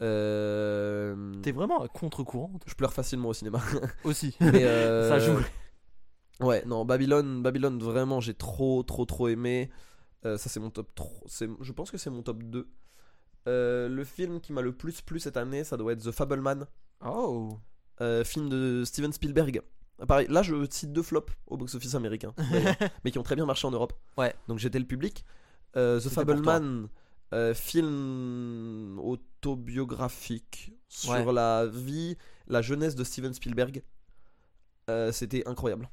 Speaker 1: Euh,
Speaker 2: T'es vraiment à contre-courant toi.
Speaker 1: je pleure facilement au cinéma.
Speaker 2: aussi.
Speaker 1: Mais, euh,
Speaker 2: Ça joue.
Speaker 1: Ouais, non, Babylone, Babylone vraiment, j'ai trop, trop, trop aimé. Euh, ça, c'est mon top 3. Je pense que c'est mon top 2. Euh, le film qui m'a le plus plu cette année, ça doit être The Fableman,
Speaker 2: Oh.
Speaker 1: euh, film de Steven Spielberg. Ah, Pareil, là, je cite deux flops au box-office américain, d'ailleurs, mais qui ont très bien marché en Europe.
Speaker 2: Ouais.
Speaker 1: Donc j'étais le public. Euh, The
Speaker 2: C'était pour
Speaker 1: Fableman, euh, film autobiographique sur
Speaker 2: Ouais.
Speaker 1: la vie, la jeunesse de Steven Spielberg. Euh, c'était incroyable.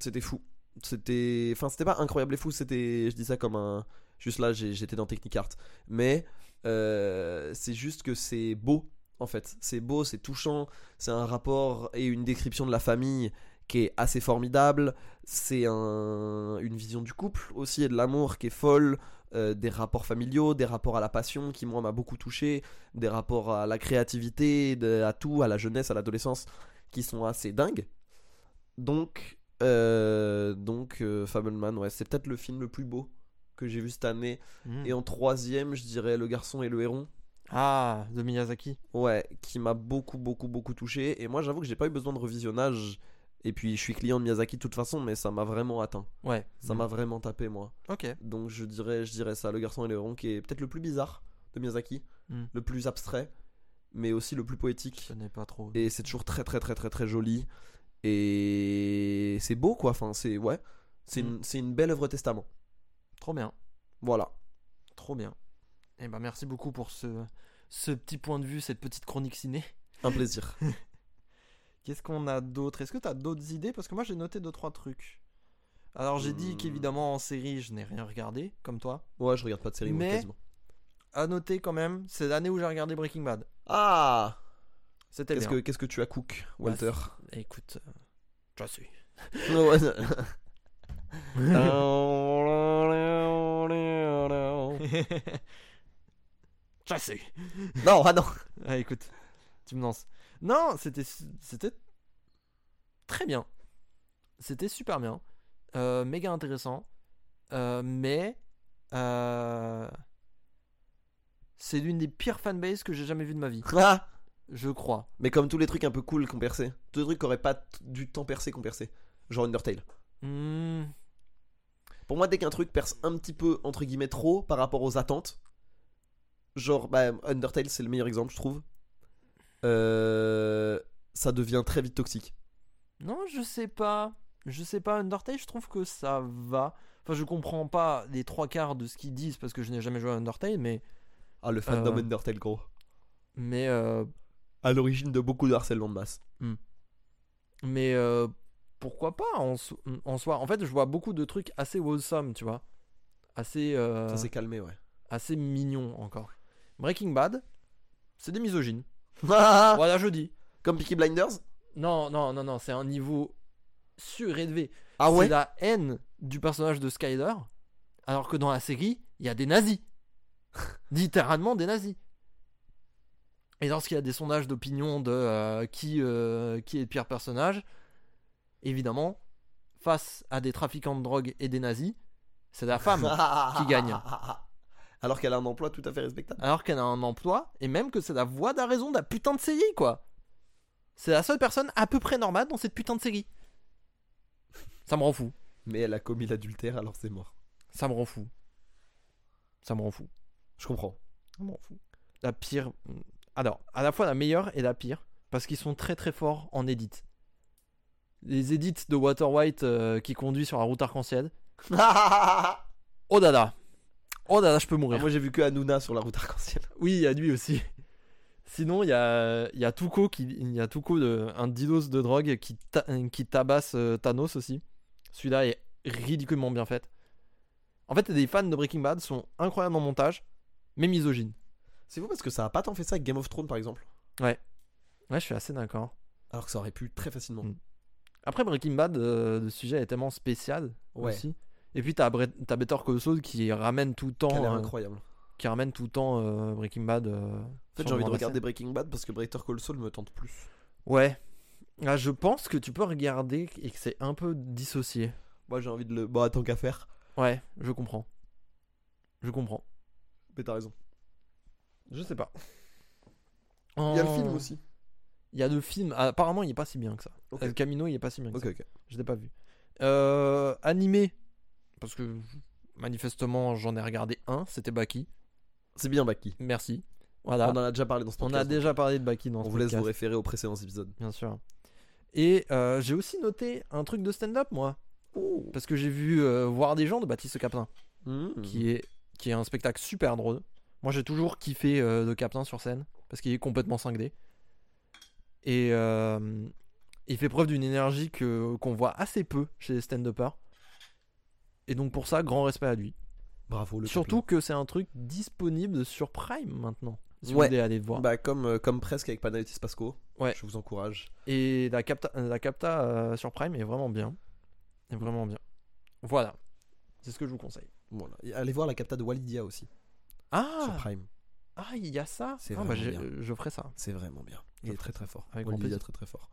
Speaker 1: C'était fou. C'était. Enfin, c'était pas incroyable et fou, c'était. Je dis ça comme un. Juste là, j'ai- j'étais dans Technicart. Mais euh, c'est juste que c'est beau, en fait. C'est beau, c'est touchant. C'est un rapport et une description de la famille qui est assez formidable. C'est un- une vision du couple aussi et de l'amour qui est folle. euh, des rapports familiaux, des rapports à la passion qui, moi, m'a beaucoup touché. Des rapports à la créativité, de- à tout, à la jeunesse, à l'adolescence qui sont assez dingues. Donc, euh, donc euh, Fableman, ouais, c'est peut-être le film le plus beau que j'ai vu cette année.
Speaker 2: Mm.
Speaker 1: Et en troisième, je dirais Le garçon et le héron.
Speaker 2: Ah, de Miyazaki.
Speaker 1: Ouais, qui m'a beaucoup, beaucoup, beaucoup touché. Et moi, j'avoue que j'ai pas eu besoin de revisionnage. Et puis, je suis client de Miyazaki de toute façon, mais ça m'a vraiment atteint.
Speaker 2: Ouais.
Speaker 1: Ça
Speaker 2: Mm.
Speaker 1: m'a vraiment tapé, moi.
Speaker 2: Ok.
Speaker 1: Donc, je dirais, je dirais ça. Le garçon et le héron, qui est peut-être le plus bizarre de Miyazaki,
Speaker 2: Mm.
Speaker 1: le plus abstrait, mais aussi le plus
Speaker 2: Je
Speaker 1: poétique.
Speaker 2: connais pas trop.
Speaker 1: Et c'est toujours très très très très très joli. Et c'est beau quoi, enfin c'est ouais, c'est
Speaker 2: Hmm.
Speaker 1: une, c'est une belle œuvre testament.
Speaker 2: Trop bien.
Speaker 1: Voilà.
Speaker 2: Trop bien. Et ben merci beaucoup pour ce ce petit point de vue, cette petite chronique ciné.
Speaker 1: Un plaisir.
Speaker 2: Qu'est-ce qu'on a d'autre Est-ce que t'as d'autres idées Parce que moi j'ai noté deux trois trucs. Alors j'ai dit
Speaker 1: Hmm.
Speaker 2: qu'évidemment en série je n'ai rien regardé comme toi.
Speaker 1: Ouais, je regarde pas de série moi
Speaker 2: Mais-
Speaker 1: quasiment.
Speaker 2: À noter quand même, c'est l'année où j'ai regardé Breaking Bad.
Speaker 1: Ah
Speaker 2: C'était
Speaker 1: Qu'est-ce
Speaker 2: bien. Bah,
Speaker 1: que qu'est-ce que tu as cook Walter
Speaker 2: Écoute, euh, je suis.
Speaker 1: Ouais, non,
Speaker 2: je suis.
Speaker 1: ah non.
Speaker 2: Ah, écoute, tu me lances. Non, c'était c'était très bien. C'était super bien. Euh, méga intéressant. Euh, mais euh, c'est l'une des pires fanbases que j'ai jamais vues de ma vie,
Speaker 1: Ah
Speaker 2: je crois.
Speaker 1: Mais comme tous les trucs un peu cool qu'on perçait, tous les trucs qui auraient pas t- du temps percé qu'on perçait, genre Undertale.
Speaker 2: Hmm,
Speaker 1: Pour moi, dès qu'un truc perce un petit peu, entre guillemets, trop par rapport aux attentes, genre, bah, Undertale, c'est le meilleur exemple, je trouve, euh, ça devient très vite toxique.
Speaker 2: non, je sais pas. Je sais pas, Undertale, je trouve que ça va. Enfin, je comprends pas les trois quarts de ce qu'ils disent parce que je n'ai jamais joué à Undertale, mais.
Speaker 1: Ah, le fandom
Speaker 2: ouais.
Speaker 1: Undertale, gros.
Speaker 2: Mais euh,
Speaker 1: À l'origine de beaucoup de harcèlement de masse.
Speaker 2: Mais euh, pourquoi pas en, so- en soi En fait, je vois beaucoup de trucs assez wholesome, tu vois. Assez, euh,
Speaker 1: Ça s'est calmé, ouais.
Speaker 2: assez mignon encore. Breaking Bad, c'est des misogynes.
Speaker 1: Ah
Speaker 2: Voilà, je dis.
Speaker 1: Comme Peaky Blinders
Speaker 2: Non, non, non, non, c'est un niveau surélevé.
Speaker 1: Ah
Speaker 2: C'est
Speaker 1: ouais
Speaker 2: la haine du personnage de Skyler, alors que dans la série, il y a des nazis. Littéralement des nazis. Et lorsqu'il y a des sondages d'opinion de euh, qui, euh, qui est le pire personnage, évidemment, face à des trafiquants de drogue et des nazis, c'est la femme. qui gagne.
Speaker 1: Alors qu'elle a un emploi tout à fait respectable.
Speaker 2: alors qu'elle a un emploi, et même que c'est la voix d'un raison de la putain de série, quoi. C'est la seule personne à peu près normale dans cette putain de série. Ça me rend fou.
Speaker 1: Mais elle a commis l'adultère, alors c'est mort.
Speaker 2: Ça me rend fou. Ça me rend fou.
Speaker 1: Je comprends.
Speaker 2: Je m'en fous. La pire. hmm, Alors, à la fois la meilleure et la pire, parce qu'ils sont très très forts en édit. Les édits de Walter White euh, qui conduit sur la route arc-en-ciel.
Speaker 1: Ah,
Speaker 2: Oh dada Oh dada, je peux mourir.
Speaker 1: moi, j'ai vu que Hanouna sur la route arc-en-ciel.
Speaker 2: Oui, à lui aussi. C'est- Sinon, il y a, il y a Tuco, qui, il y a Tuco de, un didos de drogue, qui, ta- qui tabasse euh, Thanos aussi. Celui-là est ridiculement bien fait. En fait, les fans de Breaking Bad sont incroyables en montage, mais misogynes.
Speaker 1: C'est fou parce que ça a pas tant fait ça avec Game of Thrones par exemple.
Speaker 2: Ouais, je suis assez d'accord.
Speaker 1: Alors que ça aurait pu très facilement.
Speaker 2: Mm. Après, Breaking Bad, euh, le sujet est tellement spécial
Speaker 1: Ouais.
Speaker 2: aussi. Et puis, t'as, Bre- t'as Better Call Saul qui ramène tout le
Speaker 1: Qu'elle est
Speaker 2: temps, euh,
Speaker 1: incroyable. En
Speaker 2: qui ramène tout le temps euh, Breaking Bad. euh,
Speaker 1: fait, j'ai envie
Speaker 2: sur le
Speaker 1: de
Speaker 2: grand bassin.
Speaker 1: regarder Breaking Bad parce que Breaker Call Saul me tente plus.
Speaker 2: Ouais. Ah, je pense que tu peux regarder et que c'est un peu dissocié.
Speaker 1: Moi, j'ai envie de le. Bah, tant qu'à faire.
Speaker 2: Ouais, je comprends. Je comprends.
Speaker 1: Mais t'as raison.
Speaker 2: Je sais pas.
Speaker 1: Il y a le
Speaker 2: Oh.
Speaker 1: film aussi.
Speaker 2: Il y a le film. Ah, apparemment, il est pas si bien que ça.
Speaker 1: Ok.
Speaker 2: El Camino, il est pas si bien que
Speaker 1: Ok, ok.
Speaker 2: ça. Je l'ai pas vu. Euh, animé. Parce que manifestement, j'en ai regardé un. C'était Baki.
Speaker 1: C'est bien Baki.
Speaker 2: Merci. Voilà.
Speaker 1: On en a déjà parlé dans ce
Speaker 2: On
Speaker 1: podcast.
Speaker 2: a déjà parlé de Baki dans
Speaker 1: On
Speaker 2: ce
Speaker 1: vous laisse vous
Speaker 2: podcast,
Speaker 1: référer aux précédents épisodes.
Speaker 2: bien sûr. Et euh, j'ai aussi noté un truc de stand-up, moi. Parce que j'ai vu euh, Voir des gens de Baptiste Capin.
Speaker 1: Mhm.
Speaker 2: qui est qui est un spectacle super drôle. Moi, j'ai toujours kiffé euh, le Captain sur scène parce qu'il est complètement cinglé et euh, il fait preuve d'une énergie que qu'on voit assez peu chez les stand-uppers. Et donc pour ça, grand respect à lui.
Speaker 1: Bravo, le
Speaker 2: Surtout que c'est un truc disponible sur Prime maintenant. Si
Speaker 1: Ouais.
Speaker 2: vous voulez aller le voir.
Speaker 1: Bah, comme, euh, comme presque avec Panayotis Pasco.
Speaker 2: Ouais.
Speaker 1: Je vous encourage.
Speaker 2: Et la capta, la capta euh, sur Prime est vraiment bien. Est vraiment bien. Voilà. C'est ce que je vous conseille.
Speaker 1: Voilà. Et allez voir la capta de Walidia aussi sur
Speaker 2: Ah,
Speaker 1: Prime.
Speaker 2: ah, il y a ça.
Speaker 1: C'est
Speaker 2: Ah, bah,
Speaker 1: vraiment
Speaker 2: j'ai-
Speaker 1: bien.
Speaker 2: je ferai ça.
Speaker 1: C'est vraiment bien. Il
Speaker 2: Je
Speaker 1: est
Speaker 2: ferai
Speaker 1: très très fort.
Speaker 2: Avec grand
Speaker 1: Walidia
Speaker 2: plaisir.
Speaker 1: très très fort.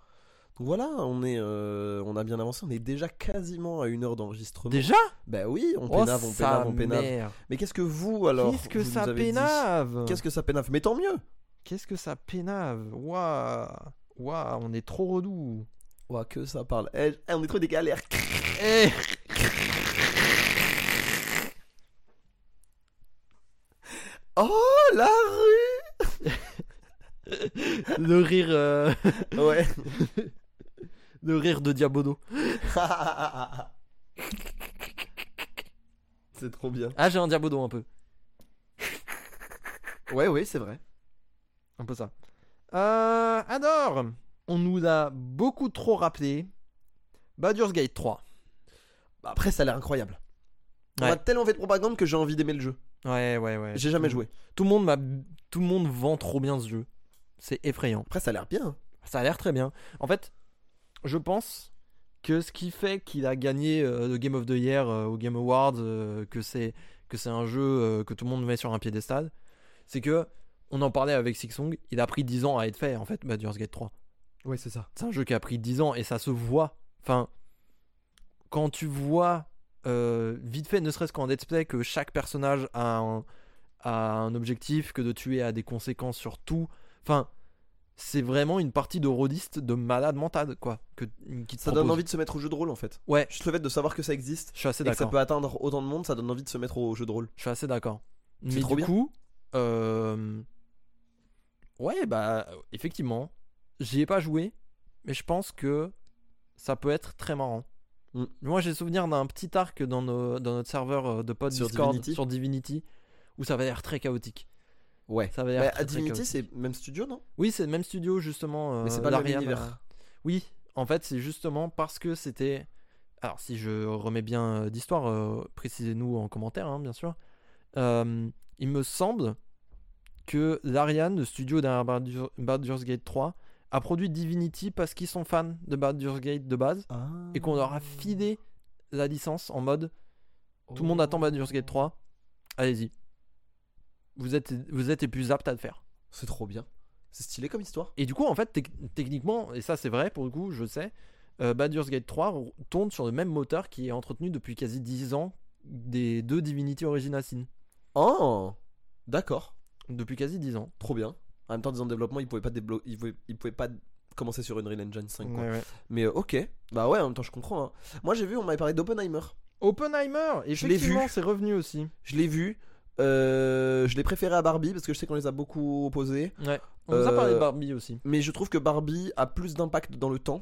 Speaker 1: Donc voilà, on est, euh, on a bien avancé. On est déjà quasiment à une heure d'enregistrement.
Speaker 2: Déjà
Speaker 1: Bah oui, on
Speaker 2: Oh,
Speaker 1: pénave, on
Speaker 2: sa
Speaker 1: pénave, on pénave.
Speaker 2: mère.
Speaker 1: Mais qu'est-ce que vous alors
Speaker 2: Qu'est-ce que
Speaker 1: vous nous
Speaker 2: ça
Speaker 1: avez dit
Speaker 2: pénave
Speaker 1: Qu'est-ce que ça pénave Mais tant mieux.
Speaker 2: Qu'est-ce que ça pénave Waouh Waouh, on est trop redoux
Speaker 1: Ouah, que ça parle. Eh, eh, on est trop des galères.
Speaker 2: Eh
Speaker 1: Oh la rue
Speaker 2: Le rire, euh,
Speaker 1: Ouais.
Speaker 2: le rire de Diabodo.
Speaker 1: c'est trop bien.
Speaker 2: Ah, j'ai un Diabodo un peu.
Speaker 1: Ouais, ouais, c'est vrai.
Speaker 2: Un peu ça. Euh, adore On nous l'a beaucoup trop rappelé. Badur's Gate 3.
Speaker 1: Bah, Après, ça a l'air incroyable. On
Speaker 2: Ouais.
Speaker 1: a tellement fait de propagande que j'ai envie d'aimer le jeu.
Speaker 2: Ouais, ouais, ouais.
Speaker 1: J'ai jamais joué.
Speaker 2: Tout le monde m'a, tout le monde vend trop bien ce jeu. C'est effrayant.
Speaker 1: Après, ça a l'air bien. hein.
Speaker 2: Ça a l'air très bien. En fait, je pense que ce qui fait qu'il a gagné euh, le Game of the Year euh, au Game Awards, euh, que c'est que c'est un jeu euh, que tout le monde met sur un piédestal, c'est que on en parlait avec Sixong, il a pris 10 ans à être fait en fait, Badur's Gate 3.
Speaker 1: Ouais, c'est ça.
Speaker 2: C'est un jeu qui a pris 10 ans et ça se voit. Enfin, quand tu vois euh, vite fait, ne serait-ce qu'en let's play, que chaque personnage a un, a un objectif, que de tuer a des conséquences sur tout. Enfin, c'est vraiment une partie de rôdiste de malade mental, quoi. Que, qui te
Speaker 1: Ça donne
Speaker 2: propose.
Speaker 1: envie de se mettre au jeu de rôle en fait.
Speaker 2: Ouais,
Speaker 1: Juste le fait de savoir que ça existe
Speaker 2: je suis assez
Speaker 1: et que ça
Speaker 2: d'accord.
Speaker 1: peut atteindre autant de monde, ça donne envie de se mettre au jeu de rôle.
Speaker 2: Je suis assez d'accord.
Speaker 1: C'est
Speaker 2: Mais
Speaker 1: trop
Speaker 2: du
Speaker 1: bien.
Speaker 2: coup, euh, ouais, bah effectivement, j'y ai pas joué, mais je pense que ça peut être très marrant.
Speaker 1: Mm.
Speaker 2: Moi, j'ai souvenir d'un petit arc dans, nos- dans notre serveur euh, de pod
Speaker 1: Sur
Speaker 2: Discord
Speaker 1: Divinity
Speaker 2: sur Divinity où ça va l'air très chaotique.
Speaker 1: Ouais.
Speaker 2: Ça va
Speaker 1: Bah,
Speaker 2: l'air très, très
Speaker 1: Divinity,
Speaker 2: chaotique.
Speaker 1: c'est même studio, non
Speaker 2: Oui, c'est le même studio justement.
Speaker 1: Mais
Speaker 2: euh,
Speaker 1: c'est pas le même
Speaker 2: l'Ariane, euh,
Speaker 1: univers.
Speaker 2: oui, en fait, c'est justement parce que c'était. Alors, si je remets bien euh, d'histoire, euh, précisez-nous en commentaire, hein, bien sûr. Euh, il me semble que l'Ariane, le studio derrière Bardur- Baldur's Gate 3, a produit Divinity parce qu'ils sont fans de Baldur's Gate de base Ah. et qu'on leur a
Speaker 1: Mmh.
Speaker 2: filé la licence en mode tout
Speaker 1: Oh.
Speaker 2: le monde attend Baldur's Gate 3, allez-y. Vous êtes, vous êtes les plus aptes à le faire.
Speaker 1: C'est trop bien. C'est stylé comme histoire.
Speaker 2: Et du coup, en fait, tec- techniquement, et ça c'est vrai pour le coup, je sais, euh, Baldur's Gate 3 r- tourne sur le même moteur qui est entretenu depuis quasi 10 ans des deux Divinity Original Sin.
Speaker 1: Oh D'accord.
Speaker 2: Depuis quasi 10 ans.
Speaker 1: Trop bien. En même temps, disons développement, ils pouvaient pas déblo- ils pouvaient, ils pouvaient pas commencer sur Unreal Engine 5. quoi. Mais euh, ok. Bah ouais, en même temps, je comprends. hein. Moi, j'ai vu, on m'avait parlé d'Oppenheimer.
Speaker 2: Oppenheimer,
Speaker 1: Je l'ai vu.
Speaker 2: effectivement, c'est revenu aussi.
Speaker 1: Je l'ai vu. euh, je l'ai préféré à Barbie parce que je sais qu'on les a beaucoup opposés.
Speaker 2: On nous a parlé de
Speaker 1: Euh,
Speaker 2: Barbie aussi.
Speaker 1: Mais je trouve que Barbie a plus d'impact dans le temps.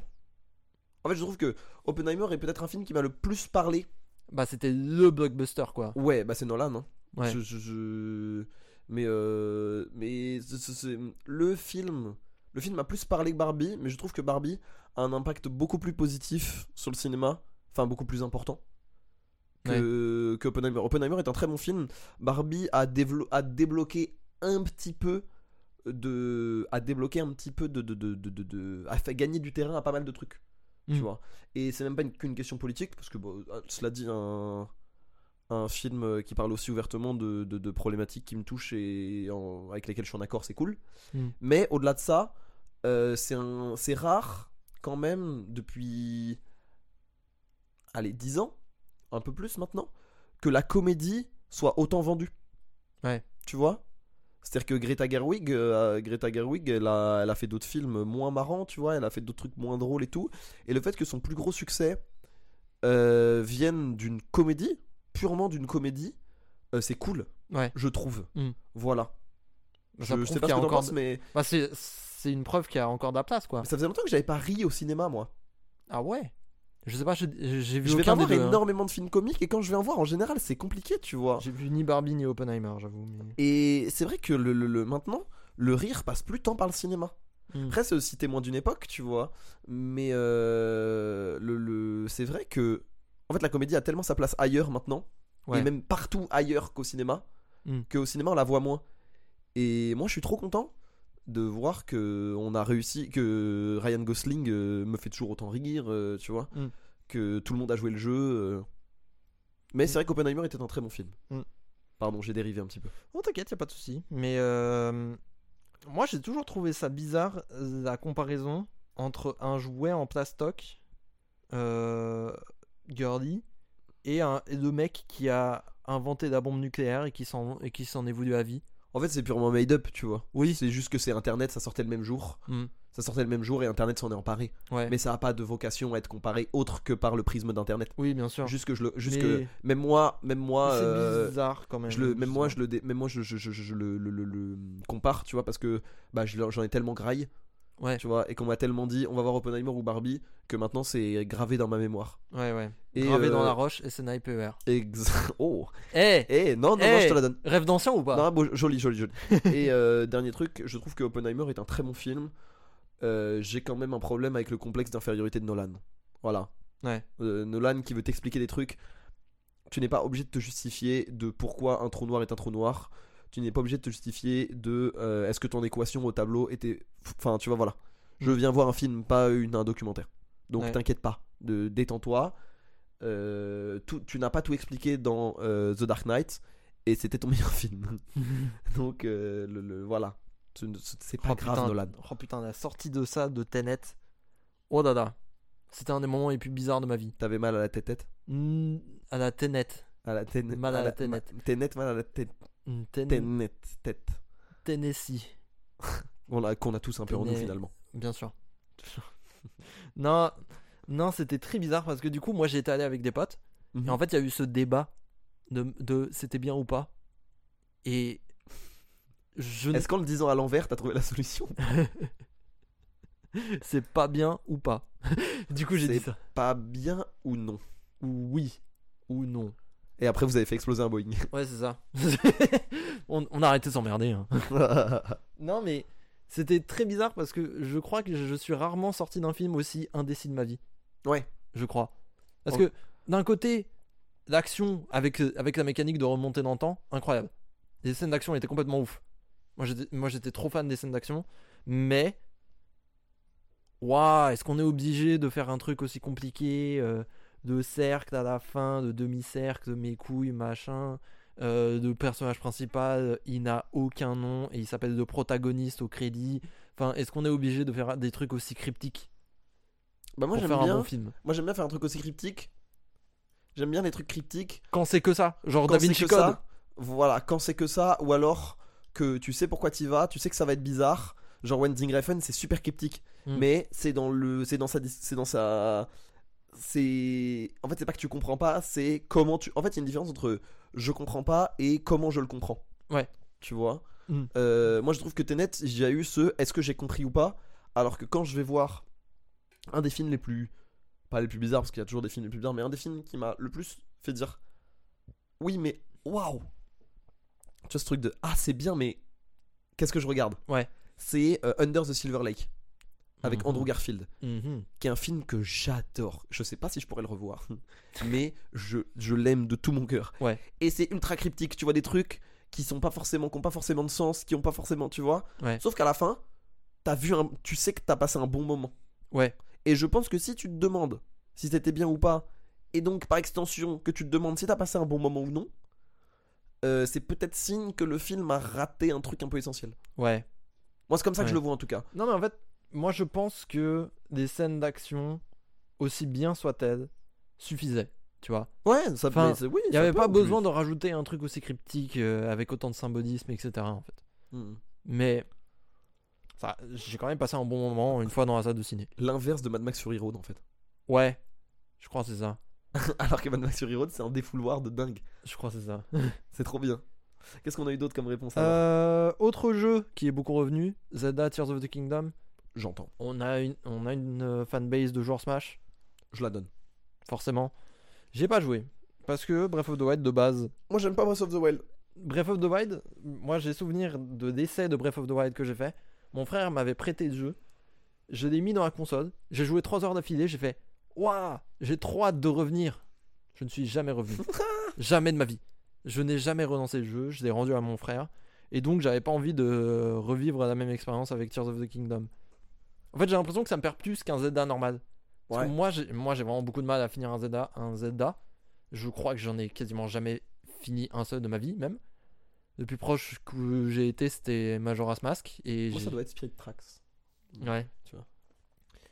Speaker 1: En fait, je trouve que Oppenheimer est peut-être un film qui m'a le plus parlé.
Speaker 2: Bah, c'était le blockbuster quoi.
Speaker 1: Ouais, bah c'est Nolan. Hein.
Speaker 2: Ouais.
Speaker 1: Je, je- je- Mais, euh, mais c'est- c'est- c'est- le film, le film a plus parlé que Barbie, mais je trouve que Barbie a un impact beaucoup plus positif sur le cinéma, enfin beaucoup plus important que, que Oppenheimer. Oppenheimer est un très bon film. Barbie a, dévelop- a débloqué un petit peu de, a débloqué un petit peu de, de, de, de, de- de- a fait gagner du terrain à pas mal de trucs, tu
Speaker 2: Mm.
Speaker 1: vois. Et c'est même pas une- qu'une question politique, parce que bon, euh, cela dit un un film euh, qui parle aussi ouvertement de, de- de problématiques qui me touchent et en- avec lesquelles je suis en accord, c'est cool.
Speaker 2: Mm.
Speaker 1: Mais au-delà de ça, euh, c'est un- c'est rare quand même depuis allez 10 ans, un peu plus maintenant, que la comédie soit autant vendue.
Speaker 2: Ouais.
Speaker 1: Tu vois C'est-à-dire que Greta Gerwig, euh, Greta Gerwig elle, a, elle a fait d'autres films moins marrants, tu vois, elle a fait d'autres trucs moins drôles et tout. Et le fait que son plus gros succès euh, vienne d'une comédie, purement d'une comédie, euh, c'est cool,
Speaker 2: Ouais.
Speaker 1: je trouve.
Speaker 2: Mm.
Speaker 1: Voilà. Je,
Speaker 2: Ça
Speaker 1: je
Speaker 2: prouve
Speaker 1: sais pas
Speaker 2: qu'il y
Speaker 1: ce
Speaker 2: a
Speaker 1: que t'en
Speaker 2: encore
Speaker 1: penses,
Speaker 2: de-
Speaker 1: mais
Speaker 2: Bah, c'est, c'est une preuve qu'il y a encore de la place, quoi.
Speaker 1: Ah, ça faisait longtemps que j'avais pas ri au cinéma, moi.
Speaker 2: Ah ouais Je sais pas, j'ai, j'ai vu
Speaker 1: Je vais
Speaker 2: aucun
Speaker 1: pas voir
Speaker 2: des deux. hein.
Speaker 1: énormément de films comiques, et quand je vais en voir, en général, c'est compliqué, tu vois.
Speaker 2: J'ai vu ni Barbie ni Oppenheimer, j'avoue. mais-
Speaker 1: Et c'est vrai que le, le- le- maintenant, le rire passe plus tant par le cinéma.
Speaker 2: Mm.
Speaker 1: Après, c'est aussi témoin d'une époque, tu vois. Mais euh, le, le- c'est vrai que. En fait, la comédie a tellement sa place ailleurs maintenant,
Speaker 2: Ouais.
Speaker 1: et même partout ailleurs qu'au cinéma,
Speaker 2: Mm.
Speaker 1: qu'au cinéma, on la voit moins. Et moi, je suis trop content de voir que on a réussi, que Ryan Gosling euh, me fait toujours autant rire, euh, tu vois.
Speaker 2: Mm.
Speaker 1: Que tout le monde a joué le jeu. euh. Mais c'est vrai qu'Oppenheimer était un très bon film.
Speaker 2: Mm.
Speaker 1: Pardon, j'ai dérivé un petit peu.
Speaker 2: Oh, t'inquiète, y a pas de souci. Mais euh, moi, j'ai toujours trouvé ça bizarre euh, la comparaison entre un jouet en plastoc, euh, girly, et, un, et le mec qui a inventé la bombe nucléaire et qui s'en et qui s'en est voulu à vie.
Speaker 1: En fait, c'est purement made up, tu vois.
Speaker 2: Oui.
Speaker 1: C'est juste que c'est Internet, ça sortait le même jour.
Speaker 2: Mm.
Speaker 1: Ça sortait le même jour et Internet s'en est emparé.
Speaker 2: Ouais.
Speaker 1: Hmm. Mais ça n'a pas de vocation à être comparé autre que par le prisme d'Internet.
Speaker 2: Oui, bien sûr.
Speaker 1: Juste que je le, juste
Speaker 2: Mais
Speaker 1: que même moi, même moi,
Speaker 2: c'est
Speaker 1: euh,
Speaker 2: bizarre quand même.
Speaker 1: je le, même moi, je
Speaker 2: justement.
Speaker 1: le, dé- même moi, je, je- je- je le, le- le- le compare, tu vois, parce que bah je l'en- j'en ai tellement graille,
Speaker 2: Ouais.
Speaker 1: tu vois, et qu'on m'a tellement dit, on va voir Oppenheimer ou Barbie, que maintenant c'est gravé dans ma mémoire.
Speaker 2: Ouais, ouais.
Speaker 1: Et,
Speaker 2: Gravé dans
Speaker 1: euh,
Speaker 2: la roche et c'est sniper vert.
Speaker 1: Ex- oh,
Speaker 2: Eh
Speaker 1: eh non, non, non,
Speaker 2: Eh.
Speaker 1: je te la donne.
Speaker 2: Rêve d'ancien ou pas
Speaker 1: Non, bon, joli, joli, joli. et euh, dernier truc, je trouve que Oppenheimer est un très bon film. Euh, J'ai quand même un problème avec le complexe d'infériorité de Nolan. Voilà.
Speaker 2: Ouais.
Speaker 1: Euh, Nolan qui veut t'expliquer des trucs. Tu n'es pas obligé de te justifier de pourquoi un trou noir est un trou noir. Tu n'es pas obligé de te justifier de euh, est-ce que ton équation au tableau était. Enfin, tu vois, voilà. Je viens voir un film, pas une, un documentaire. Donc
Speaker 2: Mm. Ouais.
Speaker 1: t'inquiète pas, de- détends-toi. Euh, tout- tu n'as pas tout expliqué dans euh, The Dark Knight et c'était ton meilleur film. Donc euh, le, le- voilà, Ce ne- ce- c'est pas
Speaker 2: oh,
Speaker 1: grave
Speaker 2: putain,
Speaker 1: Nolan.
Speaker 2: oh putain, la sortie de ça, de Tenet. Oh dada. C'était un des moments les plus bizarres de ma vie.
Speaker 1: T'avais mal à la tête tête
Speaker 2: Mm, à la Tenet.
Speaker 1: à la tête
Speaker 2: Mal à la
Speaker 1: ma- Tenet, mal à la tête
Speaker 2: Mm, Ten-
Speaker 1: Tenet, tête.
Speaker 2: Tennessee,
Speaker 1: On a- qu'on a tous un peu en nous
Speaker 2: Tenet.
Speaker 1: finalement.
Speaker 2: bien sûr. non, non c'était très bizarre parce que du coup, moi j'étais allé avec des potes.
Speaker 1: Mhm.
Speaker 2: Et en fait, il y a eu ce débat de, de c'était bien ou pas. Et je ne
Speaker 1: Est-ce qu'en le disant à l'envers, t'as trouvé la solution
Speaker 2: sais pas bien ou pas. du coup, j'ai
Speaker 1: C'est
Speaker 2: dit ça.
Speaker 1: Pas bien ou non
Speaker 2: Oui ou non.
Speaker 1: Et après vous avez fait exploser un Boeing.
Speaker 2: Ouais, c'est ça. on, on a arrêté de s'emmerder. hein.
Speaker 1: Bah,
Speaker 2: Non, mais c'était très bizarre parce que je crois que je suis rarement sorti d'un film aussi indécis de ma vie.
Speaker 1: Ouais.
Speaker 2: Je crois. Parce
Speaker 1: Oh.
Speaker 2: que d'un côté, l'action avec, avec la mécanique de remonter dans le temps, incroyable. Les scènes d'action étaient complètement ouf. Moi j'étais- moi, j'étais trop fan des scènes d'action. Mais. Waouh, est-ce qu'on est obligé de faire un truc aussi compliqué euh, De cercle à la fin, de demi-cercle, de mes couilles, machin. Euh, le personnage principal, euh, il n'a aucun nom et il s'appelle le protagoniste au crédit. Enfin, est-ce qu'on est obligé de faire des trucs aussi cryptiques
Speaker 1: bah moi
Speaker 2: pour
Speaker 1: j'aime
Speaker 2: faire un
Speaker 1: bien,
Speaker 2: bon film
Speaker 1: moi j'aime bien faire un truc aussi cryptique. J'aime bien les trucs cryptiques.
Speaker 2: Quand c'est que ça, genre
Speaker 1: quand
Speaker 2: Da
Speaker 1: c'est
Speaker 2: Vinci
Speaker 1: que
Speaker 2: Code.
Speaker 1: ça, voilà, quand c'est que ça, ou alors que tu sais pourquoi tu y vas, tu sais que ça va être bizarre. Genre Wending Refn, c'est super cryptique,
Speaker 2: Mm.
Speaker 1: mais c'est dans le, c'est dans sa, dis- c'est dans sa, c'est, en fait c'est pas que tu comprends pas, c'est comment tu, en fait il y a une différence entre je comprends pas et comment je le comprends.
Speaker 2: Ouais.
Speaker 1: Tu vois.
Speaker 2: Mm.
Speaker 1: Euh, moi je trouve que Tenet, j'ai eu ce, est-ce que j'ai compris ou pas, alors que quand je vais voir un des films les plus, pas les plus bizarres parce qu'il y a toujours des films les plus bizarres, mais un des films qui m'a le plus fait dire, oui mais waouh tu vois ce truc de ah c'est bien mais qu'est-ce que je regarde
Speaker 2: Ouais.
Speaker 1: c'est euh, Under the Silver Lake avec
Speaker 2: Mhm.
Speaker 1: Andrew Garfield
Speaker 2: Mhm.
Speaker 1: qui est un film que j'adore je sais pas si je pourrais le revoir mais je, je l'aime de tout mon cœur
Speaker 2: Ouais.
Speaker 1: et c'est ultra cryptique tu vois des trucs qui sont pas forcément qui ont pas forcément de sens qui ont pas forcément tu vois
Speaker 2: Ouais.
Speaker 1: sauf qu'à la fin t'as vu un, tu sais que t'as passé un bon moment
Speaker 2: Ouais.
Speaker 1: et je pense que si tu te demandes si c'était bien ou pas, et donc par extension que tu te demandes si t'as passé un bon moment ou non, euh, c'est peut-être signe que le film a raté un truc un peu essentiel.
Speaker 2: Ouais.
Speaker 1: Moi, c'est comme ça que je
Speaker 2: Ouais.
Speaker 1: le vois en tout cas.
Speaker 2: Non, mais en fait, moi je pense que des scènes d'action, aussi bien soient-elles, suffisaient. Tu vois,
Speaker 1: Ouais, ça
Speaker 2: Enfin,
Speaker 1: mais c'est- oui,
Speaker 2: il n'y
Speaker 1: ça
Speaker 2: avait
Speaker 1: peut,
Speaker 2: pas
Speaker 1: en plus.
Speaker 2: besoin de rajouter un truc aussi cryptique euh, avec autant de symbolisme, etc. En fait.
Speaker 1: Hmm.
Speaker 2: Mais ça, j'ai quand même passé un bon moment une fois dans la salle de ciné.
Speaker 1: L'inverse de Mad Max Fury Road en fait.
Speaker 2: Ouais, je crois que c'est ça.
Speaker 1: Alors que Mad Max Fury Road, c'est un défouloir de dingue.
Speaker 2: Je crois que c'est ça.
Speaker 1: C'est trop bien. Qu'est-ce qu'on a eu d'autre comme réponse alors
Speaker 2: Euh, autre jeu qui est beaucoup revenu, Zelda Tears of the Kingdom.
Speaker 1: J'entends,
Speaker 2: On a une, on a une euh, fanbase de joueurs Smash,
Speaker 1: je la donne.
Speaker 2: forcément. J'ai pas joué parce que Breath of the Wild de base,
Speaker 1: Moi, j'aime pas Breath of the Wild.
Speaker 2: Breath of the Wild, moi j'ai souvenir de décès de Breath of the Wild que j'ai fait. Mon frère m'avait prêté le jeu. Je l'ai mis dans la console. J'ai joué 3 heures d'affilée. J'ai fait Waouh J'ai trop hâte de revenir. Je ne suis jamais revenu. jamais de ma vie. Je n'ai jamais relancé le jeu. Je l'ai rendu à mon frère. Et donc j'avais pas envie de revivre la même expérience avec Tears of the Kingdom. En fait, j'ai l'impression que ça me perd plus qu'un Zelda normal. Parce que
Speaker 1: Ouais.
Speaker 2: moi, j'ai moi, j'ai vraiment beaucoup de mal à finir un Zelda. Un Zelda. Je crois que j'en ai quasiment jamais fini un seul de ma vie, même. Le plus proche que j'ai été, c'était Majora's Mask. Et
Speaker 1: Moi,
Speaker 2: j'ai-
Speaker 1: ça doit être Spirit Tracks.
Speaker 2: Ouais.
Speaker 1: Tu vois.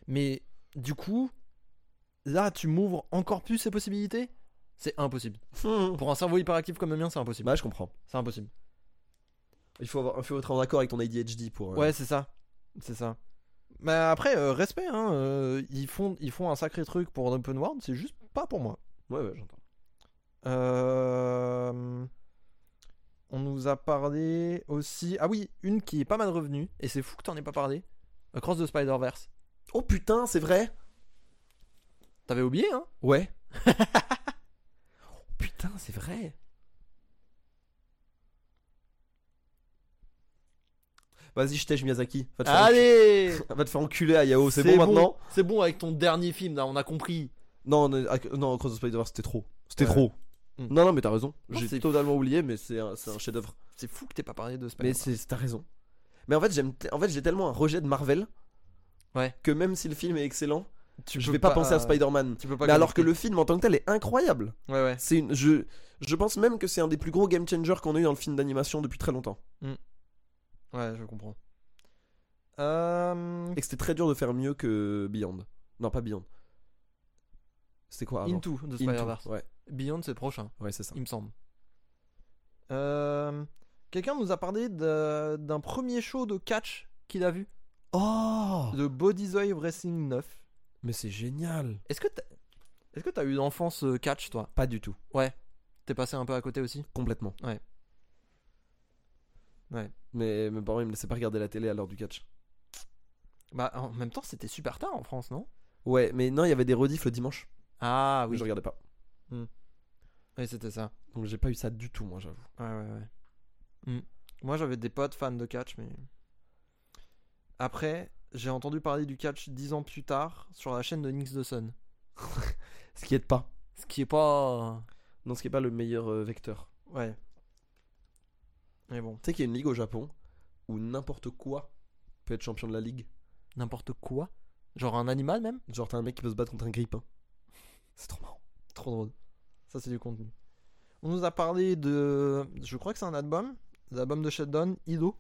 Speaker 2: Mais du coup, là, tu m'ouvres encore plus ces possibilités C'est impossible.
Speaker 1: Hmm.
Speaker 2: Pour un cerveau hyperactif comme le mien, c'est impossible.
Speaker 1: Bah, je comprends.
Speaker 2: C'est impossible.
Speaker 1: Il faut, avoir, il faut être en accord avec ton ADHD pour. euh,
Speaker 2: Ouais, c'est ça. C'est ça. Mais après, euh, respect, hein, euh, ils, font, ils font un sacré truc pour Open World, c'est juste pas pour moi.
Speaker 1: Ouais, ouais, j'entends.
Speaker 2: Euh, On nous a parlé aussi. Ah oui, une qui est pas mal revenue, et c'est fou que t'en aies pas parlé. Cross the Spider-Verse.
Speaker 1: Oh putain, c'est vrai
Speaker 2: T'avais oublié, hein
Speaker 1: Ouais. oh putain, c'est vrai. Vas-y, je tèche Miyazaki. Va te, faire
Speaker 2: Allez
Speaker 1: encu- va te faire enculer à Yao, Oh, c'est bon, maintenant
Speaker 2: C'est bon avec ton dernier film, là, on a compris.
Speaker 1: Non, on est- ah, non, Cross the Spider-Verse, c'était trop. C'était
Speaker 2: Ouais.
Speaker 1: trop.
Speaker 2: Mm.
Speaker 1: Non, non, mais t'as raison.
Speaker 2: Non,
Speaker 1: J'ai
Speaker 2: c'est-
Speaker 1: totalement oublié, mais c'est un, c'est un chef-d'œuvre.
Speaker 2: C'est fou que t'aies pas parlé de
Speaker 1: Mais
Speaker 2: Spider-Man.
Speaker 1: c'est t'as raison. Mais en fait, j'aime, te- en fait, j'ai tellement un rejet de Marvel
Speaker 2: Ouais.
Speaker 1: que même si le film est excellent,
Speaker 2: Tu
Speaker 1: je
Speaker 2: peux
Speaker 1: vais pas, penser à Spider-Man.
Speaker 2: Tu peux pas
Speaker 1: Mais alors que
Speaker 2: connecter.
Speaker 1: le film en tant que tel est incroyable.
Speaker 2: Ouais, ouais.
Speaker 1: C'est une, je, je pense même que c'est un des plus gros game changers qu'on a eu dans le film d'animation depuis très longtemps.
Speaker 2: Ouais, je comprends. Euh,
Speaker 1: Et que c'était très dur de faire mieux que Beyond. Non, pas Beyond. C'était quoi avant
Speaker 2: Into de
Speaker 1: Into,
Speaker 2: Spider-Verse.
Speaker 1: Ouais,
Speaker 2: Beyond, c'est le prochain,
Speaker 1: ouais c'est ça.
Speaker 2: il me semble. Euh, Quelqu'un nous a parlé de- d'un premier show de catch qu'il a vu,
Speaker 1: Oh
Speaker 2: de Bodyzoy Wrestling 9.
Speaker 1: Mais c'est génial
Speaker 2: Est-ce que t'as est-ce que t'as eu d'enfance euh, catch, toi
Speaker 1: Pas du tout,
Speaker 2: T'es passé un peu à côté aussi
Speaker 1: complètement.
Speaker 2: Ouais. Ouais.
Speaker 1: Mais mes parents, ils me laissaient pas regarder la télé à l'heure du catch.
Speaker 2: Bah, en même temps, c'était super tard en France, non
Speaker 1: Ouais, mais non, il y avait des rediffs le dimanche.
Speaker 2: Ah
Speaker 1: mais
Speaker 2: oui,
Speaker 1: Je regardais pas.
Speaker 2: oui c'était ça.
Speaker 1: Donc j'ai pas eu ça du tout, moi, j'avoue.
Speaker 2: Ouais, ouais, ouais. Mm. Moi, j'avais des potes fans de catch, mais. Après, j'ai entendu parler du catch dix ans plus tard sur la chaîne de Nix de Sun.
Speaker 1: Ce qui aide pas.
Speaker 2: Ce qui est pas.
Speaker 1: Non, ce qui est pas le meilleur euh, vecteur.
Speaker 2: Ouais. Mais bon,
Speaker 1: Tu sais qu'il y a une ligue au Japon où n'importe quoi peut être champion de la ligue.
Speaker 2: n'importe quoi. Genre un animal même
Speaker 1: Genre t'as un mec qui peut se battre contre un grippin. C'est trop marrant.
Speaker 2: Trop drôle. Ça, c'est du contenu. On nous a parlé de. Je crois que c'est un album. L'album de Sheldon, Ido.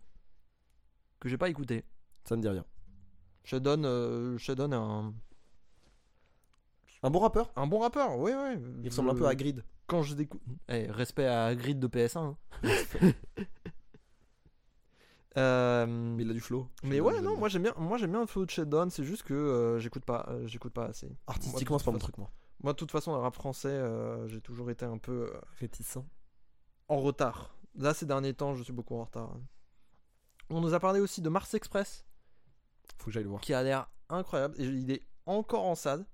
Speaker 2: Que j'ai pas écouté.
Speaker 1: Ça me dit rien.
Speaker 2: Sheldon, euh, Sheldon est un,
Speaker 1: Un bon rappeur
Speaker 2: un bon rappeur, oui, oui.
Speaker 1: Il ressemble un peu
Speaker 2: Euh,
Speaker 1: à Grid.
Speaker 2: quand je découvre. Eh, respect à Grid de PS1. hein. Euh,
Speaker 1: Mais il a du flow.
Speaker 2: mais ouais, non, moi j'aime bien, moi j'aime bien le flow de Sheldon. C'est juste que euh, j'écoute pas, euh, j'écoute pas assez.
Speaker 1: Artistiquement, c'est pas mon truc, moi.
Speaker 2: Moi, de toute façon, le rap français, euh, j'ai toujours été un peu euh,
Speaker 1: Réticent.
Speaker 2: en retard. Là, ces derniers temps, je suis beaucoup en retard. hein. On nous a parlé aussi de Mars Express,
Speaker 1: Faut que j'aille le voir.
Speaker 2: qui a l'air incroyable. Et il est encore en salle.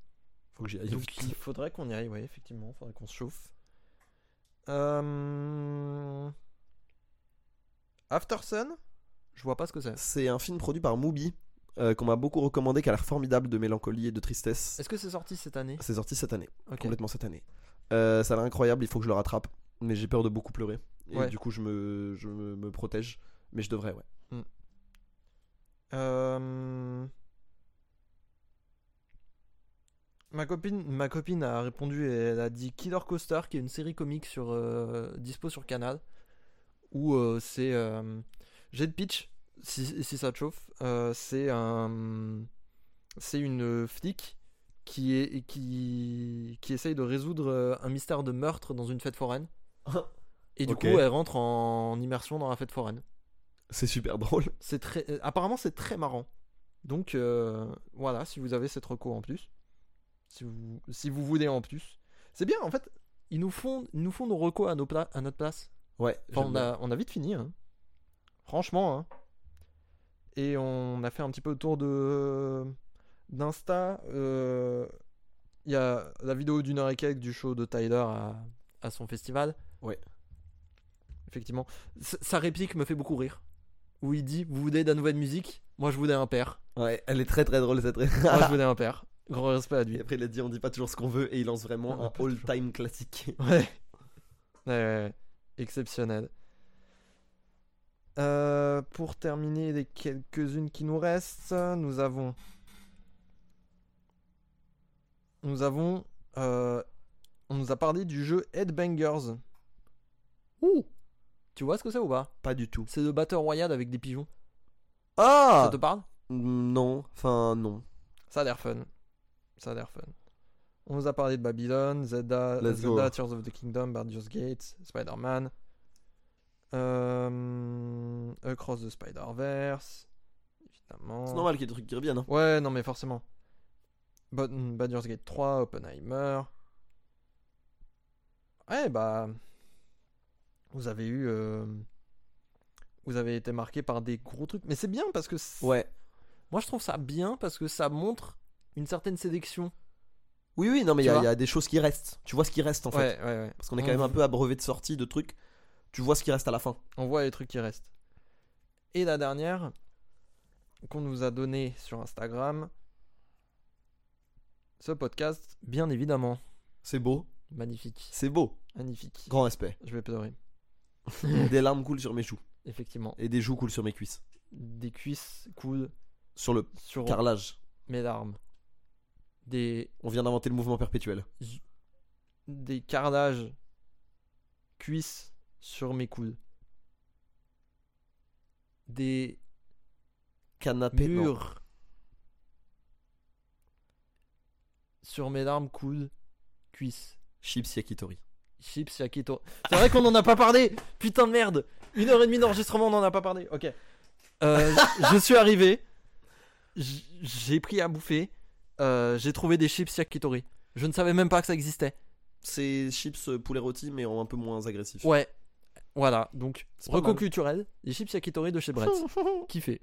Speaker 1: Faut que j'y aille.
Speaker 2: Donc il faudrait qu'on y aille, ouais, effectivement, faudrait qu'on se chauffe. Euh, After Sun, je vois pas ce que c'est.
Speaker 1: C'est un film produit par Mubi, euh, qu'on m'a beaucoup recommandé, qui a l'air formidable de mélancolie et de tristesse.
Speaker 2: Est-ce que c'est sorti cette année
Speaker 1: C'est sorti cette année,
Speaker 2: Ok.
Speaker 1: complètement cette année. Euh, ça a l'air incroyable, il faut que je le rattrape. Mais j'ai peur de beaucoup pleurer. Et
Speaker 2: Ouais.
Speaker 1: du coup, je me, je me, me protège. Mais je devrais, ouais.
Speaker 2: Euh, Ma copine, ma copine a répondu et elle a dit Killer Coaster, qui est une série comique sur, euh, dispo sur Canal, où euh, c'est. euh, J'ai le pitch, si, si ça te chauffe. Euh, c'est un. C'est une flic qui, est, qui, qui essaye de résoudre euh, un mystère de meurtre dans une fête foraine. Et du
Speaker 1: Ok.
Speaker 2: coup, elle rentre en immersion dans la fête foraine.
Speaker 1: C'est super drôle.
Speaker 2: C'est très, euh, apparemment, c'est très marrant. Donc euh, voilà, si vous avez cette reco en plus, si vous, si vous voulez en plus, c'est bien. En fait, ils nous font, ils nous font nos recos à, nos pla- à notre place.
Speaker 1: Ouais,
Speaker 2: Enfin,
Speaker 1: j'aime
Speaker 2: on a, on a vite fini. hein. Franchement. hein. Et on a fait un petit peu le tour de d'Insta. euh, Il y a la vidéo d'une heure et quelques du show de Tyler à, à son festival.
Speaker 1: Ouais.
Speaker 2: Effectivement. Sa sa réplique me fait beaucoup rire. Où il dit Vous voulez de la nouvelle musique Moi, je voulais un père.
Speaker 1: bien. Ouais, elle est très très drôle cette ré-
Speaker 2: Moi, je voulais un père. Grand respect à lui.
Speaker 1: Et après, il a dit on dit pas toujours ce qu'on veut et il lance vraiment
Speaker 2: Ah,
Speaker 1: un
Speaker 2: pas toujours.
Speaker 1: all-time classique.
Speaker 2: Ouais. Ouais, ouais, ouais. Exceptionnel. Euh, pour terminer les quelques-unes qui nous restent, nous avons. Nous avons. euh, on nous a parlé du jeu Headbangers. Ouh Tu vois ce que c'est ou pas
Speaker 1: Pas du tout.
Speaker 2: C'est de Battle Royale avec des pigeons. Ça
Speaker 1: Ah
Speaker 2: te parle
Speaker 1: Non, enfin non.
Speaker 2: Ça a l'air fun. Ça a l'air fun. On nous a parlé de Babylon, Zelda,
Speaker 1: Let's go.
Speaker 2: Zelda Tears of the Kingdom, Baldur's Gate, Spider-Man, euh, Across the Spider-Verse, évidemment.
Speaker 1: C'est normal qu'il y ait des trucs qui reviennent. hein.
Speaker 2: Ouais, non mais forcément. Ba- Baldur's Gate 3, Oppenheimer. Ouais, bah... Vous avez eu... euh, vous avez été marqué par des gros trucs. Mais c'est bien parce que... c'est-
Speaker 1: Ouais.
Speaker 2: Moi je trouve ça bien parce que ça montre une certaine sélection.
Speaker 1: Oui, oui, non, mais il y,
Speaker 2: Tu
Speaker 1: a-
Speaker 2: vois
Speaker 1: il y a des choses qui restent. Tu vois ce qui reste en fait.
Speaker 2: Ouais, ouais, ouais.
Speaker 1: Parce qu'on est
Speaker 2: On
Speaker 1: quand même un
Speaker 2: v-
Speaker 1: peu abreuvé de sorties, de trucs. Tu vois ce qui reste à la fin.
Speaker 2: On voit les trucs qui restent. Et la dernière qu'on nous a donnée sur Instagram, ce podcast, bien évidemment.
Speaker 1: C'est beau.
Speaker 2: Magnifique,
Speaker 1: C'est beau.
Speaker 2: magnifique.
Speaker 1: Grand respect.
Speaker 2: Je vais pleurer,
Speaker 1: des larmes coulent sur mes joues.
Speaker 2: effectivement.
Speaker 1: Et des joues coulent sur mes cuisses.
Speaker 2: Des cuisses coulent
Speaker 1: Sur le
Speaker 2: sur
Speaker 1: carrelage.
Speaker 2: mes larmes. Des,
Speaker 1: On vient d'inventer le mouvement perpétuel.
Speaker 2: des carnages cuisses sur mes coudes. Des
Speaker 1: Canapé. non.
Speaker 2: murs sur mes larmes coulent cuisses.
Speaker 1: Chips yakitori.
Speaker 2: Chips, Yakito. C'est vrai qu'on en a pas parlé Putain de merde Une heure et demie d'enregistrement, on en a pas parlé. Ok. Euh, je suis arrivé. J- J'ai pris à bouffer. euh, J'ai trouvé des chips Yakitori. Je ne savais même pas que ça existait.
Speaker 1: C'est chips euh, poulet rôti, mais en un peu moins agressif.
Speaker 2: Ouais. Voilà. Donc,
Speaker 1: C'est pas
Speaker 2: reco
Speaker 1: mal.
Speaker 2: culturel. Les chips Yakitori de chez Brett. Kiffé.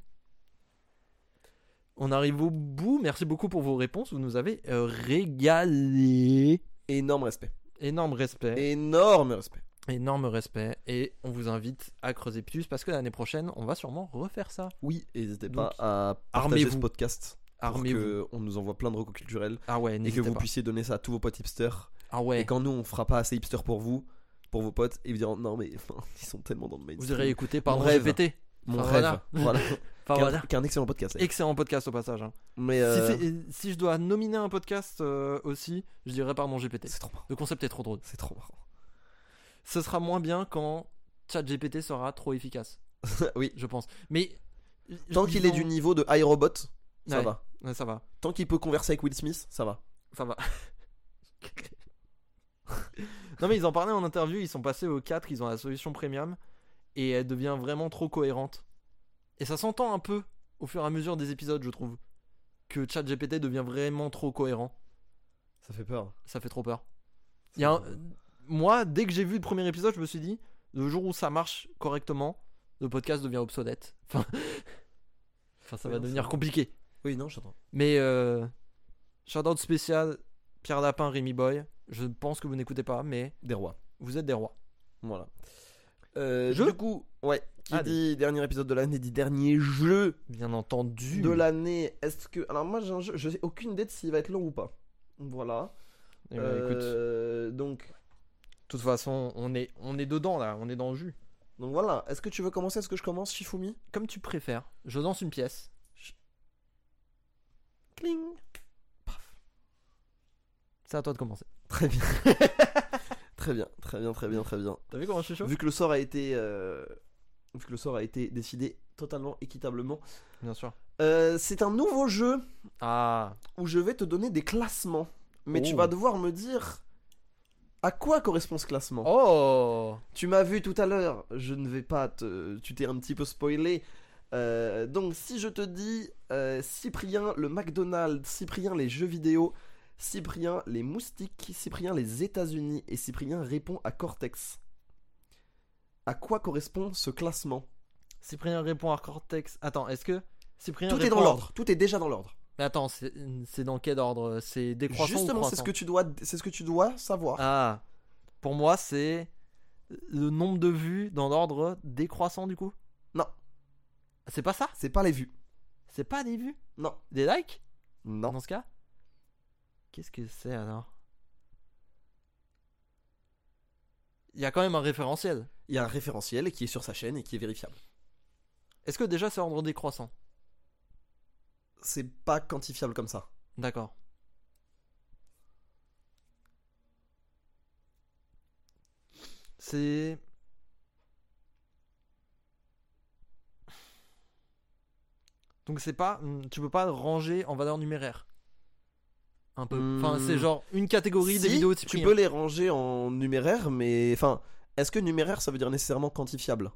Speaker 2: On arrive au bout. Merci beaucoup pour vos réponses. Vous nous avez euh, régalé.
Speaker 1: Énorme respect.
Speaker 2: Énorme respect.
Speaker 1: Énorme respect.
Speaker 2: Énorme respect et on vous invite à creuser plus parce que l'année prochaine on va sûrement refaire ça.
Speaker 1: Oui, et n'hésitez pas
Speaker 2: Donc,
Speaker 1: à partager ce
Speaker 2: armez-vous.
Speaker 1: podcast pour
Speaker 2: Armez-vous.
Speaker 1: qu'on nous envoie plein de recos culturels
Speaker 2: Ah ouais,
Speaker 1: et que
Speaker 2: n'hésitez
Speaker 1: vous
Speaker 2: pas.
Speaker 1: puissiez donner ça à tous vos potes hipsters.
Speaker 2: Ah ouais.
Speaker 1: Et quand nous, on fera pas assez hipster pour vous, pour vos potes, et vous diront non, mais enfin, ils sont tellement dans le mainstream.
Speaker 2: Vous irez écouter par
Speaker 1: Mon rêve.
Speaker 2: GPT.
Speaker 1: Mon
Speaker 2: Enfin,
Speaker 1: rêve.
Speaker 2: voilà.
Speaker 1: Voilà.
Speaker 2: Enfin
Speaker 1: Qu'un-
Speaker 2: voilà.
Speaker 1: Qu'un excellent podcast. d'ailleurs.
Speaker 2: Excellent podcast au passage. hein.
Speaker 1: Mais
Speaker 2: Si
Speaker 1: euh,
Speaker 2: c'est- et si je dois nominer un podcast euh, aussi, je dirais par mon GPT.
Speaker 1: c'est trop marrant.
Speaker 2: Le concept est trop drôle.
Speaker 1: C'est trop marrant.
Speaker 2: Ce sera moins bien quand ChatGPT sera trop efficace,
Speaker 1: oui.
Speaker 2: je pense. Mais
Speaker 1: Tant qu'il est du niveau de iRobot, ça
Speaker 2: Ouais.
Speaker 1: va.
Speaker 2: Ouais, ça va.
Speaker 1: Tant qu'il peut converser avec Will Smith, ça va.
Speaker 2: Ça va. non mais ils en parlaient en interview, ils sont passés au 4, ils ont la solution premium et elle devient vraiment trop cohérente. Et ça s'entend un peu au fur et à mesure des épisodes, je trouve, que ChatGPT devient vraiment trop cohérent.
Speaker 1: Ça fait peur.
Speaker 2: Ça fait trop peur. Il y a un- Moi, dès que j'ai vu le premier épisode, je me suis dit, le jour où ça marche correctement, le podcast devient obsolète. Enfin, enfin ça
Speaker 1: Oui,
Speaker 2: va
Speaker 1: non,
Speaker 2: devenir
Speaker 1: ça-
Speaker 2: compliqué.
Speaker 1: Oui, non, j'entends.
Speaker 2: Mais euh, shout-out spécial, Pierre Lapin, Rémi Boy. Je pense que vous n'écoutez pas, mais
Speaker 1: Des rois.
Speaker 2: vous êtes des rois.
Speaker 1: Voilà. Euh,
Speaker 2: Je
Speaker 1: Du coup, ouais. Qui
Speaker 2: Ah,
Speaker 1: dit dernier épisode de l'année, dit dernier jeu
Speaker 2: Bien entendu.
Speaker 1: de l'année. Est-ce que. Alors, moi, j'ai un jeu, je n'ai aucune idée de s'il va être long ou pas. Voilà.
Speaker 2: Eh ben, écoute,
Speaker 1: Euh, donc,
Speaker 2: de toute façon, on est, on est dedans là, on est dans le jus.
Speaker 1: donc voilà. Est-ce que tu veux commencer Est-ce que je commence, Shifumi
Speaker 2: Comme tu préfères, je lance une pièce.
Speaker 1: Cling
Speaker 2: C'est à toi de commencer.
Speaker 1: Très bien. très bien, très bien, très bien, très bien.
Speaker 2: T'as vu comment je suis chaud
Speaker 1: Vu que le sort a été. euh, Vu que le sort a été décidé totalement équitablement.
Speaker 2: Bien sûr.
Speaker 1: Euh, c'est un nouveau jeu
Speaker 2: Ah,
Speaker 1: où je vais te donner des classements. Mais tu
Speaker 2: Oh.
Speaker 1: vas devoir me dire à quoi correspond ce classement.
Speaker 2: oh
Speaker 1: Tu m'as vu tout à l'heure, je ne vais pas te... Tu t'es un petit peu spoilé. Euh, donc si je te dis euh, Cyprien le McDonald's, Cyprien les jeux vidéo, Cyprien les moustiques, Cyprien les États-Unis et Cyprien répond à Cortex. À quoi correspond ce classement
Speaker 2: Cyprien répond à Cortex. Attends, est-ce que Cyprien
Speaker 1: Tout est
Speaker 2: répond
Speaker 1: dans
Speaker 2: à-
Speaker 1: l'ordre, tout est déjà dans l'ordre.
Speaker 2: Mais attends, c'est c'est dans quel ordre C'est décroissant ou
Speaker 1: Justement, c'est ce
Speaker 2: croissant
Speaker 1: que tu dois c'est ce que tu dois savoir.
Speaker 2: Ah, pour moi, c'est le nombre de vues dans l'ordre décroissant du coup
Speaker 1: Non.
Speaker 2: C'est pas ça
Speaker 1: C'est pas les vues.
Speaker 2: C'est pas des vues
Speaker 1: Non.
Speaker 2: Des likes
Speaker 1: Non.
Speaker 2: Dans ce cas Qu'est-ce que c'est alors Il y a quand même un référentiel.
Speaker 1: Il y a un référentiel qui est sur sa chaîne et qui est vérifiable.
Speaker 2: Est-ce que déjà c'est ordre décroissant
Speaker 1: C'est pas quantifiable comme ça.
Speaker 2: D'accord. C'est. Donc c'est pas. hmm, Tu peux pas le ranger en valeur numéraire. Un peu. Enfin,
Speaker 1: Hmm.
Speaker 2: c'est genre une catégorie des
Speaker 1: Si,
Speaker 2: vidéos de
Speaker 1: Tu
Speaker 2: Cyprien.
Speaker 1: peux les ranger en numéraire, mais enfin, est-ce que numéraire ça veut dire nécessairement quantifiable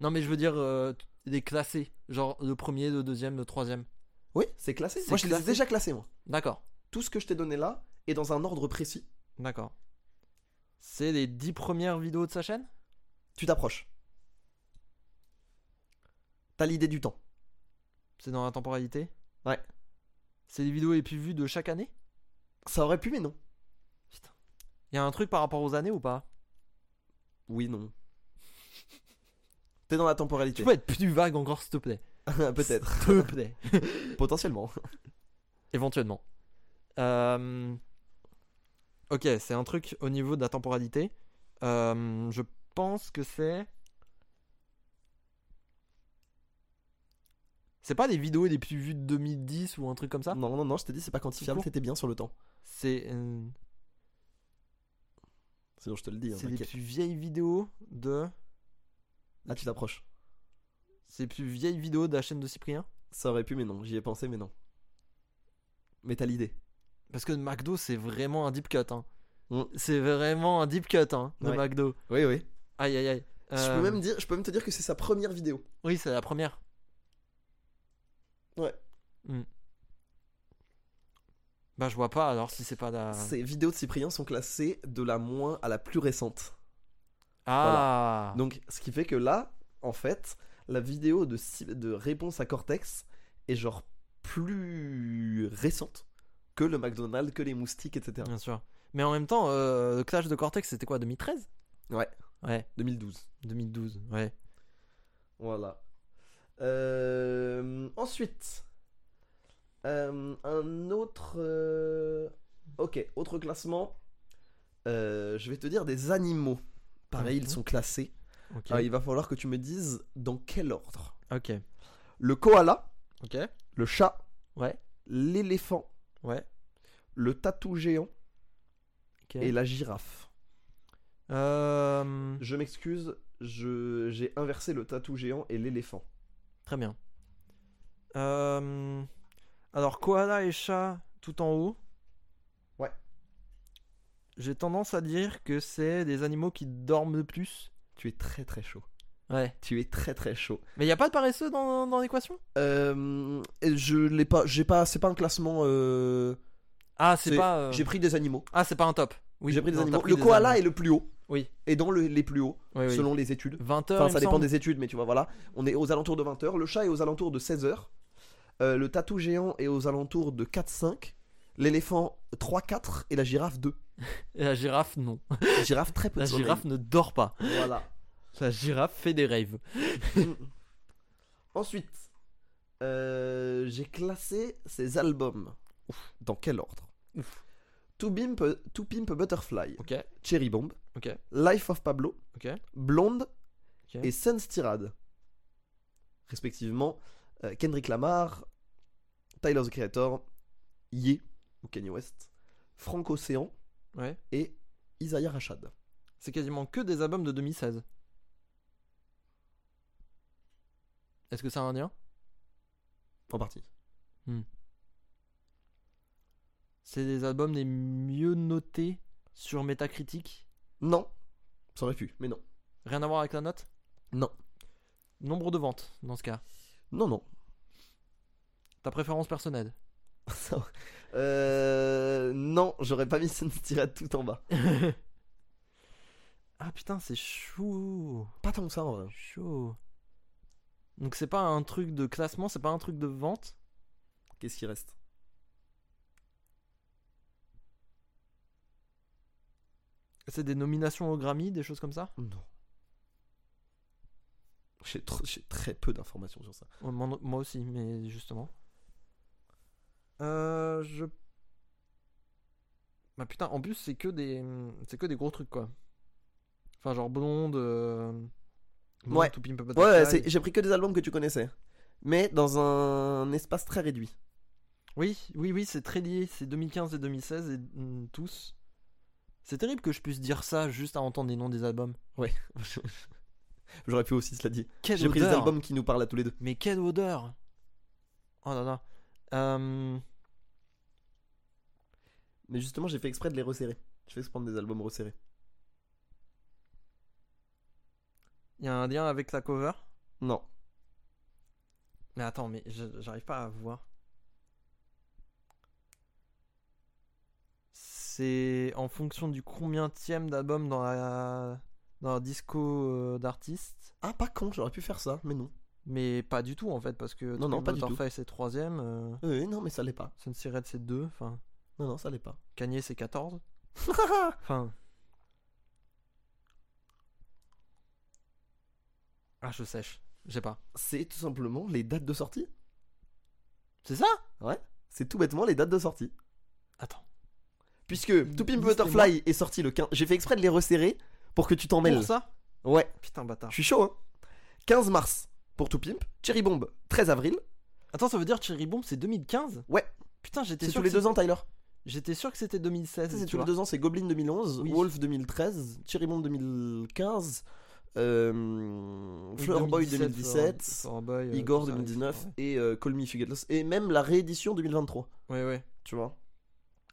Speaker 2: Non, mais je veux dire euh, les classer. Genre le premier, le deuxième, le troisième.
Speaker 1: Oui, c'est classé.
Speaker 2: C'est
Speaker 1: Moi, je les ai
Speaker 2: classé.
Speaker 1: déjà classés, moi.
Speaker 2: D'accord.
Speaker 1: Tout ce que je t'ai donné là est dans un ordre précis.
Speaker 2: D'accord. C'est les dix premières vidéos de sa chaîne
Speaker 1: Tu t'approches. T'as l'idée du temps.
Speaker 2: C'est dans la temporalité
Speaker 1: Ouais.
Speaker 2: C'est les vidéos les plus vues de chaque année
Speaker 1: Ça aurait pu, mais non.
Speaker 2: Il y a un truc par rapport aux années ou pas
Speaker 1: Oui, non. T'es dans la temporalité.
Speaker 2: Tu peux être plus vague encore, s'il te plaît.
Speaker 1: Peut-être.
Speaker 2: S'il te plaît.
Speaker 1: Potentiellement.
Speaker 2: Éventuellement. Euh, Ok, c'est un truc au niveau de la temporalité. Euh, Je pense que c'est. C'est pas des vidéos les plus vues de 2010 ou un truc comme ça
Speaker 1: Non, non, non, je t'ai dit, c'est pas quantifiable,
Speaker 2: Tout court.
Speaker 1: t'étais bien sur le temps.
Speaker 2: C'est euh,
Speaker 1: Sinon, je te le dis. hein,
Speaker 2: c'est les
Speaker 1: t'inquiète.
Speaker 2: plus vieilles vidéos de.
Speaker 1: Là, tu t'approches.
Speaker 2: C'est les plus vieilles vidéos de la chaîne de Cyprien
Speaker 1: Ça aurait pu, mais non. J'y ai pensé, mais non. Mais t'as l'idée.
Speaker 2: Parce que McDo, c'est vraiment un deep cut. Hein.
Speaker 1: Mm.
Speaker 2: C'est vraiment un deep cut, hein, le
Speaker 1: Ouais.
Speaker 2: McDo.
Speaker 1: Oui, oui.
Speaker 2: Aïe, aïe, aïe.
Speaker 1: Je, peux
Speaker 2: Euh,
Speaker 1: même dire, je peux même te dire que c'est sa première vidéo.
Speaker 2: Oui, c'est la première.
Speaker 1: Ouais.
Speaker 2: Mm. Bah, je vois pas alors si c'est pas la.
Speaker 1: Ces vidéos de Cyprien sont classées de la moins à la plus récente.
Speaker 2: Ah
Speaker 1: Donc, ce qui fait que là, en fait, la vidéo de, Cy- de réponse à Cortex est genre plus récente que le McDonald's, que les moustiques, etc.
Speaker 2: Bien sûr. Mais en même temps, euh, le Clash de Cortex, c'était quoi 2013
Speaker 1: Ouais.
Speaker 2: Ouais,
Speaker 1: 2012.
Speaker 2: 2012. Ouais.
Speaker 1: Voilà. Euh, ensuite, euh, un autre. euh, Ok, autre classement. Euh, je vais te dire des animaux. Pareil,
Speaker 2: Mhm.
Speaker 1: ils sont classés.
Speaker 2: Ok.
Speaker 1: Ah, il va falloir que tu me dises dans quel ordre.
Speaker 2: Ok.
Speaker 1: Le koala,
Speaker 2: Ok.
Speaker 1: le chat,
Speaker 2: Ouais.
Speaker 1: l'éléphant,
Speaker 2: Ouais.
Speaker 1: le tatou géant
Speaker 2: Ok.
Speaker 1: et la girafe.
Speaker 2: Euh,
Speaker 1: Je m'excuse, je j'ai inversé le tatou géant et l'éléphant.
Speaker 2: Très bien. Euh, Alors, koala et chat tout en haut.
Speaker 1: Ouais.
Speaker 2: J'ai tendance à dire que c'est des animaux qui dorment le plus.
Speaker 1: Tu es très très chaud.
Speaker 2: Ouais.
Speaker 1: Tu es très très chaud.
Speaker 2: Mais il n'y a pas de paresseux dans, dans l'équation
Speaker 1: Euh, et je l'ai pas, j'ai pas, c'est pas un classement. euh,
Speaker 2: Ah, c'est
Speaker 1: c'est-
Speaker 2: pas. euh,
Speaker 1: J'ai pris des animaux.
Speaker 2: Ah, c'est pas un top. Oui,
Speaker 1: j'ai pris des
Speaker 2: non,
Speaker 1: animaux.
Speaker 2: t'as pris
Speaker 1: Le
Speaker 2: des
Speaker 1: koala
Speaker 2: animaux.
Speaker 1: est le plus haut.
Speaker 2: Oui.
Speaker 1: Et dans le- les plus hauts,
Speaker 2: Oui, oui.
Speaker 1: selon les études.
Speaker 2: 20 heures.
Speaker 1: Enfin,
Speaker 2: il
Speaker 1: ça
Speaker 2: me
Speaker 1: dépend
Speaker 2: semble.
Speaker 1: des études, mais tu vois, voilà. On est aux alentours de 20h. Le chat est aux alentours de 16h. le tatou géant est aux alentours de 4-5. L'éléphant 3-4. Et la girafe 2.
Speaker 2: Et la girafe, non.
Speaker 1: La girafe très peu.
Speaker 2: La
Speaker 1: de sommeil.
Speaker 2: girafe ne dort pas.
Speaker 1: Voilà.
Speaker 2: La girafe fait des rêves.
Speaker 1: Ensuite, euh, j'ai classé ses albums. Dans quel ordre To Pimp, To Pimp Butterfly,
Speaker 2: Ok,
Speaker 1: Cherry Bomb,
Speaker 2: ok,
Speaker 1: Life of Pablo,
Speaker 2: ok.
Speaker 1: Blonde
Speaker 2: Ok.
Speaker 1: et Sense Tirade. Respectivement, euh, Kendrick Lamar, Tyler the Creator, Ye ou Kanye West, Frank Océan
Speaker 2: Ouais.
Speaker 1: et Isaiah Rashad.
Speaker 2: C'est quasiment que des albums de 2016. Est-ce que ça a un lien
Speaker 1: En partie.
Speaker 2: C'est des albums les mieux notés sur Metacritic
Speaker 1: Non, ça aurait pu, mais non.
Speaker 2: Rien à voir avec la note
Speaker 1: Non,
Speaker 2: Nombre de ventes, dans ce cas.
Speaker 1: non, non.
Speaker 2: Ta préférence personnelle
Speaker 1: Ça aurait- Euh, non, j'aurais pas mis Sense Tirade tout en bas.
Speaker 2: Ah putain, c'est chou
Speaker 1: Pas tant que ça en vrai.
Speaker 2: Chaud. Donc c'est pas un truc de classement, c'est pas un truc de vente.
Speaker 1: Qu'est-ce qui reste
Speaker 2: C'est des nominations au Grammy, des choses comme ça
Speaker 1: Non. J'ai tr- j'ai très peu d'informations sur ça.
Speaker 2: Ouais, Moi moi aussi, mais justement. Euh, je. Bah putain, en plus c'est que des, c'est que des gros trucs quoi. Enfin genre blonde. euh, Blonde,
Speaker 1: Ouais.
Speaker 2: To Pimp a
Speaker 1: Ouais,
Speaker 2: Butterfly.
Speaker 1: ouais, c'est- j'ai pris que des albums que tu connaissais. Mais dans un espace très réduit.
Speaker 2: Oui, oui, oui, c'est très lié. C'est 2015 et 2016 et mm, tous. C'est terrible que je puisse dire ça juste à entendre les noms des albums.
Speaker 1: J'aurais pu aussi, cela dit.
Speaker 2: Quelle
Speaker 1: J'ai pris des
Speaker 2: odeur
Speaker 1: albums qui nous parlent à tous les deux.
Speaker 2: Mais quelle odeur Oh là là. Euh,
Speaker 1: Mais justement, j'ai fait exprès de les resserrer. J'ai fait exprès de prendre des albums resserrés.
Speaker 2: Il y a un lien avec la cover
Speaker 1: Non.
Speaker 2: Mais attends, mais je- j'arrive pas à voir. C'est en fonction du combienième d'album dans la dans la disco euh, d'artiste,
Speaker 1: Ah, pas con, j'aurais pu faire ça, mais non.
Speaker 2: mais pas du tout en fait parce que
Speaker 1: Non, non,
Speaker 2: Three
Speaker 1: pas du tout.
Speaker 2: Butterflies, c'est troisième, euh,
Speaker 1: Oui, non, mais ça l'est pas.
Speaker 2: Sunset Red c'est deux, enfin
Speaker 1: Non, non, ça l'est pas.
Speaker 2: Kanye c'est 14. Enfin. Ah, je sèche. J'ai pas.
Speaker 1: C'est tout simplement les dates de sortie.
Speaker 2: C'est ça
Speaker 1: C'est tout bêtement les dates de sortie.
Speaker 2: Attends.
Speaker 1: Puisque To Pimp
Speaker 2: Listez-moi.
Speaker 1: Butterfly est sorti le 15. J'ai fait exprès de les resserrer pour que tu t'en mêles.
Speaker 2: Pour ça
Speaker 1: Ouais,
Speaker 2: Putain, bâtard.
Speaker 1: je suis chaud, hein. 15 mars pour To Pimp. Cherry Bomb, 13 avril.
Speaker 2: Attends, ça veut dire Cherry Bomb, c'est 2015
Speaker 1: Ouais.
Speaker 2: Putain, j'étais
Speaker 1: C'est
Speaker 2: sûr,
Speaker 1: tous
Speaker 2: que
Speaker 1: les deux
Speaker 2: c'était-
Speaker 1: ans, Tyler.
Speaker 2: j'étais sûr que c'était
Speaker 1: Ça,
Speaker 2: 2016.
Speaker 1: c'est
Speaker 2: tu
Speaker 1: tous les
Speaker 2: vois.
Speaker 1: deux ans, c'est Goblin 2011,
Speaker 2: Oui.
Speaker 1: Wolf 2013, Cherry Bomb 2015, euh,
Speaker 2: Oui,
Speaker 1: Flower Boy 2017,
Speaker 2: Flower Boy, euh,
Speaker 1: Igor
Speaker 2: tout ça,
Speaker 1: 2019
Speaker 2: ouais.
Speaker 1: et euh, Call Me If You Get Lost. Et même la réédition 2023,
Speaker 2: Ouais, ouais.
Speaker 1: tu vois.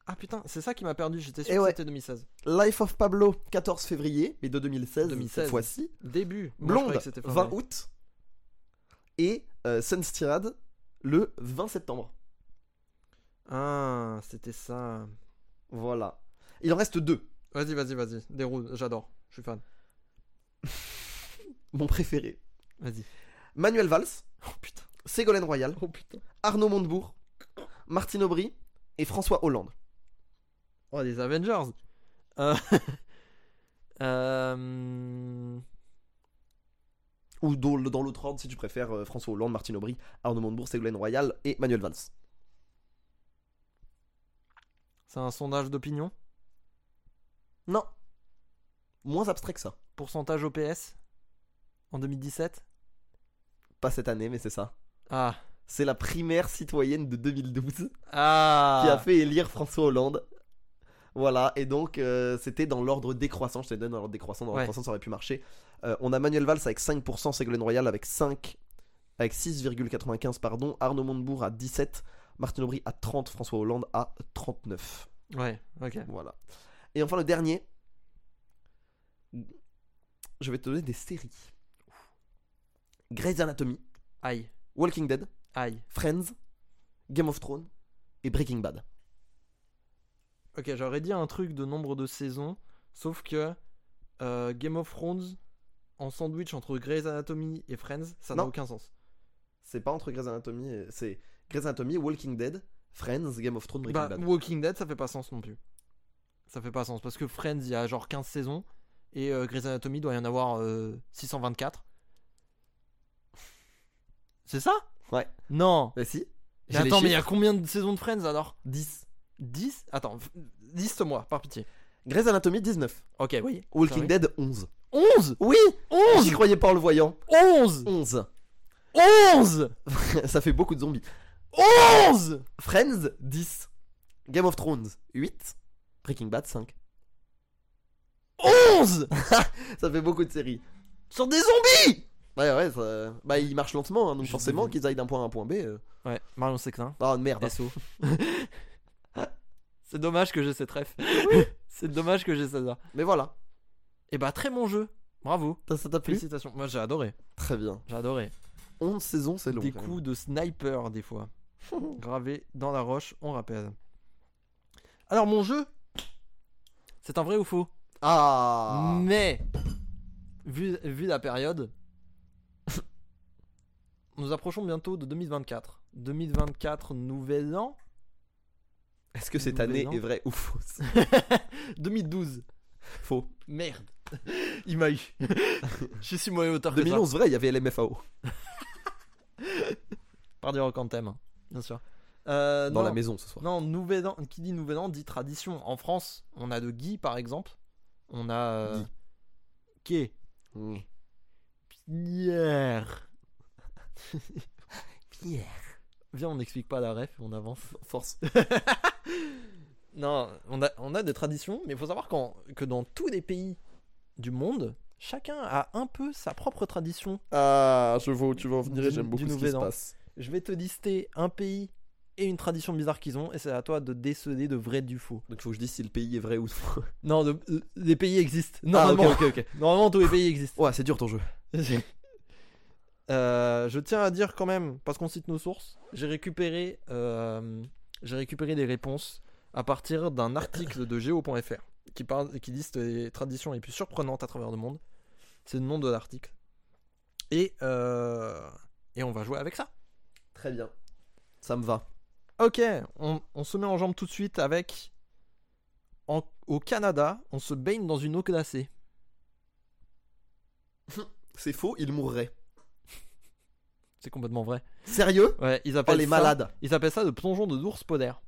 Speaker 2: Ah putain, c'est ça qui m'a perdu, j'étais
Speaker 1: Eh
Speaker 2: sûr que
Speaker 1: ouais.
Speaker 2: c'était 2016.
Speaker 1: Life of Pablo, 14 février, mais de 2016,
Speaker 2: 2016.
Speaker 1: cette fois-ci.
Speaker 2: Début. Moi, je
Speaker 1: Blonde,
Speaker 2: croyais que c'était fin
Speaker 1: 20
Speaker 2: mai.
Speaker 1: août. Et euh, Sun's Tirade, le 20 septembre.
Speaker 2: Ah, c'était ça.
Speaker 1: Voilà. Il en reste deux.
Speaker 2: Vas-y, vas-y, vas-y. Déroule, j'adore. Je suis fan.
Speaker 1: Mon préféré.
Speaker 2: Vas-y.
Speaker 1: Manuel Valls,
Speaker 2: Oh putain.
Speaker 1: Ségolène Royal,
Speaker 2: Oh putain.
Speaker 1: Arnaud Montebourg, Martine Aubry et François Hollande.
Speaker 2: Oh, les Avengers. Euh, euh,
Speaker 1: ou dans, dans l'autre ordre si tu préfères euh, François Hollande, Martine Aubry, Arnaud Montebourg, Ségolène Royal et Manuel Valls.
Speaker 2: C'est un sondage d'opinion.
Speaker 1: Non. Moins abstrait que ça.
Speaker 2: Pourcentage OPS en 2017.
Speaker 1: Pas cette année, mais c'est ça.
Speaker 2: Ah.
Speaker 1: C'est la primaire citoyenne de 2012
Speaker 2: Ah.
Speaker 1: qui a fait élire François Hollande. Voilà, et donc euh, c'était dans l'ordre décroissant, je te donné dans l'ordre décroissant, dans l'ordre
Speaker 2: Ouais.
Speaker 1: croissant ça aurait pu marcher. Euh, on a Manuel Valls avec 5%, Ségolène Royal avec 5, avec 6,95 pardon, Arnaud Montebourg à 17, Martine Aubry à 30, François Hollande à 39.
Speaker 2: Ouais, ok.
Speaker 1: Voilà. Et enfin, le dernier. Je vais te donner des séries. Grey's Anatomy,
Speaker 2: Aïe,
Speaker 1: Walking Dead,
Speaker 2: aïe.
Speaker 1: Friends, Game of Thrones et Breaking Bad.
Speaker 2: Ok, j'aurais dit un truc de nombre de saisons, sauf que euh, Game of Thrones en sandwich entre Grey's Anatomy et Friends, ça n'a
Speaker 1: Non.
Speaker 2: aucun sens.
Speaker 1: C'est pas entre Grey's Anatomy et... C'est Grey's Anatomy, Walking Dead, Friends, Game of Thrones, Breaking
Speaker 2: Bah,
Speaker 1: Bad.
Speaker 2: Walking Dead, ça fait pas sens non plus. Ça fait pas sens parce que Friends, il y a genre 15 saisons Et euh, Grey's Anatomy doit y en avoir euh, 624. C'est ça
Speaker 1: Ouais.
Speaker 2: Non.
Speaker 1: Bah si.
Speaker 2: Mais
Speaker 1: J'ai les
Speaker 2: attends, mais il y a
Speaker 1: chiffres.
Speaker 2: combien de saisons de Friends alors
Speaker 1: 10.
Speaker 2: 10 Attends, f- liste-moi, par pitié.
Speaker 1: Grey's Anatomy 19.
Speaker 2: Ok, Ah oui.
Speaker 1: Walking
Speaker 2: Sorry.
Speaker 1: Dead 11.
Speaker 2: 11
Speaker 1: Oui
Speaker 2: 11
Speaker 1: J'y croyais pas en le voyant.
Speaker 2: 11
Speaker 1: 11.
Speaker 2: 11
Speaker 1: Ça fait beaucoup de zombies.
Speaker 2: 11
Speaker 1: Friends 10. Game of Thrones 8. Breaking Bad 5.
Speaker 2: 11
Speaker 1: Ça fait beaucoup de séries.
Speaker 2: Sur des zombies
Speaker 1: Ouais, ouais, ça- bah ils marchent lentement, hein, donc
Speaker 2: Je
Speaker 1: forcément
Speaker 2: devine.
Speaker 1: qu'ils aillent d'un point A à un point B. euh.
Speaker 2: Ouais, Marion hein. Seclin,
Speaker 1: Ah merde.
Speaker 2: SO. C'est dommage que j'ai cette ref. C'est dommage que j'ai celle-là.
Speaker 1: Mais voilà,
Speaker 2: Et bah, très bon jeu. Bravo.
Speaker 1: ça ça t'a plu
Speaker 2: Félicitations. Moi, j'ai adoré.
Speaker 1: Très bien.
Speaker 2: J'ai adoré.
Speaker 1: 11 saisons, c'est long.
Speaker 2: des
Speaker 1: quand
Speaker 2: coups de sniper des fois. Gravés dans la roche, on rappelle. Alors mon jeu, c'est un vrai ou faux
Speaker 1: même. Ah
Speaker 2: Mais, vu, vu la période, nous approchons bientôt de 2024. 2024, nouvel an
Speaker 1: Est-ce que cette
Speaker 2: Double
Speaker 1: année
Speaker 2: non.
Speaker 1: est vraie ou fausse
Speaker 2: 2012.
Speaker 1: Faux.
Speaker 2: Merde. Il m'a eu. Je suis moyen auteur que ça.
Speaker 1: 2011, vrai, il y avait LMFAO.
Speaker 2: Par du rock anthem, hein, bien sûr. Euh,
Speaker 1: Dans
Speaker 2: non.
Speaker 1: la maison ce soir.
Speaker 2: Non, nouvel an, qui dit nouvel an dit tradition. En France, on a de Guy par exemple. On a. euh, Quai.
Speaker 1: Mmh.
Speaker 2: Pierre. Viens, on n'explique pas la ref, on avance.
Speaker 1: Force.
Speaker 2: Non, on a, on a des traditions, mais il faut savoir qu'en- que dans tous les pays du monde, chacun a un peu sa propre tradition.
Speaker 1: Ah, je vois où tu veux en
Speaker 2: venir et Du- j'aime beaucoup du ce qui nouvel se an.
Speaker 1: passe.
Speaker 2: Je vais te lister un pays et une tradition bizarre qu'ils ont, et c'est à toi de déceler de vrai du faux.
Speaker 1: Donc faut que je dise si le pays est vrai ou faux.
Speaker 2: Non, le- le- les pays existent.
Speaker 1: Ah, ok,
Speaker 2: Normalement,
Speaker 1: ok, ok.
Speaker 2: normalement tous les pays existent.
Speaker 1: Ouais, c'est dur ton jeu.
Speaker 2: Euh, je tiens à dire quand même, parce qu'on cite nos sources, j'ai récupéré, euh, j'ai récupéré des réponses à partir d'un article de geo.fr qui, parle, qui liste les traditions les plus surprenantes à travers le monde. C'est le nom de l'article. Et, euh, et on va jouer avec ça.
Speaker 1: Très bien. Ça me va.
Speaker 2: Ok, on, on se met en jambe tout de suite avec... en- au Canada, on se baigne dans une eau glacée.
Speaker 1: C'est faux, il mourrait.
Speaker 2: C'est complètement vrai.
Speaker 1: Sérieux
Speaker 2: Ouais, ils
Speaker 1: Oh
Speaker 2: appellent
Speaker 1: les
Speaker 2: ça-
Speaker 1: malades.
Speaker 2: Ils appellent ça le plongeon de l'ours polaire.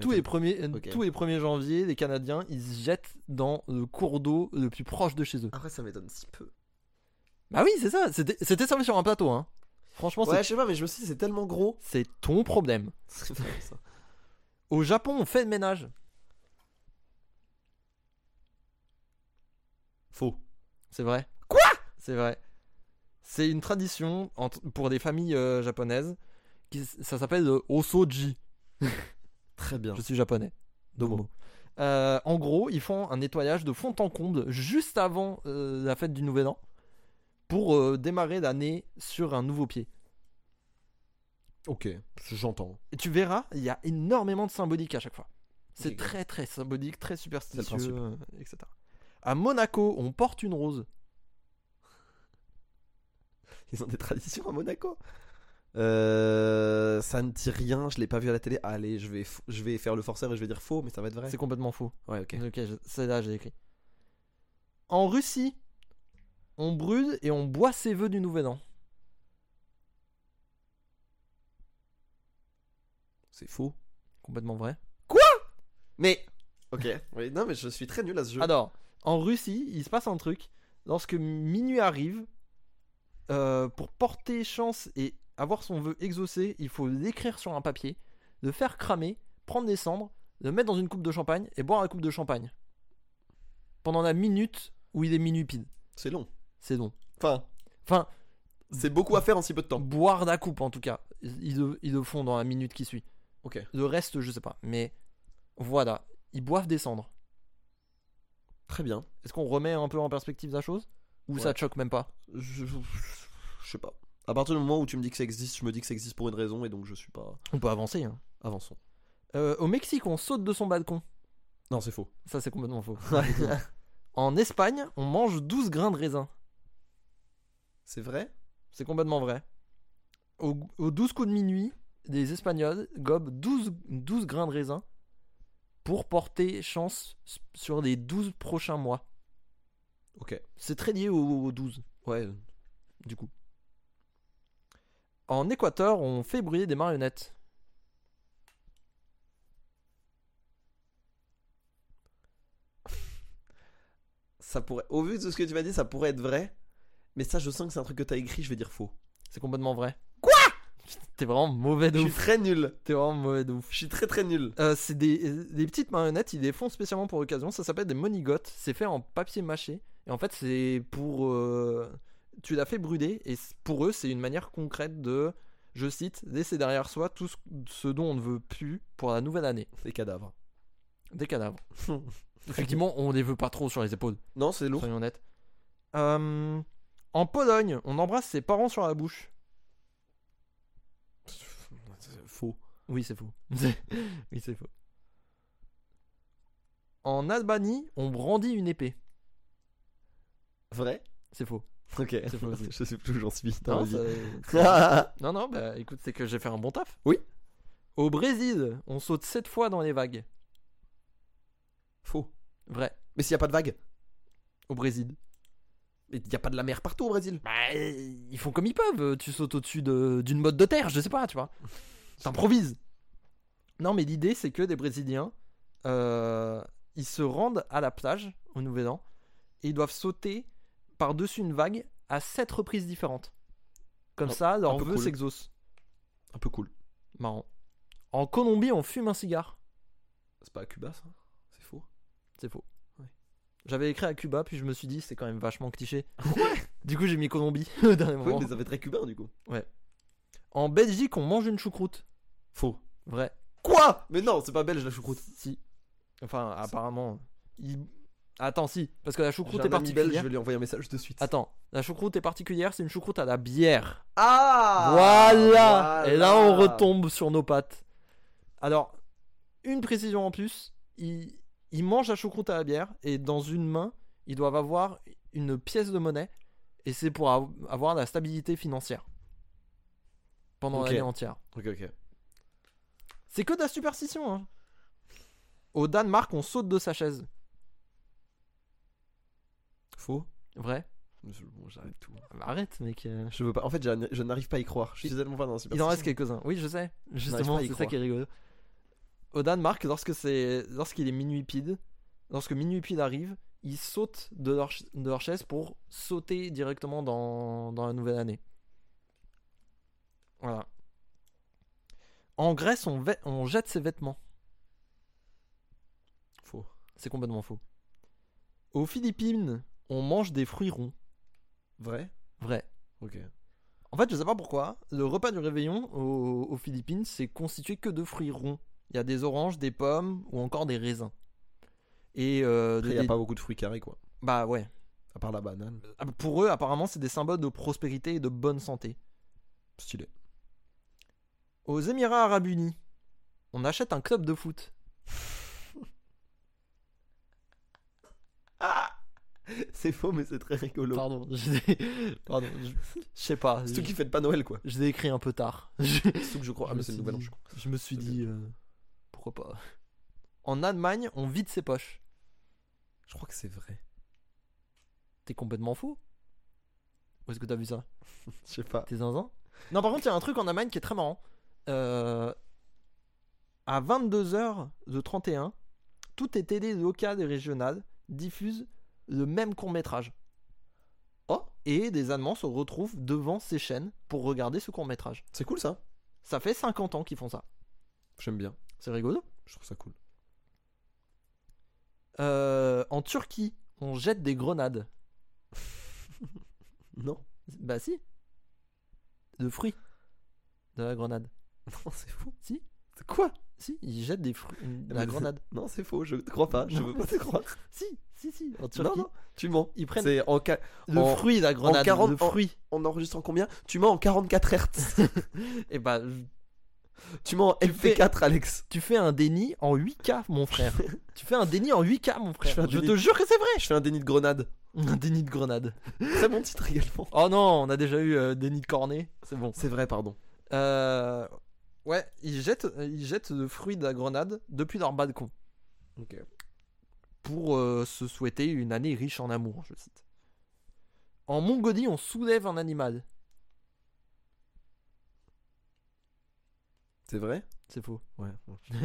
Speaker 2: Tous les, premiers,
Speaker 1: Ok.
Speaker 2: tous les 1er janvier, les Canadiens, ils se jettent dans le cours d'eau le plus proche de chez eux.
Speaker 1: Après, ça m'étonne si peu.
Speaker 2: Bah oui, c'est ça, c'était c'était servi sur un plateau. Hein. Franchement,
Speaker 1: Ouais,
Speaker 2: c'est-
Speaker 1: je sais pas, mais je me suis dit, c'est tellement gros.
Speaker 2: c'est ton problème.
Speaker 1: C'est pas ça.
Speaker 2: Au Japon, on fait le ménage.
Speaker 1: Faux.
Speaker 2: C'est vrai. Quoi C'est vrai. C'est une tradition en- pour des familles euh, japonaises. Qui, ça s'appelle le osoji.
Speaker 1: Très bien.
Speaker 2: Je suis japonais. Domo. Euh, en gros, ils font un nettoyage de fond en comble juste avant euh, la fête du Nouvel An pour euh, démarrer l'année sur un nouveau pied.
Speaker 1: Ok, j'entends.
Speaker 2: Et tu verras, il y a énormément de symbolique à chaque fois. C'est
Speaker 1: Ok.
Speaker 2: très très symbolique, très
Speaker 1: C'est le principe.
Speaker 2: superstitieux, euh, etc. À Monaco, on porte une rose.
Speaker 1: Ils ont des traditions à Monaco. Euh, ça ne dit rien, je l'ai pas vu à la télé. Allez, je vais, f- je vais faire le forceur et je vais dire faux, mais ça va être vrai.
Speaker 2: C'est complètement faux.
Speaker 1: Ouais, ok.
Speaker 2: Ok, je- celle-là j'ai écrit. En Russie, on brûle et on boit ses vœux du Nouvel An.
Speaker 1: C'est faux.
Speaker 2: Complètement vrai.
Speaker 1: Mais. Ok. Oui, Ah non, mais je suis très nul à ce jeu.
Speaker 2: Alors, en Russie, il se passe un truc. Lorsque minuit arrive, euh, pour porter chance et avoir son vœu exaucé, il faut l'écrire sur un papier, le faire cramer, prendre des cendres, le mettre dans une coupe de champagne et boire la coupe de champagne. Pendant la minute où il est minuit pile.
Speaker 1: C'est long.
Speaker 2: C'est long.
Speaker 1: Enfin.
Speaker 2: Enfin.
Speaker 1: C'est beaucoup à faire en si peu de temps.
Speaker 2: Boire la coupe, en tout cas. Ils, le- ils le font dans la minute qui suit.
Speaker 1: Ok.
Speaker 2: Le reste, je sais pas. Mais voilà. Ils boivent des cendres.
Speaker 1: Très bien.
Speaker 2: Est-ce qu'on remet un peu en perspective la chose Ou
Speaker 1: Ouais.
Speaker 2: ça te choque même pas
Speaker 1: Je, je- je sais pas. À partir du moment où tu me dis que ça existe, je me dis que ça existe pour une raison et donc je suis pas.
Speaker 2: On peut avancer. hein.
Speaker 1: Avançons.
Speaker 2: Euh, au Mexique, on saute de son balcon.
Speaker 1: Non, c'est faux.
Speaker 2: Ça, c'est complètement faux. en Espagne, on mange 12 grains de raisin.
Speaker 1: c'est vrai
Speaker 2: C'est complètement vrai. Au, aux 12 coups de minuit, des Espagnols gobent 12, 12 grains de raisin pour porter chance s- sur les 12 prochains mois.
Speaker 1: Ok.
Speaker 2: C'est très lié au, au 12,
Speaker 1: Ouais.
Speaker 2: du coup. En Équateur, on fait brûler des marionnettes.
Speaker 1: Ça pourrait. Au vu de ce que tu m'as dit, ça pourrait être vrai. Mais ça, je sens que c'est un truc que t'as écrit, je vais dire faux.
Speaker 2: C'est complètement vrai. Quoi T'es vraiment mauvais de
Speaker 1: Je suis
Speaker 2: ouf.
Speaker 1: très nul.
Speaker 2: T'es vraiment mauvais de ouf.
Speaker 1: Je suis très très nul.
Speaker 2: Euh, c'est des, euh, des petites marionnettes, ils les font spécialement pour l'occasion, ça s'appelle des monigotes, c'est fait en papier mâché, et en fait c'est pour... euh, tu l'as fait brûler, et c- pour eux c'est une manière concrète de, je cite, laisser derrière soi tout ce, ce dont on ne veut plus pour la nouvelle année,
Speaker 1: Les cadavres.
Speaker 2: des cadavres. Effectivement, on les veut pas trop sur les épaules,
Speaker 1: Non, c'est lourd.
Speaker 2: soyons honnêtes. Euh, en Pologne, on embrasse ses parents sur la bouche.
Speaker 1: C'est Faux.
Speaker 2: Oui, c'est faux. oui, c'est faux. En Albanie, on brandit une épée.
Speaker 1: Vrai
Speaker 2: C'est faux.
Speaker 1: Ok.
Speaker 2: faux aussi.
Speaker 1: je sais plus où j'en suis. putain,
Speaker 2: Non,
Speaker 1: vas-y.
Speaker 2: ça- non, non, bah écoute, c'est que j'ai fait un bon taf.
Speaker 1: Ah. Oui.
Speaker 2: Au Brésil, on saute 7 fois dans les vagues.
Speaker 1: Faux.
Speaker 2: Vrai.
Speaker 1: Mais s'il y a pas de vague,
Speaker 2: Au Brésil.
Speaker 1: il y a pas de la mer partout au Brésil.
Speaker 2: Bah, ils font comme ils peuvent. Tu sautes au-dessus de- d'une motte de terre, je sais pas, tu vois. T'improvises. Non, mais l'idée, c'est que des Brésiliens, euh, ils se rendent à la plage au Nouvel An et ils doivent sauter par-dessus une vague à sept reprises différentes. Comme
Speaker 1: Un-
Speaker 2: ça, leur
Speaker 1: Oh, un peu
Speaker 2: vœu
Speaker 1: cool.
Speaker 2: s'exauce.
Speaker 1: Un peu cool.
Speaker 2: Marrant. En Colombie, on fume un cigare.
Speaker 1: C'est pas à Cuba ça C'est faux.
Speaker 2: C'est faux.
Speaker 1: Ouais.
Speaker 2: J'avais écrit à Cuba, puis je me suis dit, c'est quand même vachement cliché. du coup, j'ai mis Colombie au dernier
Speaker 1: Faux,
Speaker 2: moment.
Speaker 1: mais ça fait très cubain du coup.
Speaker 2: En Belgique, on mange une choucroute.
Speaker 1: Faux.
Speaker 2: Vrai.
Speaker 1: Quoi Mais non, c'est pas belge la choucroute.
Speaker 2: Si. Enfin,
Speaker 1: Ça-
Speaker 2: apparemment. il- Attends, si. Parce que la
Speaker 1: J'ai
Speaker 2: choucroute
Speaker 1: un
Speaker 2: est
Speaker 1: ami belge, je
Speaker 2: particulière.
Speaker 1: vais lui envoyer un message de suite.
Speaker 2: Attends, la choucroute est particulière, c'est une choucroute à la bière.
Speaker 1: Ah
Speaker 2: voilà, Et là, on
Speaker 1: voilà.
Speaker 2: retombe sur nos pattes. Alors, une précision en plus. Ils, ils mangent la choucroute à la bière et dans une main, ils doivent avoir une pièce de monnaie. Et c'est pour av- avoir la stabilité financière. Pendant
Speaker 1: Ok.
Speaker 2: l'année entière.
Speaker 1: Ok, ok.
Speaker 2: C'est que de la superstition. hein. Au Danemark, on saute de sa chaise.
Speaker 1: Faux.
Speaker 2: Vrai Ah,
Speaker 1: Je- Bon, j'arrête tout.
Speaker 2: Arrête, mec. euh,
Speaker 1: Je veux pas. En fait, j'en- je n'arrive pas à y croire. Je suis tellement pas dans la
Speaker 2: Il en
Speaker 1: superstition.
Speaker 2: reste quelques-uns. Oui, je sais. Justement,
Speaker 1: pas à y
Speaker 2: c'est ça qui est rigolo. Au Danemark, lorsque c'est, lorsqu'il est minuit pide, lorsque minuit pide arrive, ils sautent de leur, ch- de leur chaise pour sauter directement dans, dans la nouvelle année. Voilà. En Grèce, on, vê- on jette ses vêtements.
Speaker 1: Faux.
Speaker 2: C'est complètement faux. Aux Philippines, on mange des fruits ronds.
Speaker 1: Vrai
Speaker 2: Vrai.
Speaker 1: Ok.
Speaker 2: En fait, je sais pas pourquoi, le repas du réveillon au- aux, Philippines, c'est constitué que de fruits ronds. Il y a des oranges, des pommes ou encore des raisins. Et euh,
Speaker 1: Après,
Speaker 2: de-
Speaker 1: il a
Speaker 2: des-
Speaker 1: pas beaucoup de fruits carrés quoi.
Speaker 2: bah ouais.
Speaker 1: À part la banane.
Speaker 2: Ah, Pour eux, apparemment, c'est des symboles de prospérité et de bonne santé.
Speaker 1: Stylé.
Speaker 2: Aux Émirats Arabes Unis, on achète un club de foot.
Speaker 1: Ah C'est faux, mais c'est très rigolo.
Speaker 2: Pardon, je Pardon, je- je sais pas.
Speaker 1: Surtout
Speaker 2: je-
Speaker 1: qu'ils fêtent pas Noël quoi.
Speaker 2: Je l'ai écrit un peu tard. Je-
Speaker 1: Surtout que je crois. Ah,
Speaker 2: Je
Speaker 1: mais
Speaker 2: me
Speaker 1: c'est le
Speaker 2: suis
Speaker 1: nouvel an,
Speaker 2: dit-
Speaker 1: je crois.
Speaker 2: Je me suis
Speaker 1: Ok.
Speaker 2: dit, euh, pourquoi pas. En Allemagne, on vide ses poches.
Speaker 1: Je crois que c'est vrai.
Speaker 2: T'es complètement fou Où est-ce que t'as vu ça
Speaker 1: Je sais pas.
Speaker 2: T'es zinzin Non, par contre, il y a un truc en Allemagne qui est très marrant. Euh, à 22h de 31, toutes les télés locales et régionales diffusent le même court-métrage.
Speaker 1: Oh
Speaker 2: Et des Allemands se retrouvent devant ces chaînes pour regarder ce court-métrage.
Speaker 1: C'est cool ça.
Speaker 2: Ça fait 50 ans qu'ils font ça.
Speaker 1: J'aime bien.
Speaker 2: C'est rigolo.
Speaker 1: Je trouve ça cool.
Speaker 2: Euh, en Turquie, on jette des grenades.
Speaker 1: Non.
Speaker 2: Bah si. De fruits. De la grenade.
Speaker 1: Non, c'est faux.
Speaker 2: Si.
Speaker 1: C'est quoi
Speaker 2: Si, ils jettent des fruits. De la
Speaker 1: Mais-
Speaker 2: grenade.
Speaker 1: Non, c'est faux. Je te crois pas. Je
Speaker 2: Non.
Speaker 1: veux pas te croire.
Speaker 2: Si, si, si. En
Speaker 1: Non,
Speaker 2: Turquie,
Speaker 1: non. Tu mens.
Speaker 2: ils prennent
Speaker 1: C'est en ca-
Speaker 2: le
Speaker 1: en-
Speaker 2: fruit de la grenade.
Speaker 1: 40
Speaker 2: le fruit.
Speaker 1: On enregistre en combien Tu mens en 44 Hz.
Speaker 2: Et bah,
Speaker 1: tu mens en MP4, Alex.
Speaker 2: tu fais un déni en 8K, mon frère. tu fais un déni en 8K, mon frère.
Speaker 1: fais un
Speaker 2: Je
Speaker 1: déni.
Speaker 2: te jure que c'est vrai.
Speaker 1: Je fais un déni de grenade.
Speaker 2: Un déni de grenade.
Speaker 1: Très bon titre également.
Speaker 2: Oh non, on a déjà eu euh, déni de cornet. C'est bon.
Speaker 1: C'est vrai, pardon.
Speaker 2: Euh, ouais, ils jettent, ils jettent le fruit de la grenade depuis leur balcon.
Speaker 1: Ok.
Speaker 2: pour euh, se souhaiter une année riche en amour, je cite. En Mongolie, on soulève un animal.
Speaker 1: C'est vrai
Speaker 2: C'est faux.
Speaker 1: Ouais. bon, je-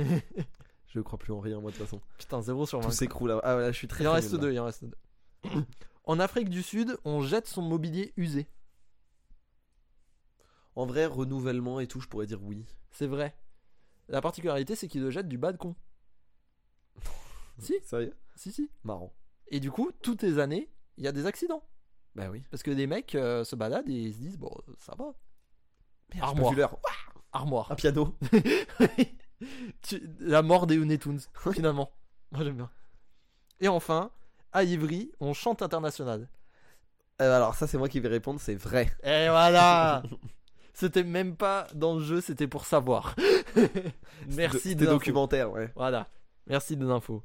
Speaker 1: Je crois plus en rien, moi, de toute façon.
Speaker 2: Putain, 0 sur
Speaker 1: Tout
Speaker 2: 20.
Speaker 1: s'écroule là. Ah, là, je suis très.
Speaker 2: Il en
Speaker 1: très
Speaker 2: reste
Speaker 1: nul, là.
Speaker 2: deux, il en reste deux. en Afrique du Sud, on jette son mobilier usé.
Speaker 1: En vrai, renouvellement et tout, je pourrais dire oui.
Speaker 2: C'est vrai. La particularité, c'est qu'ils le jettent du balcon. si,
Speaker 1: Sérieux
Speaker 2: si, si.
Speaker 1: Marrant.
Speaker 2: Et du coup, toutes les années, il y a des accidents.
Speaker 1: Bah oui.
Speaker 2: Parce que des mecs euh, se baladent et ils se disent, bon, euh, ça va.
Speaker 1: J'ai pas
Speaker 2: Armoire.
Speaker 1: vu l'heure. Ouah,
Speaker 2: Armoire.
Speaker 1: Un piano. bah
Speaker 2: Tu- La mort des Oonetoons, finalement. Moi j'aime bien. Et enfin, à Ivry, on chante international.
Speaker 1: Euh, alors, ça, c'est moi qui vais répondre, c'est vrai.
Speaker 2: Et voilà C'était même pas dans le jeu, c'était pour savoir. Merci
Speaker 1: C'était
Speaker 2: de l'info.
Speaker 1: documentaire, ouais.
Speaker 2: Voilà. Merci de l'info.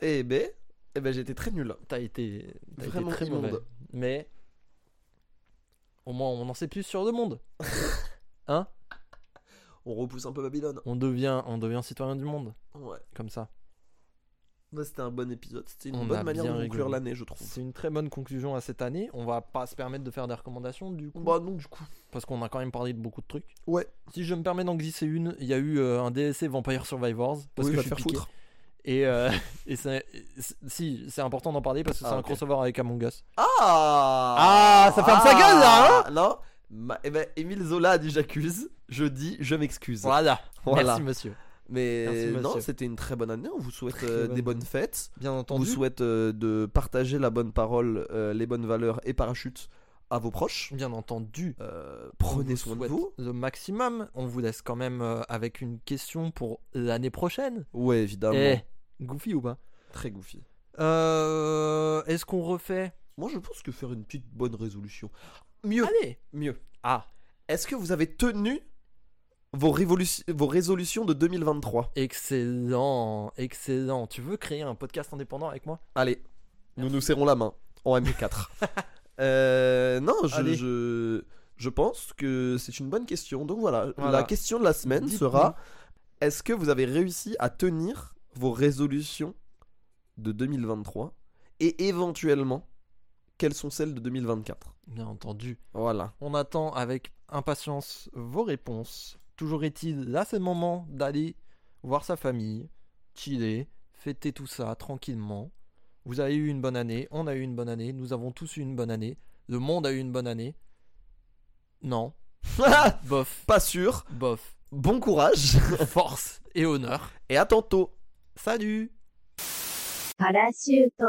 Speaker 1: Eh ben, eh ben j'étais très nul.
Speaker 2: T'as été, t'as été
Speaker 1: Vraiment
Speaker 2: très mauvais.
Speaker 1: immonde.
Speaker 2: Mais au moins on en sait plus sur le monde. hein
Speaker 1: On repousse un peu Babylone.
Speaker 2: On devient, on devient citoyen du monde
Speaker 1: Ouais.
Speaker 2: comme ça.
Speaker 1: Bah, c'était un bon épisode. C'était une
Speaker 2: On a
Speaker 1: bonne manière de
Speaker 2: bien
Speaker 1: conclure
Speaker 2: rigolé.
Speaker 1: l'année, je trouve.
Speaker 2: C'est une très bonne conclusion à cette année. On va pas se permettre de faire des recommandations du coup.
Speaker 1: Bah, non, du coup.
Speaker 2: parce qu'on a quand même parlé de beaucoup de trucs.
Speaker 1: Ouais.
Speaker 2: Si je me permets d'en glisser une, il y a eu euh, un DLC Vampire Survivors parce
Speaker 1: Oui,
Speaker 2: que
Speaker 1: va te
Speaker 2: je suis
Speaker 1: faire
Speaker 2: piqué.
Speaker 1: foutre.
Speaker 2: Et, euh, et c'est- c'est- si c'est important d'en parler parce que
Speaker 1: Ah,
Speaker 2: c'est un
Speaker 1: ok.
Speaker 2: crossover avec Among Us.
Speaker 1: Ah
Speaker 2: Ah, ça ferme sa gueule, là,
Speaker 1: hein Non Ma- eh ben, Émile Zola a dit j'accuse, je dis je m'excuse.
Speaker 2: Voilà.
Speaker 1: Voilà.
Speaker 2: Merci monsieur.
Speaker 1: Mais
Speaker 2: Merci, monsieur.
Speaker 1: non, c'était une très bonne année, on vous souhaite
Speaker 2: Très
Speaker 1: euh,
Speaker 2: bonne
Speaker 1: des bonnes fêtes,
Speaker 2: Bien
Speaker 1: on vous
Speaker 2: entendu.
Speaker 1: souhaite euh, de partager la bonne parole, euh, les bonnes valeurs et parachutes à vos proches.
Speaker 2: Bien entendu.
Speaker 1: Euh,
Speaker 2: On
Speaker 1: prenez
Speaker 2: vous
Speaker 1: soin de
Speaker 2: souhaite
Speaker 1: vous.
Speaker 2: Le maximum. On vous laisse quand même euh, avec une question pour l'année prochaine.
Speaker 1: Ouais, évidemment.
Speaker 2: Eh, goofy ou pas
Speaker 1: Très goofy.
Speaker 2: Euh, Est-ce qu'on refait
Speaker 1: Moi, je pense que faire une petite bonne résolution. Mieux,
Speaker 2: Allez.
Speaker 1: mieux.
Speaker 2: Ah,
Speaker 1: Est-ce que vous avez tenu vos, révolution- vos résolutions de 2023
Speaker 2: excellent, excellent. Tu veux créer un podcast indépendant avec moi
Speaker 1: Allez, nous nous serrons la main en M4. Euh, non, je,
Speaker 2: Allez.
Speaker 1: je, je pense que c'est une bonne question. Donc voilà,
Speaker 2: Voilà.
Speaker 1: la question de la semaine
Speaker 2: Dites-nous.
Speaker 1: sera est-ce que vous avez réussi à tenir vos résolutions de 2023 et éventuellement quelles sont celles de 2024
Speaker 2: Bien entendu.
Speaker 1: Voilà.
Speaker 2: On attend avec impatience vos réponses. Toujours est-il, là c'est le moment d'aller voir sa famille, chiller, fêter tout ça tranquillement. Vous avez eu une bonne année, on a eu une bonne année, nous avons tous eu une bonne année, le monde a eu une bonne année. Non, bof,
Speaker 1: Pas sûr.
Speaker 2: bof,
Speaker 1: Bon courage
Speaker 2: force et honneur.
Speaker 1: et à tantôt.
Speaker 2: Salut
Speaker 3: パラシュート。